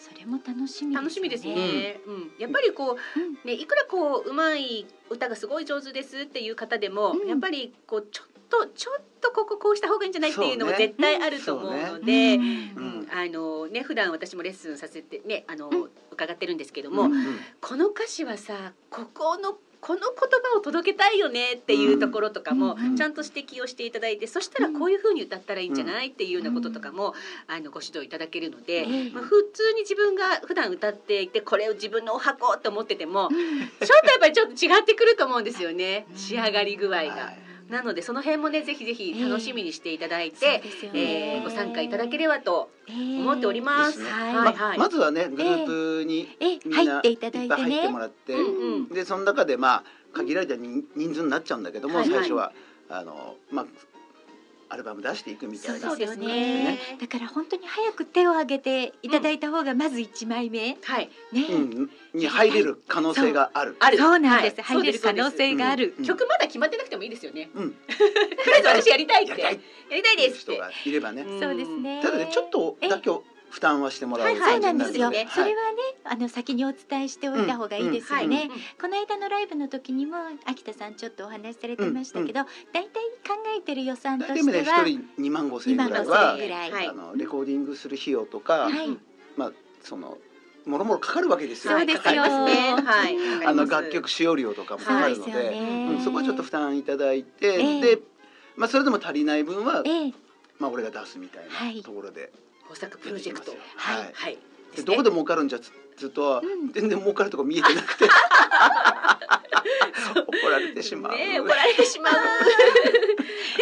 [SPEAKER 1] それも楽しみですね
[SPEAKER 2] 楽しみですね、うんやっぱりこう、
[SPEAKER 1] うん
[SPEAKER 2] ね、いくらこううまい歌がすごい上手ですっていう方でも、
[SPEAKER 1] うん
[SPEAKER 2] やっぱりこうちょっとちょっとこここうした方がいいんじゃないっていうのも
[SPEAKER 9] そうね
[SPEAKER 2] 絶対あると思うので。
[SPEAKER 1] うん
[SPEAKER 9] う
[SPEAKER 2] うんんあのね普段私もレッスンさせてねあの、伺ってるんですけども、
[SPEAKER 1] う
[SPEAKER 9] うん
[SPEAKER 2] この歌詞はさここのこの言葉を届けたいよねっていうところとかも
[SPEAKER 1] うん
[SPEAKER 2] ちゃんと指摘をしていただいて、そしたらこういう風に歌ったらいいんじゃないっていうようなこととかも、あのご指導いただけるので、
[SPEAKER 1] ええ
[SPEAKER 2] まあ、普通に自分が普段歌っていてこれを自分のお箱と思ってても、
[SPEAKER 1] うん
[SPEAKER 2] ちょっとやっぱりちょっと違ってくると思うんですよね
[SPEAKER 1] うん
[SPEAKER 2] 仕上がり具合が。
[SPEAKER 9] はい
[SPEAKER 2] なのでその辺もねぜひぜひ楽しみにしていただい
[SPEAKER 1] そう
[SPEAKER 2] て、
[SPEAKER 1] ですよ
[SPEAKER 2] え
[SPEAKER 1] ね
[SPEAKER 2] ーご参加いただければと思
[SPEAKER 1] 思
[SPEAKER 2] っており
[SPEAKER 1] ま
[SPEAKER 2] ます。
[SPEAKER 9] ですね
[SPEAKER 1] はい
[SPEAKER 2] はい
[SPEAKER 9] ま
[SPEAKER 2] はい。
[SPEAKER 9] まずはねグループに
[SPEAKER 1] え
[SPEAKER 9] みん
[SPEAKER 1] 入
[SPEAKER 9] な
[SPEAKER 1] っていただい
[SPEAKER 9] っぱ
[SPEAKER 1] て
[SPEAKER 9] い入っても
[SPEAKER 1] ね
[SPEAKER 9] らって、
[SPEAKER 2] うんうん
[SPEAKER 9] でその中でまあ限られた人人数になっちゃうんだけども、
[SPEAKER 2] はいはい
[SPEAKER 9] 最初はあのまあアルバム出していくみたいな
[SPEAKER 1] そうです
[SPEAKER 2] そうです
[SPEAKER 1] ね
[SPEAKER 2] ね
[SPEAKER 1] だから本当に早く手を挙げていただいた方がまず一枚目ね、
[SPEAKER 2] はい、
[SPEAKER 9] うん、に入れる可能性がある。
[SPEAKER 2] ある。
[SPEAKER 1] そうなんです、
[SPEAKER 2] はい
[SPEAKER 1] 入れる可能性がある、
[SPEAKER 9] うん
[SPEAKER 2] 曲まだ決まってなくてもいいですよね。
[SPEAKER 9] うん、
[SPEAKER 2] とりあえず私やりたいって。
[SPEAKER 9] や
[SPEAKER 2] や
[SPEAKER 9] りたい
[SPEAKER 2] りたい
[SPEAKER 9] ってい
[SPEAKER 2] で
[SPEAKER 9] う
[SPEAKER 2] すっ
[SPEAKER 9] 人
[SPEAKER 2] て。
[SPEAKER 9] がいればね。
[SPEAKER 1] そうですね
[SPEAKER 9] ただねちょっとだけ負担はしてもらう
[SPEAKER 2] え
[SPEAKER 1] そう
[SPEAKER 9] 感じ
[SPEAKER 1] な
[SPEAKER 9] に
[SPEAKER 1] ん
[SPEAKER 9] な
[SPEAKER 1] で
[SPEAKER 9] る
[SPEAKER 1] す
[SPEAKER 9] の
[SPEAKER 1] よ、
[SPEAKER 9] で、
[SPEAKER 1] それ
[SPEAKER 9] は
[SPEAKER 1] はねあの先にお伝えしておいた方がいいですよね、
[SPEAKER 9] うんうんは
[SPEAKER 1] この間のライブの時にも秋田さんちょっとお話しされてましたけど、大体考えてる予算
[SPEAKER 9] い、
[SPEAKER 1] と
[SPEAKER 9] 大体
[SPEAKER 1] して
[SPEAKER 9] ね一
[SPEAKER 1] は
[SPEAKER 9] 人2万5千
[SPEAKER 1] 2
[SPEAKER 9] 円
[SPEAKER 1] 万5
[SPEAKER 9] ぐらいは
[SPEAKER 1] 千円ぐらい、
[SPEAKER 2] はい
[SPEAKER 9] あのレコーディングする費用と
[SPEAKER 1] は
[SPEAKER 9] か、
[SPEAKER 1] い
[SPEAKER 9] そのもろもろかかるわけですよ。
[SPEAKER 1] そうですよ
[SPEAKER 2] はいかかりますねはい。わかります
[SPEAKER 9] あの楽曲使用料とかもかか
[SPEAKER 1] そうです
[SPEAKER 9] るので、
[SPEAKER 1] よね、
[SPEAKER 9] うん、そこはちょっと負担いただいて、
[SPEAKER 1] ええ
[SPEAKER 9] で、まあ、それでも足りない分は、
[SPEAKER 1] ええ
[SPEAKER 9] まあ、俺が出すみたい
[SPEAKER 1] はい
[SPEAKER 9] なところで
[SPEAKER 2] 豊作プ
[SPEAKER 9] やっ
[SPEAKER 2] ロ
[SPEAKER 9] て
[SPEAKER 2] ジェ
[SPEAKER 9] いき
[SPEAKER 2] ク
[SPEAKER 9] ま
[SPEAKER 2] ト
[SPEAKER 9] すよ。。
[SPEAKER 1] はい
[SPEAKER 9] はい
[SPEAKER 2] はい。
[SPEAKER 9] でどこで儲かるんじゃつずっとは、
[SPEAKER 1] うん
[SPEAKER 9] 全然儲かるとこ見えてなくて怒られてしまう。
[SPEAKER 2] ねえ怒られてしま う。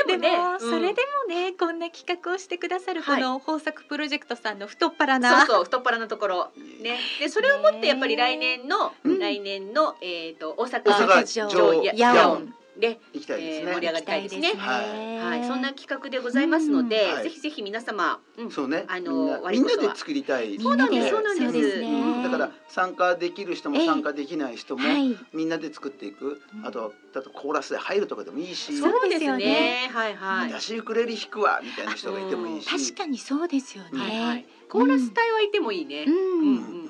[SPEAKER 1] で
[SPEAKER 2] で
[SPEAKER 1] も
[SPEAKER 2] もね、
[SPEAKER 1] それでもねこんな企画をしてくださるこ
[SPEAKER 2] はい
[SPEAKER 1] の豊作プロジェクトさんの太っ腹
[SPEAKER 2] うん
[SPEAKER 1] な、
[SPEAKER 2] そうそう太っ腹なところ。ね。でそれをもってやっぱり来年の
[SPEAKER 9] うん
[SPEAKER 2] 来年のえっと大阪
[SPEAKER 9] 大
[SPEAKER 1] 大
[SPEAKER 9] 阪
[SPEAKER 1] 阪
[SPEAKER 9] 城
[SPEAKER 1] 城
[SPEAKER 9] や
[SPEAKER 1] 野
[SPEAKER 9] や
[SPEAKER 1] 音
[SPEAKER 9] 音
[SPEAKER 2] で
[SPEAKER 9] 行きたいです
[SPEAKER 2] えー盛り上
[SPEAKER 9] ね。
[SPEAKER 2] がりたいですね
[SPEAKER 1] 行きたいですね
[SPEAKER 2] はいそんな企画でございますので
[SPEAKER 9] うんはい
[SPEAKER 2] ぜひぜひ皆様。うん
[SPEAKER 9] そうね。
[SPEAKER 2] あの
[SPEAKER 9] み
[SPEAKER 2] 割
[SPEAKER 9] んなみ
[SPEAKER 2] り
[SPEAKER 9] ん
[SPEAKER 2] こ
[SPEAKER 9] な
[SPEAKER 2] そは
[SPEAKER 9] で作りたい
[SPEAKER 1] みんなで
[SPEAKER 2] そうなんです
[SPEAKER 1] そうですね、
[SPEAKER 9] うんだから参加できる人も
[SPEAKER 1] ええ
[SPEAKER 9] 参加できない人も、
[SPEAKER 1] はい
[SPEAKER 9] みんなで作っていく、
[SPEAKER 1] うん
[SPEAKER 9] あとはだとコーラスで入るとかでもいいし、
[SPEAKER 1] そうですよね。
[SPEAKER 2] はいはい。
[SPEAKER 9] 出しウクレレ弾くわみたいな人がいてもいいし、
[SPEAKER 1] 確かにそうですよね、
[SPEAKER 2] はいはい。コーラス隊はいてもいいね。
[SPEAKER 1] うん、
[SPEAKER 2] に
[SPEAKER 9] うんうん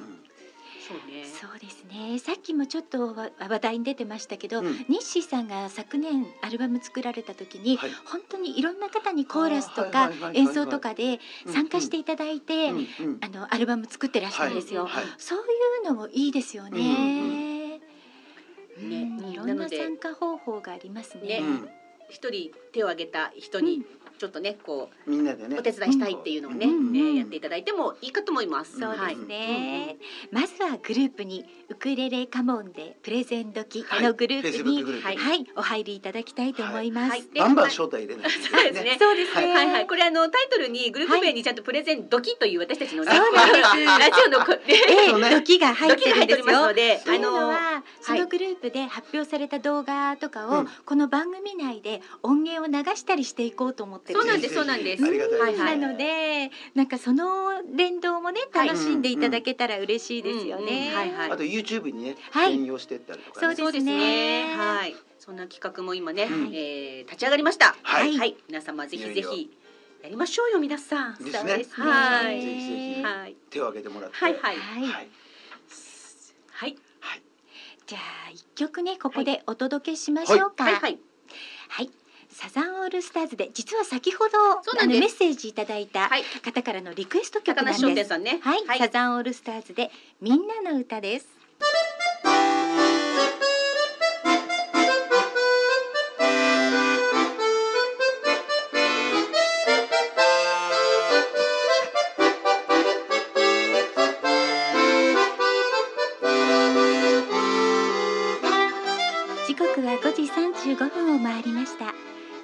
[SPEAKER 2] そうね。
[SPEAKER 1] そうですねさっきもちょっとわ話題に出てましたけど、
[SPEAKER 9] うん
[SPEAKER 1] ニッシーさんが昨年アルバム作られた時に、
[SPEAKER 9] はい
[SPEAKER 1] 本当にいろんな方にコーラスと
[SPEAKER 9] あ
[SPEAKER 1] か
[SPEAKER 9] ーはいはいはいはいはい
[SPEAKER 1] 演奏とかで参加していただいて、
[SPEAKER 9] うんうん
[SPEAKER 1] あのアルバム作ってらしたんですよ、
[SPEAKER 2] はい
[SPEAKER 9] はい
[SPEAKER 1] そういうのもいいですよね、
[SPEAKER 2] う
[SPEAKER 1] うんん
[SPEAKER 2] ね
[SPEAKER 1] いろん
[SPEAKER 2] な
[SPEAKER 1] な
[SPEAKER 2] ので
[SPEAKER 1] 参加方法がありますね
[SPEAKER 2] ね
[SPEAKER 9] うん
[SPEAKER 2] 一人手を挙げた人
[SPEAKER 1] う
[SPEAKER 2] に
[SPEAKER 1] ん
[SPEAKER 2] ちょっとねこ
[SPEAKER 9] みんなでね
[SPEAKER 2] うお手伝いしたいっていうのをね、
[SPEAKER 1] うん
[SPEAKER 2] えーやっていただいてもいいかと思います。
[SPEAKER 1] そう
[SPEAKER 2] は
[SPEAKER 1] で
[SPEAKER 2] い
[SPEAKER 1] すね、まずはグループにウクレレカモンでプレゼン時
[SPEAKER 9] はい
[SPEAKER 1] のグループ
[SPEAKER 9] Facebook
[SPEAKER 1] に、
[SPEAKER 9] グループ
[SPEAKER 1] はい、お入りいただきたいと思います、
[SPEAKER 2] はい、で
[SPEAKER 9] バンバン
[SPEAKER 2] はい
[SPEAKER 9] 招待入れないといけ
[SPEAKER 2] そ
[SPEAKER 9] な
[SPEAKER 2] う
[SPEAKER 9] い
[SPEAKER 2] ですね。
[SPEAKER 1] そうです
[SPEAKER 9] は
[SPEAKER 1] ね、
[SPEAKER 2] はいはい、これあのタイトルにグループ名にちゃんとプレゼンドキという私たちのね、
[SPEAKER 1] そうなんです
[SPEAKER 2] ラジオのこ、ね、
[SPEAKER 1] ええ
[SPEAKER 9] そうね
[SPEAKER 1] ドキが入
[SPEAKER 2] ド
[SPEAKER 1] っ
[SPEAKER 2] キ
[SPEAKER 1] て
[SPEAKER 2] が
[SPEAKER 1] るん
[SPEAKER 2] 入って
[SPEAKER 1] で
[SPEAKER 2] おり
[SPEAKER 1] す
[SPEAKER 2] ます
[SPEAKER 1] よ
[SPEAKER 2] ので、
[SPEAKER 1] というの
[SPEAKER 2] あ
[SPEAKER 1] はそのグループで発表された動画とかを、
[SPEAKER 9] うん
[SPEAKER 1] この番組内で音源を流したりしていこうと思ってる
[SPEAKER 2] そうなん
[SPEAKER 1] で
[SPEAKER 2] ですそうなんです
[SPEAKER 9] ありがたいです
[SPEAKER 2] は
[SPEAKER 1] ないのでなんかその連動もね
[SPEAKER 2] はい
[SPEAKER 1] 楽しんでいただけたら嬉しいですよ
[SPEAKER 2] うんうんはい
[SPEAKER 1] ね。
[SPEAKER 2] はい
[SPEAKER 9] あと YouTube にね
[SPEAKER 1] はい
[SPEAKER 9] 転用してったりとか
[SPEAKER 1] そ
[SPEAKER 9] ね
[SPEAKER 1] うです
[SPEAKER 2] そうですね。はい、そんな企画も今ね、えー立ち上がりました。
[SPEAKER 9] はい
[SPEAKER 2] はい、皆様ぜひぜ
[SPEAKER 9] いよいよ
[SPEAKER 2] ひやりましょうよ皆さん。
[SPEAKER 9] ですね
[SPEAKER 1] そうです
[SPEAKER 2] ねはい
[SPEAKER 9] ぜひぜひ
[SPEAKER 2] はい
[SPEAKER 9] 手を挙げてもらって
[SPEAKER 2] はいはい
[SPEAKER 1] はい
[SPEAKER 9] はい
[SPEAKER 2] はい
[SPEAKER 9] はい
[SPEAKER 1] じゃあ一曲ねここでお届けしましょうか。
[SPEAKER 2] はいはい。
[SPEAKER 1] はいサザンオールスターズで実は先ほど
[SPEAKER 2] そう
[SPEAKER 1] あ
[SPEAKER 2] なん
[SPEAKER 1] の
[SPEAKER 2] です
[SPEAKER 1] メッセージいただいた
[SPEAKER 2] はい
[SPEAKER 1] 方からのリクエスト曲
[SPEAKER 2] 高
[SPEAKER 1] なん
[SPEAKER 2] 梨
[SPEAKER 1] です。
[SPEAKER 2] 商店さんね。
[SPEAKER 1] はい、
[SPEAKER 2] はい
[SPEAKER 1] サザンオールスターズでみんなの歌です。時刻は5時35分を回りました。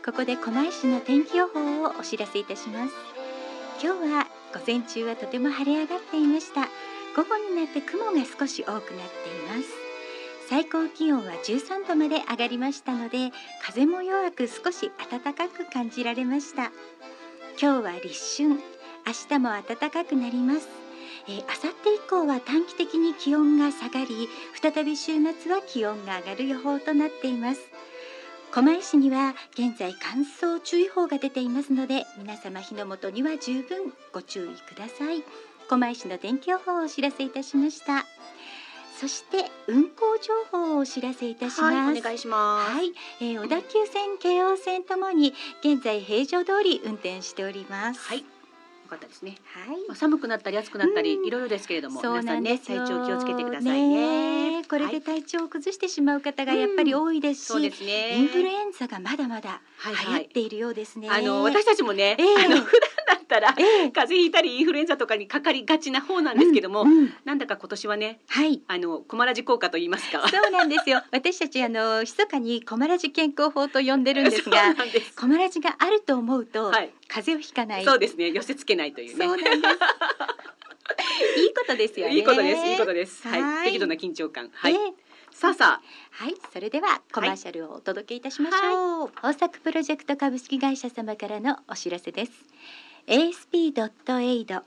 [SPEAKER 1] ここで狛江市の天気予報をお知らせいたします。今日は午前中はとても晴れ上がっていました午後になって雲が少し多くなっています最高気温は13度まで上がりましたので風も弱く少し暖かく感じられました今日は立春明日も暖かくなりますえー、明後日以降は短期的に気温が下がり再び週末は気温が上がる予報となっています狛江市には現在乾燥注意報が出ていますので皆様火の元には十分ご注意ください狛江市の天気予報をお知らせいたしましたそして運行情報をお知らせいたします、
[SPEAKER 2] はい、お願いします
[SPEAKER 1] はい、えー、小田急線京王線ともに現在平常通り運転しております
[SPEAKER 2] はいよかったですね
[SPEAKER 1] はい
[SPEAKER 2] まあ寒くなったり暑くなったりいろいろですけれども
[SPEAKER 1] そう
[SPEAKER 2] 皆
[SPEAKER 1] な
[SPEAKER 2] さん
[SPEAKER 1] ん
[SPEAKER 2] ね
[SPEAKER 1] です
[SPEAKER 2] 体
[SPEAKER 1] よ
[SPEAKER 2] 調気をつけてくださいね
[SPEAKER 1] ねえこれ
[SPEAKER 2] は
[SPEAKER 1] で
[SPEAKER 2] い
[SPEAKER 1] 体調を崩してしまう方がやっぱり多いですし、
[SPEAKER 2] そうですね
[SPEAKER 1] インフルエンザがまだまだ
[SPEAKER 2] はい
[SPEAKER 1] 流
[SPEAKER 2] は
[SPEAKER 1] 行っ
[SPEAKER 2] い
[SPEAKER 1] ているようですね。
[SPEAKER 2] あの私たちもね、
[SPEAKER 1] ええ
[SPEAKER 2] あの普段だったら、
[SPEAKER 1] ええ
[SPEAKER 2] 風邪ひいたりインフルエンザとかにかかりがちな方なんですけども、
[SPEAKER 1] うん
[SPEAKER 2] なんだか今年はね
[SPEAKER 1] はい。
[SPEAKER 2] あのコマラジ効果と言いますか
[SPEAKER 1] そうなんです よ。私たちあの密かにコマラジ健康法と呼んでるんです
[SPEAKER 2] そう
[SPEAKER 1] が、
[SPEAKER 2] なんです
[SPEAKER 1] コマラジがあると思うと、
[SPEAKER 2] はい、
[SPEAKER 1] 風邪をひかない。
[SPEAKER 2] そうですね寄せ付けないというね
[SPEAKER 1] そうなんです。いいことですよね。
[SPEAKER 2] いいことですいいことですはい、
[SPEAKER 1] はい
[SPEAKER 2] 適度な緊張感はい、
[SPEAKER 1] ええ
[SPEAKER 2] さあさ
[SPEAKER 1] はい、それではコマーシャルをお届けいたしましょう。豊作プロジェクト株式会社様からのお知らせです。ASP.AID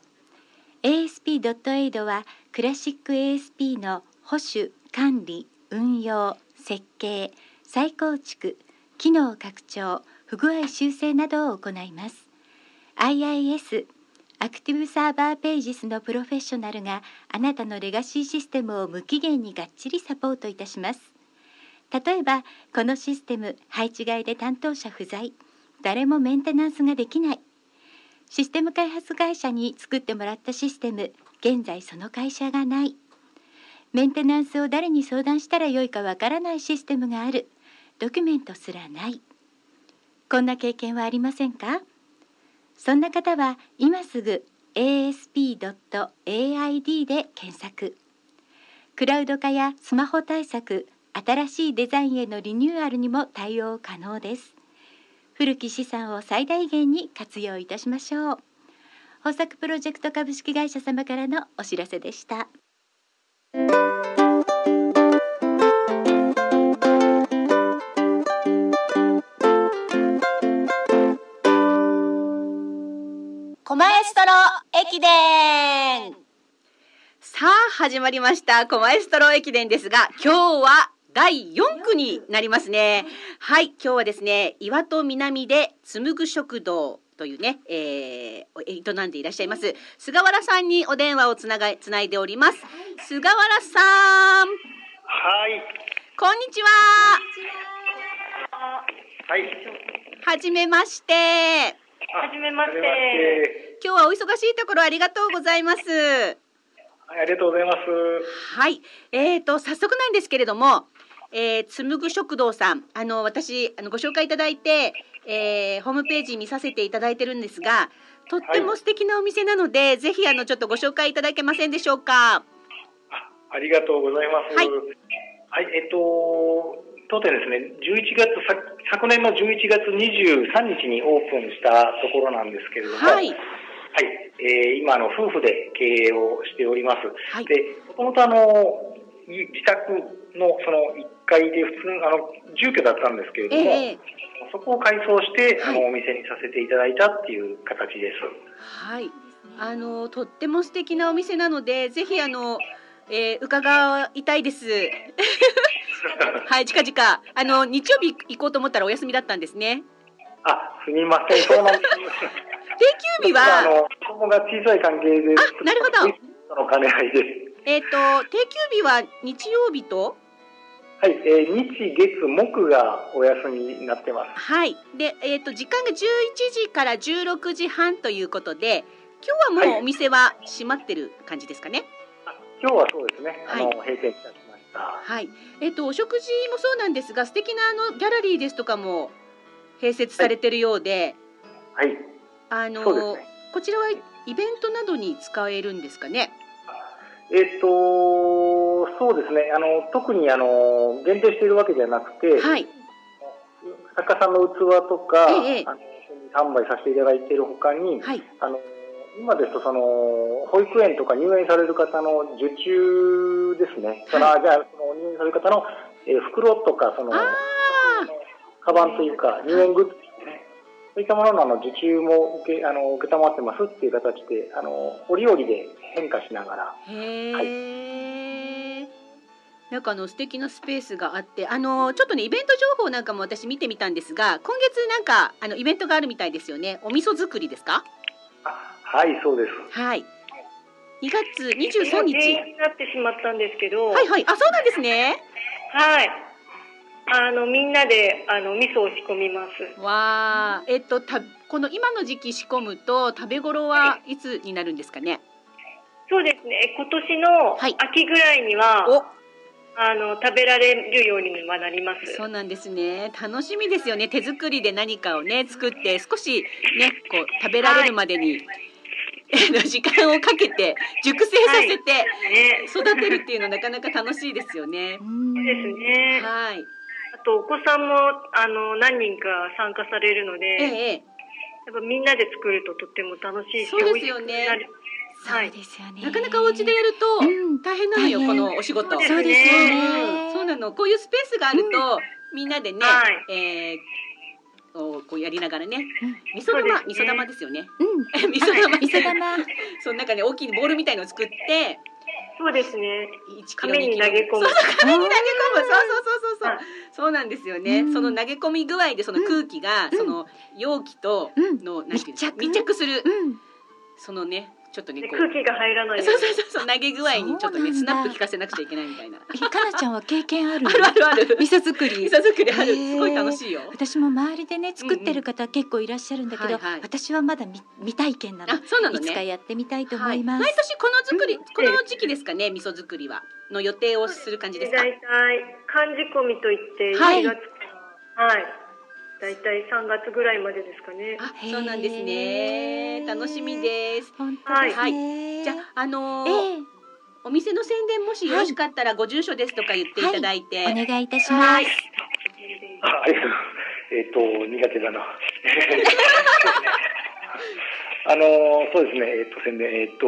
[SPEAKER 1] ASP.AID はクラシック ASP の保守、管理、運用、設計、再構築、機能拡張、不具合修正などを行います。IIS アクティブサーバーページスのプロフェッショナルがあなたのレガシーシステムを無期限にがっちりサポートいたします。例えばこのシステム配置外で担当者不在誰もメンテナンスができないシステム開発会社に作ってもらったシステム現在その会社がないメンテナンスを誰に相談したらよいかわからないシステムがあるドキュメントすらないこんな経験はありませんかそんな方は今すぐ asp.aid で検索クラウド化やスマホ対策、新しいデザインへのリニューアルにも対応可能です。古き資産を最大限に活用いたしましょう。豊作プロジェクト株式会社様からのお知らせでした。
[SPEAKER 2] あさあ始まりました狛江ストロー駅伝ですが今日は第4区になりますねはい今日はですね岩戸南で紡ぐ食堂というね、えー、営んでいらっしゃいます菅原さんにお電話をつながつないでおります菅原さん
[SPEAKER 10] はい。
[SPEAKER 2] こんにちは
[SPEAKER 10] はい。
[SPEAKER 2] はじめまして
[SPEAKER 10] はじめまして。
[SPEAKER 2] 今日はお忙しいところありがとうございます
[SPEAKER 10] はい、ありがとうございます。
[SPEAKER 2] はい、えー、と早速なんですけれども、えー、紡ぐ食堂さんあの私あのご紹介いただいて、えーホームページ見させていただいてるんですがとっても素敵なお店なので、ぜひあのちょっとご紹介いただけませんでしょうか。
[SPEAKER 10] ありがとうございます。
[SPEAKER 2] はい
[SPEAKER 10] はい。えっと、当店ですね、11月、さ昨年の11月23日にオープンしたところなんですけれども、
[SPEAKER 2] はい
[SPEAKER 10] はい、えー今あの夫婦で経営をしております。
[SPEAKER 2] はい
[SPEAKER 10] で、もともとあの、い自宅のその1階で普通、あの、住居だったんですけれども、
[SPEAKER 2] ええ
[SPEAKER 10] そこを改装して、
[SPEAKER 2] はい
[SPEAKER 10] あのお店にさせていただいたっていう形です。
[SPEAKER 2] はい、あのとっても素敵なお店なのでぜひあの、えー伺いたいです。はい近々あの日曜日行こうと思ったらお休みだったんですね。
[SPEAKER 10] あ、すみません、そうなんです。
[SPEAKER 2] 定休日
[SPEAKER 10] まああ
[SPEAKER 2] は
[SPEAKER 10] の子供が小さい関係で、
[SPEAKER 2] あなるほど
[SPEAKER 10] その兼ね合いです。
[SPEAKER 2] えっ、と定休日は日曜日と
[SPEAKER 10] はい、えー日月木がお休みになってます。
[SPEAKER 2] はい。で、えっ、と時間が11時から16時半ということで、今日はも
[SPEAKER 10] は
[SPEAKER 2] う
[SPEAKER 10] い
[SPEAKER 2] お店は閉まってる感じですかね。
[SPEAKER 10] 今日はそうですね、あの
[SPEAKER 2] はい
[SPEAKER 10] 閉店いたしました。
[SPEAKER 2] はい。えっ、とお食事もそうなんですが、素敵なあのギャラリーですとかも併設されてるようで、
[SPEAKER 10] はい、
[SPEAKER 2] あの
[SPEAKER 10] そうですね
[SPEAKER 2] こちらはイベントなどに使えるんですかね。
[SPEAKER 10] えっ、とそうですね、あの特にあの限定しているわけではなくて、
[SPEAKER 2] はい。
[SPEAKER 10] 作家さんの器とか、
[SPEAKER 2] ええ
[SPEAKER 10] あの販売させていただいているほかに、
[SPEAKER 2] はい。
[SPEAKER 10] あの今ですとその保育園とか入園される方の受注ですね、そのあじゃあその入園される方の、えー袋とかその
[SPEAKER 2] あ
[SPEAKER 10] カバンというか入園グッズですねそういったもののあの受注も受けあの承ってますっていう形であの折々で変化しながら
[SPEAKER 2] あ。へえ。なんかあの素敵なスペースがあって、あのちょっとねイベント情報なんかも私見てみたんですが、今月なんかあのイベントがあるみたいですよね。お味噌作りですか？
[SPEAKER 10] あはいそうです
[SPEAKER 2] はい。 2月23日。
[SPEAKER 11] になってしまったんですけど、は
[SPEAKER 2] はい
[SPEAKER 11] い、
[SPEAKER 2] はい。あ、そうなんですね。
[SPEAKER 11] あのみんなであの味噌を仕込みます。
[SPEAKER 2] わあ、えっと、た、この今の時期仕込むと、食べ頃はいつになるんですかね。
[SPEAKER 11] そうですね。今年の
[SPEAKER 2] はい
[SPEAKER 11] 秋ぐらいには、
[SPEAKER 2] お、
[SPEAKER 11] あの食べられるようにはなります。
[SPEAKER 2] そうなんですね。楽しみですよね。手作りで何かをね、作って、少しね、こう食べられるまでに。 あの時間をかけて、熟成させて、
[SPEAKER 11] ね。
[SPEAKER 2] 育てるっていうのなかなか楽しいですよね。
[SPEAKER 11] そうですね。
[SPEAKER 2] はい。
[SPEAKER 11] あとお子さんもあの何人か参加されるので、
[SPEAKER 2] え
[SPEAKER 11] やっ
[SPEAKER 2] え、え
[SPEAKER 11] ぱみんなで作るととっても楽しいし、
[SPEAKER 2] そうですよね
[SPEAKER 11] 美味しくなるはい
[SPEAKER 3] ですよ
[SPEAKER 2] え
[SPEAKER 3] ね
[SPEAKER 2] なかなかお家でやると、大変なのよ、
[SPEAKER 3] 大変
[SPEAKER 2] このお仕事。
[SPEAKER 11] そうですよ
[SPEAKER 3] ね
[SPEAKER 2] うんそうなの。こういうスペースがあると、みんなでね、
[SPEAKER 11] は
[SPEAKER 2] えーをこうやりながらね、味噌
[SPEAKER 11] そうで
[SPEAKER 2] 玉、
[SPEAKER 11] すね
[SPEAKER 2] 味噌玉ですよね。
[SPEAKER 3] うん
[SPEAKER 2] 味噌玉、
[SPEAKER 3] 味噌玉
[SPEAKER 2] その中で大きいボールみたいのを作って、
[SPEAKER 11] そうですね。
[SPEAKER 2] 一キロ
[SPEAKER 11] 亀
[SPEAKER 2] 2
[SPEAKER 11] に
[SPEAKER 2] キ
[SPEAKER 11] 投
[SPEAKER 2] ロ
[SPEAKER 11] げ込む
[SPEAKER 2] そう。そう亀に投げ込む。そうそうそうそうそう
[SPEAKER 11] はい。
[SPEAKER 2] そうなんですよね。
[SPEAKER 3] うん
[SPEAKER 2] その投げ込み具合でその空気が、その容器と
[SPEAKER 3] うん
[SPEAKER 2] のなんていうの
[SPEAKER 3] 密着
[SPEAKER 2] 密着する
[SPEAKER 3] うん
[SPEAKER 2] そのね、ちょっとね
[SPEAKER 11] で
[SPEAKER 2] こ
[SPEAKER 11] 空
[SPEAKER 2] う。
[SPEAKER 11] 気が入らないよ
[SPEAKER 2] そうう
[SPEAKER 11] に
[SPEAKER 2] そうそうそう投げ具合にちょっとね
[SPEAKER 3] そ
[SPEAKER 2] ス
[SPEAKER 3] うなんだ
[SPEAKER 2] ナップ効かせなくちゃいけないみたいな。
[SPEAKER 3] えかなちゃんは経験ある
[SPEAKER 2] あるあるある。
[SPEAKER 3] 味噌作り
[SPEAKER 2] 味噌作りある。
[SPEAKER 3] へー
[SPEAKER 2] すごい楽しいよ。
[SPEAKER 3] 私も周りでね作ってる方結構いらっしゃるんだけど、
[SPEAKER 2] はいはい
[SPEAKER 3] 私はまだ未未体験なの
[SPEAKER 2] あ、そうなの
[SPEAKER 3] いつか
[SPEAKER 2] ね。
[SPEAKER 3] やってみたいと思
[SPEAKER 2] はいい
[SPEAKER 3] ま
[SPEAKER 2] 毎
[SPEAKER 3] す、
[SPEAKER 2] 年この作りこの時期ですかね味噌作りはの予定をする感じですか。
[SPEAKER 11] 大体漢字込みといって
[SPEAKER 2] はい
[SPEAKER 11] 1月からはい、大体3月ぐらいまでですかね
[SPEAKER 2] あ、そうなんですね。
[SPEAKER 3] へー
[SPEAKER 2] 楽しみです。
[SPEAKER 3] 本当ですね、
[SPEAKER 2] はい
[SPEAKER 3] い
[SPEAKER 2] じゃああのー
[SPEAKER 3] え
[SPEAKER 2] お店の宣伝もしよろしかったらご住所ですとか言っていただいて、
[SPEAKER 3] えお願いいたします、
[SPEAKER 10] あありがとうございます。えっ、と、苦手だな。 あのーそうですね、えっ、と、宣伝、えっ、と、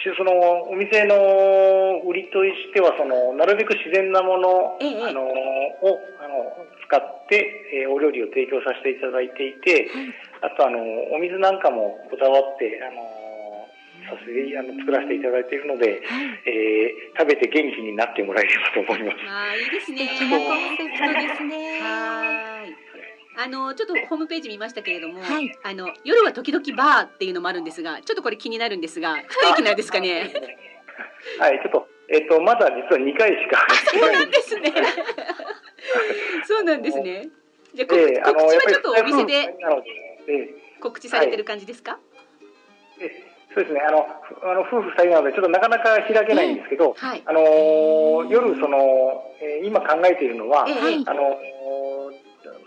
[SPEAKER 10] しその、お店の売りとしては、その、なるべく自然なもの、
[SPEAKER 2] ええ
[SPEAKER 10] あのーを、あの、使って、えーお料理を提供させていただいていて、あと、あの、お水なんかもこだわって、あのーさせてあの作らせていただいているので、えー食べて元気になってもらえればと思います。
[SPEAKER 2] あーいいですね。
[SPEAKER 3] 素敵なコンセプトですね
[SPEAKER 2] はーい。あのちょっとホームページ見ましたけれども、
[SPEAKER 3] はい
[SPEAKER 2] あの夜は時々バーっていうのもあるんですが、ちょっとこれ気になるんですが、不定期なんですかね。
[SPEAKER 10] はい、ちょっと、えっ、と、まだ実は2回しか。
[SPEAKER 2] そうなんですね。 そうなんですね。じゃあ告知
[SPEAKER 10] ええあの
[SPEAKER 2] 告知は
[SPEAKER 10] やっぱり
[SPEAKER 2] ちょっとお店で
[SPEAKER 10] なのでえ
[SPEAKER 2] 告知されてる感じですか？
[SPEAKER 10] えええそうですね、あの、ふあの夫婦二人なので、ちょっとなかなか開けないんですけど、
[SPEAKER 2] はい。
[SPEAKER 10] あのー夜、その、えー今考えているのは、
[SPEAKER 2] ええ
[SPEAKER 3] はい
[SPEAKER 10] あのー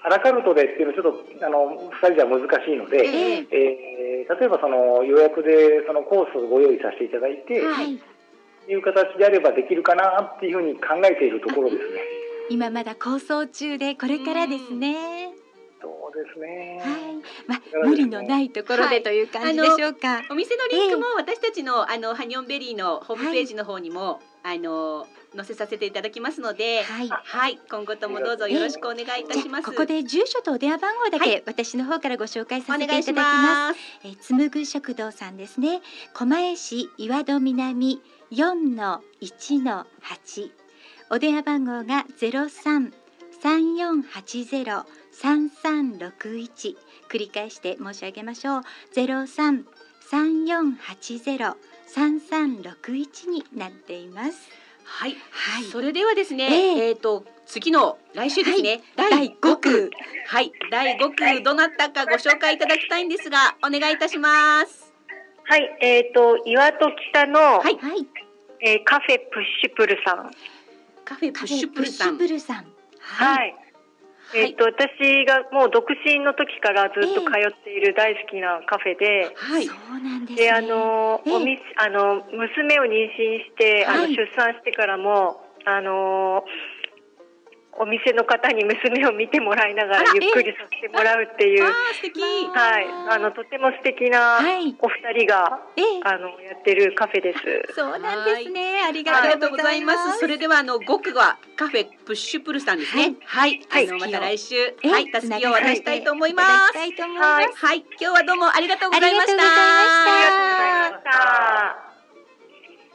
[SPEAKER 10] アラカルトでっていうのはちょっと、あの、二人じゃ難しいので、
[SPEAKER 2] ええ
[SPEAKER 10] えー例えばその予約でそのコースをご用意させていただいて、
[SPEAKER 2] はい
[SPEAKER 10] いう形であればできるかなっていうふうに考えているところですね。
[SPEAKER 3] 今まだ構想中でこれからですね、
[SPEAKER 10] そうですね。
[SPEAKER 3] はい、まあ無理のないところ
[SPEAKER 2] は
[SPEAKER 3] で
[SPEAKER 2] い
[SPEAKER 3] という感じでしょうか、
[SPEAKER 2] お店のリンクも私たちの、あのハニオンベリーのホームページの方にも、あの載せさせていただきますので、
[SPEAKER 3] はい
[SPEAKER 2] はい、今後ともどうぞよろしくお願いいた
[SPEAKER 3] じゃ
[SPEAKER 2] しま
[SPEAKER 3] あ
[SPEAKER 2] す。
[SPEAKER 3] ここで住所とお電話番号だけ、
[SPEAKER 2] は
[SPEAKER 3] 私の方からご紹介
[SPEAKER 2] お
[SPEAKER 3] さ
[SPEAKER 2] 願
[SPEAKER 3] せて
[SPEAKER 2] いし
[SPEAKER 3] いただきます
[SPEAKER 2] ます。
[SPEAKER 3] えー、つむぐ食堂さんですね狛江市岩戸南4の1の8お電話番号が0334803361繰り返して申し上げましょう0334803361になっています
[SPEAKER 2] はい、
[SPEAKER 3] はい
[SPEAKER 2] それではですね、
[SPEAKER 3] ええ
[SPEAKER 2] えっ、と次の来週ですね、
[SPEAKER 3] 第5区
[SPEAKER 2] はい、第5区どなたかご紹介いただきたいんですが、お願いいたします。
[SPEAKER 11] はいえっ、と岩戸北の、
[SPEAKER 2] はい
[SPEAKER 3] はい
[SPEAKER 11] えーカフェプッシュプルさんはい、
[SPEAKER 2] カフェプ
[SPEAKER 3] カ
[SPEAKER 2] ッ
[SPEAKER 3] フェ
[SPEAKER 2] シュ
[SPEAKER 3] プ
[SPEAKER 2] プ
[SPEAKER 3] ッ
[SPEAKER 2] ル
[SPEAKER 3] シ
[SPEAKER 2] さ
[SPEAKER 3] ュ
[SPEAKER 2] ん。
[SPEAKER 3] プルさん
[SPEAKER 11] えっ、と私がもう独身の時からずっと通っている大好きなカフェで、
[SPEAKER 2] はい
[SPEAKER 3] そ、うなんですね
[SPEAKER 11] であの、
[SPEAKER 3] ええ
[SPEAKER 11] おみあの娘を妊娠して、あ
[SPEAKER 3] は
[SPEAKER 11] の
[SPEAKER 3] い
[SPEAKER 11] 出産してからもあのお店の方に娘を見てもらいなが
[SPEAKER 2] あら
[SPEAKER 11] らゆっくりさせてもらうっていう、
[SPEAKER 2] あー素敵。
[SPEAKER 11] はいあのとても素敵な
[SPEAKER 3] はい
[SPEAKER 11] お二人が、
[SPEAKER 3] ええ
[SPEAKER 11] あのやってるカフェです。
[SPEAKER 3] そうなんですねあ
[SPEAKER 2] あ
[SPEAKER 3] り
[SPEAKER 2] り
[SPEAKER 3] が
[SPEAKER 2] が
[SPEAKER 3] と
[SPEAKER 2] と
[SPEAKER 3] う
[SPEAKER 2] う
[SPEAKER 3] ご
[SPEAKER 2] ご
[SPEAKER 3] ざ
[SPEAKER 2] ざ
[SPEAKER 3] い
[SPEAKER 2] い
[SPEAKER 3] ま
[SPEAKER 2] ますす。それではあの5区はカフェプッシュプルさんですね。はい、
[SPEAKER 3] はい
[SPEAKER 2] あのま
[SPEAKER 3] はい
[SPEAKER 2] た来週、
[SPEAKER 3] ええ
[SPEAKER 2] はい、たすきを渡したいと思いま
[SPEAKER 3] つながっていただきたいと思い
[SPEAKER 2] す。
[SPEAKER 3] ます
[SPEAKER 2] はい、はい今日はどうもありがとうございました。
[SPEAKER 3] ありがとうございました
[SPEAKER 11] ありがとうございました。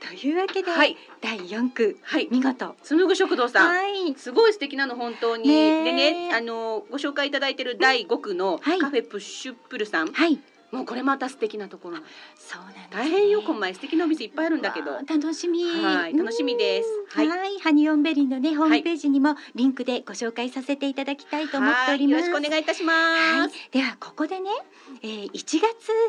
[SPEAKER 3] というわけで、
[SPEAKER 2] はい、
[SPEAKER 3] 第4区
[SPEAKER 2] はい、
[SPEAKER 3] 見事
[SPEAKER 2] つむぐ食堂さん。
[SPEAKER 3] はい
[SPEAKER 2] すごい素敵なの本当に、
[SPEAKER 3] ねえ
[SPEAKER 2] でねあのご紹介いただいてる第5区の
[SPEAKER 3] はい
[SPEAKER 2] カフェプッシュプルさん、
[SPEAKER 3] はい
[SPEAKER 2] もうこれまた素敵なところなんです
[SPEAKER 1] そうなんです、ね。
[SPEAKER 2] 大変よこんまい素敵なお店いっぱいあるんだけど
[SPEAKER 1] わあ楽しみ。
[SPEAKER 2] はい楽しみです
[SPEAKER 1] う
[SPEAKER 2] は
[SPEAKER 1] ん
[SPEAKER 2] い
[SPEAKER 1] はい、ハニオンベリーのね、ホームページにもリンクでご紹介させていただきたいと思っております。
[SPEAKER 2] はいよろしくお願いいたし
[SPEAKER 1] は
[SPEAKER 2] ま
[SPEAKER 1] い
[SPEAKER 2] す、
[SPEAKER 1] ではここでね、えー、1月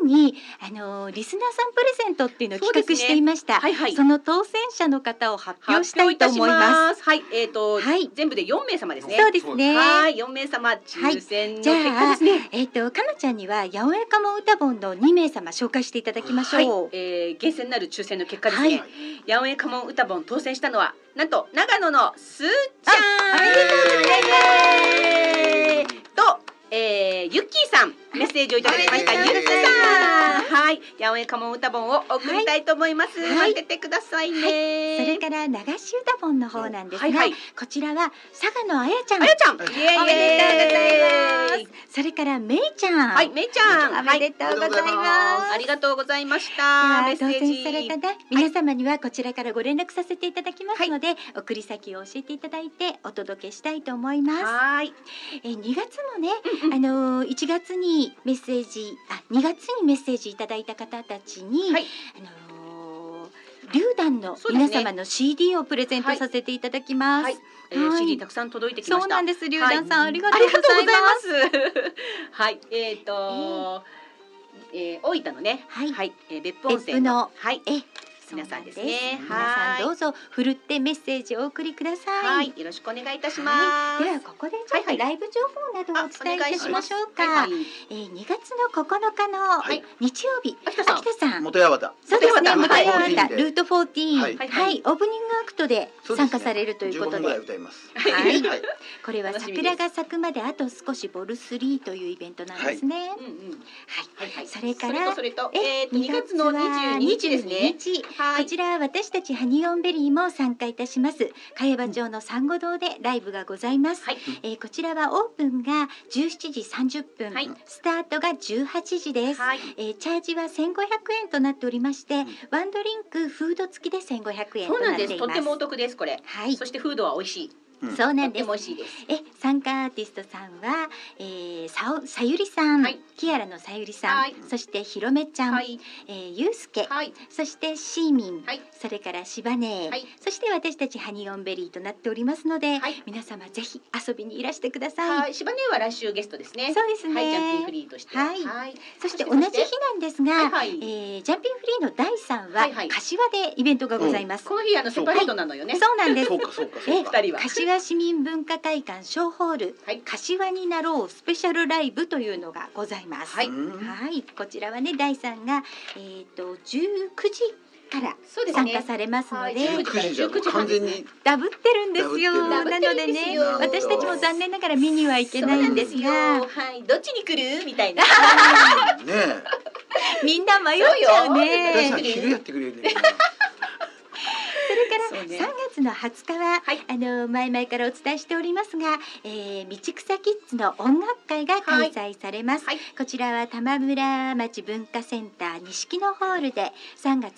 [SPEAKER 1] にあのーリスナーさんプレゼントっていうのを企
[SPEAKER 2] そ
[SPEAKER 1] 画
[SPEAKER 2] うです
[SPEAKER 1] し
[SPEAKER 2] ね
[SPEAKER 1] ていました。そ,、
[SPEAKER 2] はいはい
[SPEAKER 1] の当選者の方を発表したいと思います。
[SPEAKER 2] すはいえっ、と、
[SPEAKER 1] はい
[SPEAKER 2] 全部で四名様ですね
[SPEAKER 1] そうですね。
[SPEAKER 2] はい四名様抽選の
[SPEAKER 1] じゃ
[SPEAKER 2] 結果
[SPEAKER 1] あ
[SPEAKER 2] ですね、
[SPEAKER 1] えっ、とかなちゃんには八百屋かも歌本の2名様紹介していただきましょう。
[SPEAKER 2] はい、えー、厳選なる抽選の結果ですね。八百屋家紋歌本当選したのは、なんと長野のすーちゃん。
[SPEAKER 9] えー
[SPEAKER 2] と、えー、ゆっきーさんメッセージをいただきました、
[SPEAKER 9] はい
[SPEAKER 2] ゆっきーさんはい八百屋家紋歌本を送りたいと思います、
[SPEAKER 1] はい
[SPEAKER 2] 待っててくださいね、
[SPEAKER 1] それから流し歌本の方なんですが、
[SPEAKER 2] はいはい
[SPEAKER 1] こちらは佐賀のあやちゃん
[SPEAKER 2] あやちゃんイエイ
[SPEAKER 1] おめでとうござい
[SPEAKER 2] ます
[SPEAKER 1] それからめいちゃん、
[SPEAKER 2] はいめいちゃん
[SPEAKER 1] おめでとうございます。
[SPEAKER 2] ありがとうございまし
[SPEAKER 1] で
[SPEAKER 2] た
[SPEAKER 1] は
[SPEAKER 2] メッセ
[SPEAKER 1] 当
[SPEAKER 2] ー
[SPEAKER 1] 選され
[SPEAKER 2] ジ
[SPEAKER 1] た、ね皆様にはこちらからご連絡させていただきますので、送り先を教えていただいてお届けしたいと思いま
[SPEAKER 2] はーい
[SPEAKER 1] す。えー2月もね、あのー1月にメッセージあ2月にメッセージいただいた方たちに、
[SPEAKER 2] はい
[SPEAKER 1] あのーリュウダンの
[SPEAKER 2] そうですね
[SPEAKER 1] 皆様の CD をプレゼントさせていただきます。
[SPEAKER 2] はい、えー
[SPEAKER 1] はい
[SPEAKER 2] CD たくさん届いてきました
[SPEAKER 1] そうなんです、リュウダンさん、ありが
[SPEAKER 2] あ
[SPEAKER 1] とう
[SPEAKER 2] り
[SPEAKER 1] ご
[SPEAKER 2] がとう
[SPEAKER 1] ざい
[SPEAKER 2] ござ
[SPEAKER 1] ま。
[SPEAKER 2] いますす。 はい、えっ、と、えー大分のね、
[SPEAKER 1] はい
[SPEAKER 2] えー別府温泉
[SPEAKER 1] 別
[SPEAKER 2] はい、
[SPEAKER 1] え
[SPEAKER 2] 皆さんですね
[SPEAKER 1] 皆
[SPEAKER 2] は
[SPEAKER 1] さ
[SPEAKER 2] い
[SPEAKER 1] んどうぞふるってメッセージをお送りください。
[SPEAKER 2] はい、よろしくお願いいたします。
[SPEAKER 1] ではここでちょっ
[SPEAKER 2] はいは
[SPEAKER 1] と
[SPEAKER 2] い
[SPEAKER 1] ライブ情報などをお伝えいたしましょうか。
[SPEAKER 2] はいはい
[SPEAKER 1] えー2月の9日の
[SPEAKER 9] はい
[SPEAKER 1] 日曜日、
[SPEAKER 2] 秋田さん
[SPEAKER 1] 秋田さん。
[SPEAKER 9] 元山田
[SPEAKER 1] そうですね、
[SPEAKER 9] 元
[SPEAKER 1] 元
[SPEAKER 9] 山
[SPEAKER 1] 山
[SPEAKER 9] 田
[SPEAKER 1] 田ルート14、
[SPEAKER 9] は
[SPEAKER 1] はいい、
[SPEAKER 2] はい
[SPEAKER 1] オープニングアクトで
[SPEAKER 9] そうです
[SPEAKER 1] 参
[SPEAKER 9] ね
[SPEAKER 1] 加されるというこ
[SPEAKER 9] 15
[SPEAKER 1] と
[SPEAKER 9] 分
[SPEAKER 1] で、
[SPEAKER 9] ぐらい歌います
[SPEAKER 1] はい
[SPEAKER 9] はい
[SPEAKER 1] これは
[SPEAKER 2] 楽しみです
[SPEAKER 1] 桜が咲くまであと少しボル3というイベントなんですね。はい、
[SPEAKER 2] うんうん、はいはい。
[SPEAKER 1] それから
[SPEAKER 2] それとそれと
[SPEAKER 1] え
[SPEAKER 2] えっ、と2月の22日ですね。
[SPEAKER 1] 22日
[SPEAKER 2] は
[SPEAKER 1] こちらは私たちハニーオンベリーも参加いたします。茅場町の産後堂でライブがございます。
[SPEAKER 2] はい
[SPEAKER 1] えーこちらはオープンが17時30分、
[SPEAKER 2] はい
[SPEAKER 1] スタートが18時です。
[SPEAKER 2] はい。
[SPEAKER 1] えーチャージは1500円となっておりまして、
[SPEAKER 9] ん
[SPEAKER 1] ワンドリンクフード付きで1500円
[SPEAKER 2] そ
[SPEAKER 1] と
[SPEAKER 2] うな
[SPEAKER 1] なんって
[SPEAKER 2] で。
[SPEAKER 1] いますす。
[SPEAKER 2] とってもお得ですこれ。
[SPEAKER 1] はい
[SPEAKER 2] そ、してフードは美味しい。
[SPEAKER 9] うん
[SPEAKER 1] そうな
[SPEAKER 2] とっ
[SPEAKER 1] んで
[SPEAKER 2] て
[SPEAKER 1] す
[SPEAKER 2] も。美味しいです。
[SPEAKER 1] え参加アーティストさんは、えー、さおさゆりさん、
[SPEAKER 2] はい
[SPEAKER 1] キアラのさゆりさん、
[SPEAKER 2] はい
[SPEAKER 1] そしてひろめちゃん、
[SPEAKER 2] はい
[SPEAKER 1] えーゆうすけ、
[SPEAKER 2] はい
[SPEAKER 1] そしてシーミン、
[SPEAKER 2] はい
[SPEAKER 1] それからシバネー、
[SPEAKER 2] はい
[SPEAKER 1] そして私たちハニーオンベリーとなっておりますので、
[SPEAKER 2] はい
[SPEAKER 1] 皆様ぜひ遊びにいらしてください。
[SPEAKER 2] はい。シバネは来週ゲストですね。
[SPEAKER 1] そうですね
[SPEAKER 2] はい、ジャンピンフリーとして。
[SPEAKER 1] はい
[SPEAKER 2] はい。
[SPEAKER 1] そして同じ日なんですが、
[SPEAKER 2] はいはい
[SPEAKER 1] えージャンピンフリーの第3
[SPEAKER 2] は
[SPEAKER 1] はい
[SPEAKER 2] はい
[SPEAKER 1] 柏でイベントがございます。
[SPEAKER 2] この日あのセパレートなのよね。
[SPEAKER 1] そうなんです
[SPEAKER 9] そう。かそうかそ
[SPEAKER 1] え
[SPEAKER 9] うか
[SPEAKER 2] 二人は。
[SPEAKER 1] 柏市民文化会館小ホール、
[SPEAKER 2] はい
[SPEAKER 1] 柏になろうスペシャルライブというのがございます。
[SPEAKER 2] はい
[SPEAKER 9] うん
[SPEAKER 1] はいこちらはね第3がえっ、と19時から
[SPEAKER 2] そうです
[SPEAKER 1] 参
[SPEAKER 2] ね。
[SPEAKER 1] 加されますので、
[SPEAKER 2] はい
[SPEAKER 9] 19時じゃん
[SPEAKER 2] 19時半
[SPEAKER 9] 完
[SPEAKER 2] です
[SPEAKER 9] 全
[SPEAKER 2] ね
[SPEAKER 9] に
[SPEAKER 1] ダブってるんですよ。
[SPEAKER 9] ダ
[SPEAKER 1] な
[SPEAKER 2] ブって
[SPEAKER 1] の
[SPEAKER 2] る
[SPEAKER 1] でね、
[SPEAKER 2] ダ
[SPEAKER 9] ブってるんです
[SPEAKER 1] 私
[SPEAKER 9] よ
[SPEAKER 1] たちも残念ながら見にはいけないんです
[SPEAKER 2] そうな
[SPEAKER 1] が、
[SPEAKER 2] んですよはい、どっちに来るみたいな。
[SPEAKER 9] うんねえ
[SPEAKER 1] みんな迷っちゃう
[SPEAKER 9] 大
[SPEAKER 1] ね。
[SPEAKER 9] 地
[SPEAKER 1] そ
[SPEAKER 9] さん昼やってくれるね
[SPEAKER 1] れから
[SPEAKER 2] そうね
[SPEAKER 1] 3月の20日は、
[SPEAKER 2] はい
[SPEAKER 1] あの前々からお伝えしておりますが、えー、道草キッズの音楽会が開催されます。
[SPEAKER 2] はい
[SPEAKER 1] こちらは玉村町文化センター錦のホールで3月20日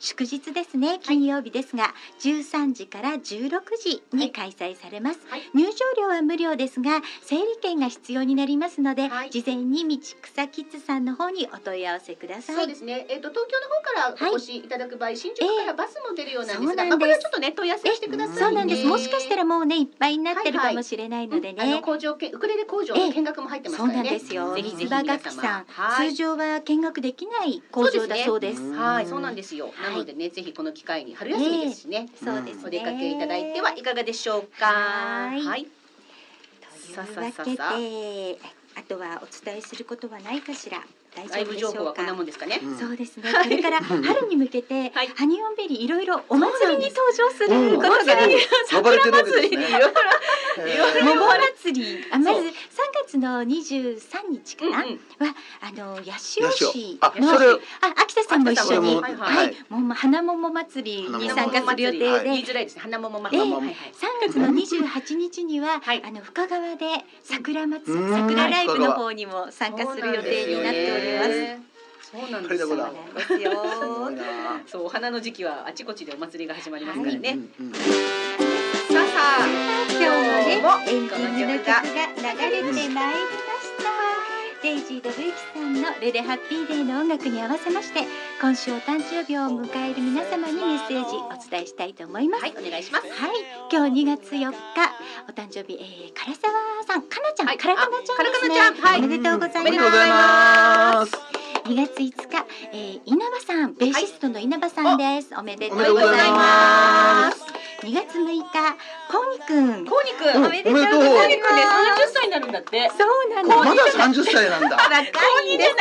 [SPEAKER 1] 祝日ですね金曜日ですが、13時から16時に開催されます、
[SPEAKER 2] はい
[SPEAKER 1] 入場料は無料ですが整理券が必要になりますので、
[SPEAKER 2] はい
[SPEAKER 1] 事前に道草キッズさんの方にお問い合わせください
[SPEAKER 2] そうですね。えっ、と東京の方からお越しいただく場合、新宿からバスも出るようなんですが、
[SPEAKER 1] ええ
[SPEAKER 2] まあこれはちょっとね問い合わせしてください、ね。
[SPEAKER 1] そうなんですもしかしたらもうねいっぱいになってる
[SPEAKER 2] はい
[SPEAKER 1] か
[SPEAKER 2] はい
[SPEAKER 1] もしれないのでね、
[SPEAKER 2] うんあの工場見ウクレレ工場の見学も入ってます
[SPEAKER 1] そ
[SPEAKER 2] か
[SPEAKER 1] う
[SPEAKER 2] らね。
[SPEAKER 1] なんですよ。
[SPEAKER 2] ぜひぜひ
[SPEAKER 1] 水場楽器さん、
[SPEAKER 2] 皆様はい
[SPEAKER 1] 通常は見学できない工場だそうです。
[SPEAKER 9] うん
[SPEAKER 2] はい、そうなんですよ。なのでね、ぜひこの機会に春休みですしね、
[SPEAKER 1] そうですね。
[SPEAKER 2] お出かけいただいてはいかがでしょうか。
[SPEAKER 1] はい
[SPEAKER 2] さあ
[SPEAKER 1] と
[SPEAKER 2] さ
[SPEAKER 1] い
[SPEAKER 2] あ
[SPEAKER 1] うわ
[SPEAKER 2] さあ
[SPEAKER 1] けで
[SPEAKER 2] さあ
[SPEAKER 1] あとはお伝えすることはないかしら大
[SPEAKER 2] ラ
[SPEAKER 1] 丈夫
[SPEAKER 2] イブ
[SPEAKER 1] でしょ
[SPEAKER 2] 情報
[SPEAKER 1] う
[SPEAKER 2] はこんな
[SPEAKER 1] か
[SPEAKER 2] もんですかね。
[SPEAKER 9] うん
[SPEAKER 1] そうですねこれから春に向けて、
[SPEAKER 2] はい
[SPEAKER 1] ハニオンベリーいろいろお祭りに登場することが、
[SPEAKER 9] 呼ばれてるわけですね
[SPEAKER 2] いろいろ
[SPEAKER 9] へ
[SPEAKER 1] 桃祭りあまず3月の23日かな、
[SPEAKER 2] うんうん
[SPEAKER 1] はあの八潮市
[SPEAKER 9] 八潮あ
[SPEAKER 1] の
[SPEAKER 9] それ
[SPEAKER 1] あ秋田さんも一緒に
[SPEAKER 9] 秋田さんも
[SPEAKER 1] はい、
[SPEAKER 9] はい
[SPEAKER 1] もう花桃祭りに参加する予定で、
[SPEAKER 9] 花桃祭り
[SPEAKER 2] 言いづらいですね。花桃祭
[SPEAKER 1] え
[SPEAKER 2] り。
[SPEAKER 1] え
[SPEAKER 2] はいは
[SPEAKER 1] 3
[SPEAKER 2] い
[SPEAKER 1] 月の28日には、
[SPEAKER 2] はい
[SPEAKER 1] あの深川で桜祭
[SPEAKER 9] う
[SPEAKER 1] り
[SPEAKER 9] ん
[SPEAKER 1] 桜ライブの方にも参加する予定になっております。
[SPEAKER 2] そうなんですよね。そう
[SPEAKER 9] や
[SPEAKER 2] な
[SPEAKER 9] っ
[SPEAKER 2] んですよ。
[SPEAKER 1] そうなんですよ。
[SPEAKER 9] すごいな
[SPEAKER 2] そうお花の時期はあちこちでお祭りが始まりますからね。
[SPEAKER 9] うんうん
[SPEAKER 2] さあさ
[SPEAKER 1] 今日もね
[SPEAKER 2] 今日も
[SPEAKER 1] エンディングの曲が流れてまいりました。でページドブユキさんの「ルレハッピーデー」の音楽に合わせまして今週お誕生日を迎える皆様にメッセージお伝えしたいと思います。
[SPEAKER 2] はい、お願いします。
[SPEAKER 1] はい、今日2月4日、お誕生日、えー、唐沢さん、かなちゃん、
[SPEAKER 2] はい
[SPEAKER 1] からかなちゃんですね。
[SPEAKER 2] あからかなちゃんはい
[SPEAKER 1] おめでとうございます。
[SPEAKER 2] おめでとうございます。
[SPEAKER 1] 2月5日、えー、稲葉さん、ベーシストの稲葉さんです。おめでとうござい
[SPEAKER 9] おめでとうござい
[SPEAKER 1] ま。
[SPEAKER 9] ます
[SPEAKER 1] 2月6日、こうにくん。
[SPEAKER 2] コウニ君、
[SPEAKER 9] うん
[SPEAKER 2] コウ
[SPEAKER 9] おめ
[SPEAKER 2] ニ
[SPEAKER 9] でとう。
[SPEAKER 2] 君ね、三十歳になるんだって。
[SPEAKER 1] そうなん
[SPEAKER 9] まだ三十歳なんだ。
[SPEAKER 1] 高いです。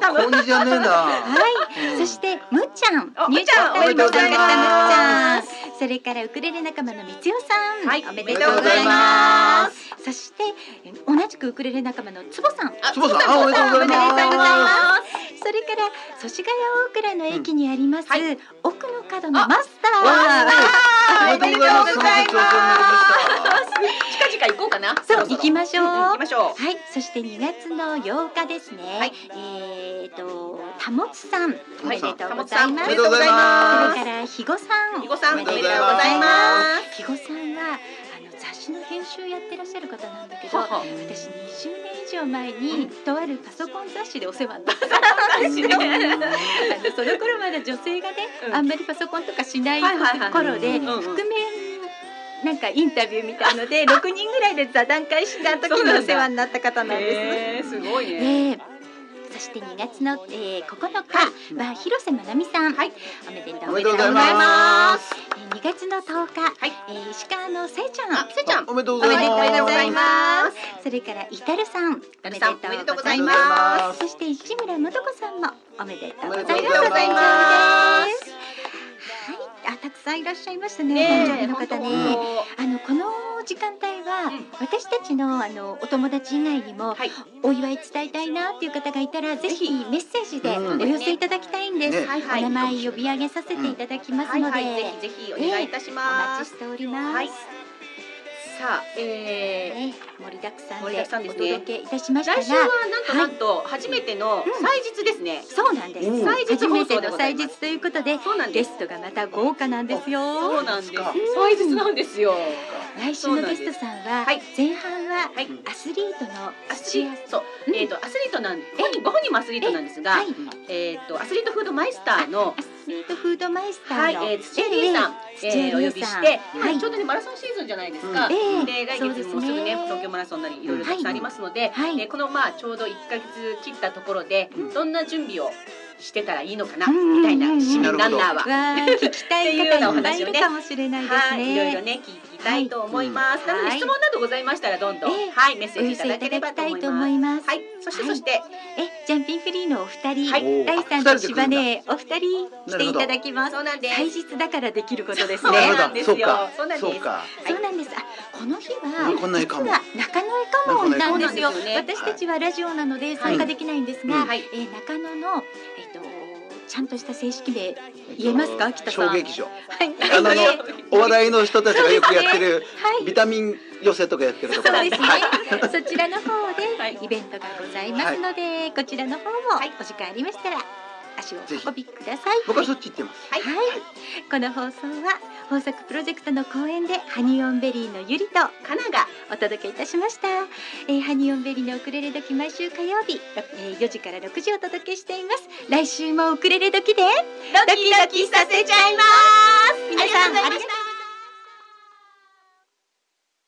[SPEAKER 9] 高二じゃねえな。
[SPEAKER 1] はい、
[SPEAKER 9] うん
[SPEAKER 1] そしてむっちゃん、
[SPEAKER 2] お
[SPEAKER 1] 入社
[SPEAKER 2] むっちゃんおめでとうござい
[SPEAKER 1] さ
[SPEAKER 2] ま
[SPEAKER 1] んそれからウクレレ仲間のみつよさん、
[SPEAKER 2] はい
[SPEAKER 1] おめでとうございます。そしてえ同じくウクレレ仲間のつぼさん、
[SPEAKER 2] あ
[SPEAKER 9] つぼさん、あおめでとうございます。
[SPEAKER 1] それから祖師ヶ谷大倉の駅にあります、
[SPEAKER 2] うんは
[SPEAKER 1] 奥の角のマスター。
[SPEAKER 9] おめでとうございます。その節お世話になりました。
[SPEAKER 2] 近々行こうかな。
[SPEAKER 1] そう行きましょう。
[SPEAKER 2] 行きましょう。
[SPEAKER 1] はい、そして2月の8日ですね。
[SPEAKER 2] はい
[SPEAKER 1] えっ、と、たもつさん、お
[SPEAKER 9] は
[SPEAKER 1] めで
[SPEAKER 9] い
[SPEAKER 1] とうご
[SPEAKER 2] さ
[SPEAKER 1] ざい
[SPEAKER 2] んお
[SPEAKER 1] ま
[SPEAKER 2] め
[SPEAKER 1] す。
[SPEAKER 2] でとうござい
[SPEAKER 1] そ
[SPEAKER 2] ま
[SPEAKER 1] れから肥後さん、
[SPEAKER 2] す。ひごさん、お
[SPEAKER 1] おめ
[SPEAKER 2] めで
[SPEAKER 1] で
[SPEAKER 2] と
[SPEAKER 1] と
[SPEAKER 2] う
[SPEAKER 1] う
[SPEAKER 2] ご
[SPEAKER 1] ご
[SPEAKER 2] ざ
[SPEAKER 1] ざ
[SPEAKER 2] い
[SPEAKER 1] い
[SPEAKER 2] ま。
[SPEAKER 1] ますす。肥後さんはあの雑誌の編集やってらっしゃる方なんだけど、
[SPEAKER 2] はは
[SPEAKER 1] 私20年以上前に、とあるパソコン雑誌でお世話になった。 あのその頃まだ女性がね、
[SPEAKER 2] うん
[SPEAKER 1] あんまりパソコンとかしない
[SPEAKER 2] はいはいはい
[SPEAKER 1] 頃で、
[SPEAKER 2] うんうん
[SPEAKER 1] 覆面なんかインタビューみたいの で6人ぐらいで座談会した時
[SPEAKER 2] そうなんだ
[SPEAKER 1] にお世話になった方なんです。
[SPEAKER 2] えー、すごいね。
[SPEAKER 1] ええそして2月の、えー、9日は広瀬まなみさん、おめでとう
[SPEAKER 9] お
[SPEAKER 1] ご
[SPEAKER 9] めで
[SPEAKER 1] ざ
[SPEAKER 9] とう
[SPEAKER 1] い
[SPEAKER 9] ござい
[SPEAKER 1] ま。
[SPEAKER 9] ますす。
[SPEAKER 1] えー2月の10日、
[SPEAKER 2] はい
[SPEAKER 1] えー石川のせいちゃん
[SPEAKER 2] あ、せいちゃん、
[SPEAKER 9] おめでとう
[SPEAKER 2] お
[SPEAKER 9] ございます。
[SPEAKER 2] めでとうございます。
[SPEAKER 1] それからイタルさん、。
[SPEAKER 2] たるさん、おめでとうございま
[SPEAKER 9] ます
[SPEAKER 1] そして市村素子さんもおめでとうございます。。
[SPEAKER 9] おめでとうござい
[SPEAKER 2] ます
[SPEAKER 1] はい、あたくさんいらっしゃいましたね。
[SPEAKER 2] す。
[SPEAKER 1] 誕生
[SPEAKER 2] ねえ、
[SPEAKER 1] 日の
[SPEAKER 2] 本当
[SPEAKER 1] 方
[SPEAKER 2] 本
[SPEAKER 1] ね。
[SPEAKER 2] 当。
[SPEAKER 1] あのこの時間帯は、
[SPEAKER 2] うん
[SPEAKER 1] 私たちのあのお友達以外にも
[SPEAKER 2] はい、
[SPEAKER 1] お祝い伝えたいなっていう方がいたらぜひメッセージで
[SPEAKER 9] うん
[SPEAKER 1] お寄せいただきたいんです。
[SPEAKER 9] ね
[SPEAKER 2] はいは
[SPEAKER 1] お
[SPEAKER 2] い
[SPEAKER 1] 名前呼び上げさせていただきます
[SPEAKER 2] はい
[SPEAKER 1] ので、
[SPEAKER 2] はい、ぜひぜひお願いいたし
[SPEAKER 1] お待
[SPEAKER 2] ま
[SPEAKER 1] ち
[SPEAKER 2] す。
[SPEAKER 1] しております。
[SPEAKER 2] はいさあ、えー。
[SPEAKER 1] ね、盛りだくさん
[SPEAKER 2] 盛り
[SPEAKER 1] で
[SPEAKER 2] だくさんで
[SPEAKER 1] お
[SPEAKER 2] すね
[SPEAKER 1] 届けいたしましたが、
[SPEAKER 2] 来週はなんとなんと初めての祭日ですね。
[SPEAKER 1] そうなんです。
[SPEAKER 9] うん
[SPEAKER 1] 祭日
[SPEAKER 2] 初
[SPEAKER 1] め
[SPEAKER 2] め
[SPEAKER 1] て
[SPEAKER 2] て
[SPEAKER 1] の
[SPEAKER 2] の
[SPEAKER 1] 祭
[SPEAKER 2] 祭
[SPEAKER 1] 日
[SPEAKER 2] 日
[SPEAKER 1] ということで、
[SPEAKER 2] そうなん
[SPEAKER 1] ゲ
[SPEAKER 2] です。
[SPEAKER 1] ストがまた豪華なんですよ。
[SPEAKER 2] そうなんです。
[SPEAKER 9] そうなん
[SPEAKER 2] 祭日なんですよ。
[SPEAKER 1] 来週のゲストさんは、
[SPEAKER 2] はい
[SPEAKER 1] 前半は
[SPEAKER 2] はい。
[SPEAKER 1] アスリートの
[SPEAKER 2] アスリート、そう
[SPEAKER 1] うん
[SPEAKER 2] えっ、とアスリートなんご本人ご本人もアスリートなんですが、
[SPEAKER 1] はい、
[SPEAKER 2] えっ、とアスリートフードマイスターの
[SPEAKER 1] アスリートフードマイスタ
[SPEAKER 2] はい、
[SPEAKER 1] ー
[SPEAKER 2] え
[SPEAKER 1] の、
[SPEAKER 2] ー、土屋理恵さん、
[SPEAKER 1] ええ
[SPEAKER 2] えー
[SPEAKER 1] 土屋理恵さん
[SPEAKER 2] お呼びして、
[SPEAKER 1] はい
[SPEAKER 2] でちょうどねマラソンシーズンじゃないですか。
[SPEAKER 9] うん
[SPEAKER 1] ええ
[SPEAKER 2] で来
[SPEAKER 1] そうです
[SPEAKER 2] 月
[SPEAKER 1] ね
[SPEAKER 2] もすぐね東京マラソンなりいろいろたくさんありますので、
[SPEAKER 1] はい
[SPEAKER 2] えーこのまあちょうど1ヶ月切ったところで、どんな準備をしてたらいいのかな、
[SPEAKER 1] うん
[SPEAKER 2] みたいな
[SPEAKER 1] うんうん
[SPEAKER 2] 市民ランナーは
[SPEAKER 1] わ。ー聞きたい方いっぱいいるかもしれないです
[SPEAKER 2] はい、いろいろ
[SPEAKER 1] ね。
[SPEAKER 2] ね聞きたいと思います。
[SPEAKER 1] はい
[SPEAKER 2] なので質問などございましたらどんどん、
[SPEAKER 1] ええ
[SPEAKER 2] はいメッセ
[SPEAKER 1] お
[SPEAKER 2] ージ
[SPEAKER 1] 寄
[SPEAKER 2] いた
[SPEAKER 1] せ
[SPEAKER 2] だ
[SPEAKER 1] いた
[SPEAKER 2] けれ
[SPEAKER 1] だ
[SPEAKER 2] ば
[SPEAKER 1] きた
[SPEAKER 2] と思
[SPEAKER 1] い
[SPEAKER 2] い
[SPEAKER 1] と思
[SPEAKER 2] ます。
[SPEAKER 1] います。
[SPEAKER 2] はい、そして
[SPEAKER 1] はい
[SPEAKER 2] そして、
[SPEAKER 1] え、ジャンピンフリーのお二人、
[SPEAKER 2] は
[SPEAKER 9] おー
[SPEAKER 1] 第三と柴根お二人来ていただきます。
[SPEAKER 2] そうなんです。
[SPEAKER 1] 祭日だからできることです
[SPEAKER 2] そう
[SPEAKER 1] ね。
[SPEAKER 2] なんです
[SPEAKER 9] そ
[SPEAKER 2] よ
[SPEAKER 9] うか
[SPEAKER 2] そうなん、です
[SPEAKER 9] そうか。
[SPEAKER 2] はい
[SPEAKER 1] そうなんです。あ、この日は、
[SPEAKER 9] うんこんな絵かも
[SPEAKER 1] 実は中野絵かもなんですよ。
[SPEAKER 2] 中野絵かもなん
[SPEAKER 9] ですよね
[SPEAKER 1] 私たちはラジオなので参加できないんですが、
[SPEAKER 9] はい
[SPEAKER 2] うんはい
[SPEAKER 1] えー中野のえっ、とちゃんとした正式名言えますか、秋田さん。
[SPEAKER 9] 小劇場。
[SPEAKER 1] はい。
[SPEAKER 9] あのお笑いの人たちがよくやってる
[SPEAKER 1] はい
[SPEAKER 9] ビタミン寄せとかやってるところ。
[SPEAKER 1] そうですね
[SPEAKER 9] はい。。
[SPEAKER 1] そちらの方
[SPEAKER 2] は
[SPEAKER 1] で
[SPEAKER 2] い
[SPEAKER 1] イベントがございますので、こちらの方もお時間ありましたら足をお運びください。
[SPEAKER 9] 僕はそっち行ってます。
[SPEAKER 1] はい、この放送は豊作プロジェクトの公演でハニーオンベリーのゆりと
[SPEAKER 2] カナが
[SPEAKER 1] お届けいたしました、えー、ハニーオンベリーのウクレレ時毎週火曜日、えー、4時から6時お届けしています来週もウクレレ時でドキドキさせちゃいます皆さんありがとうございました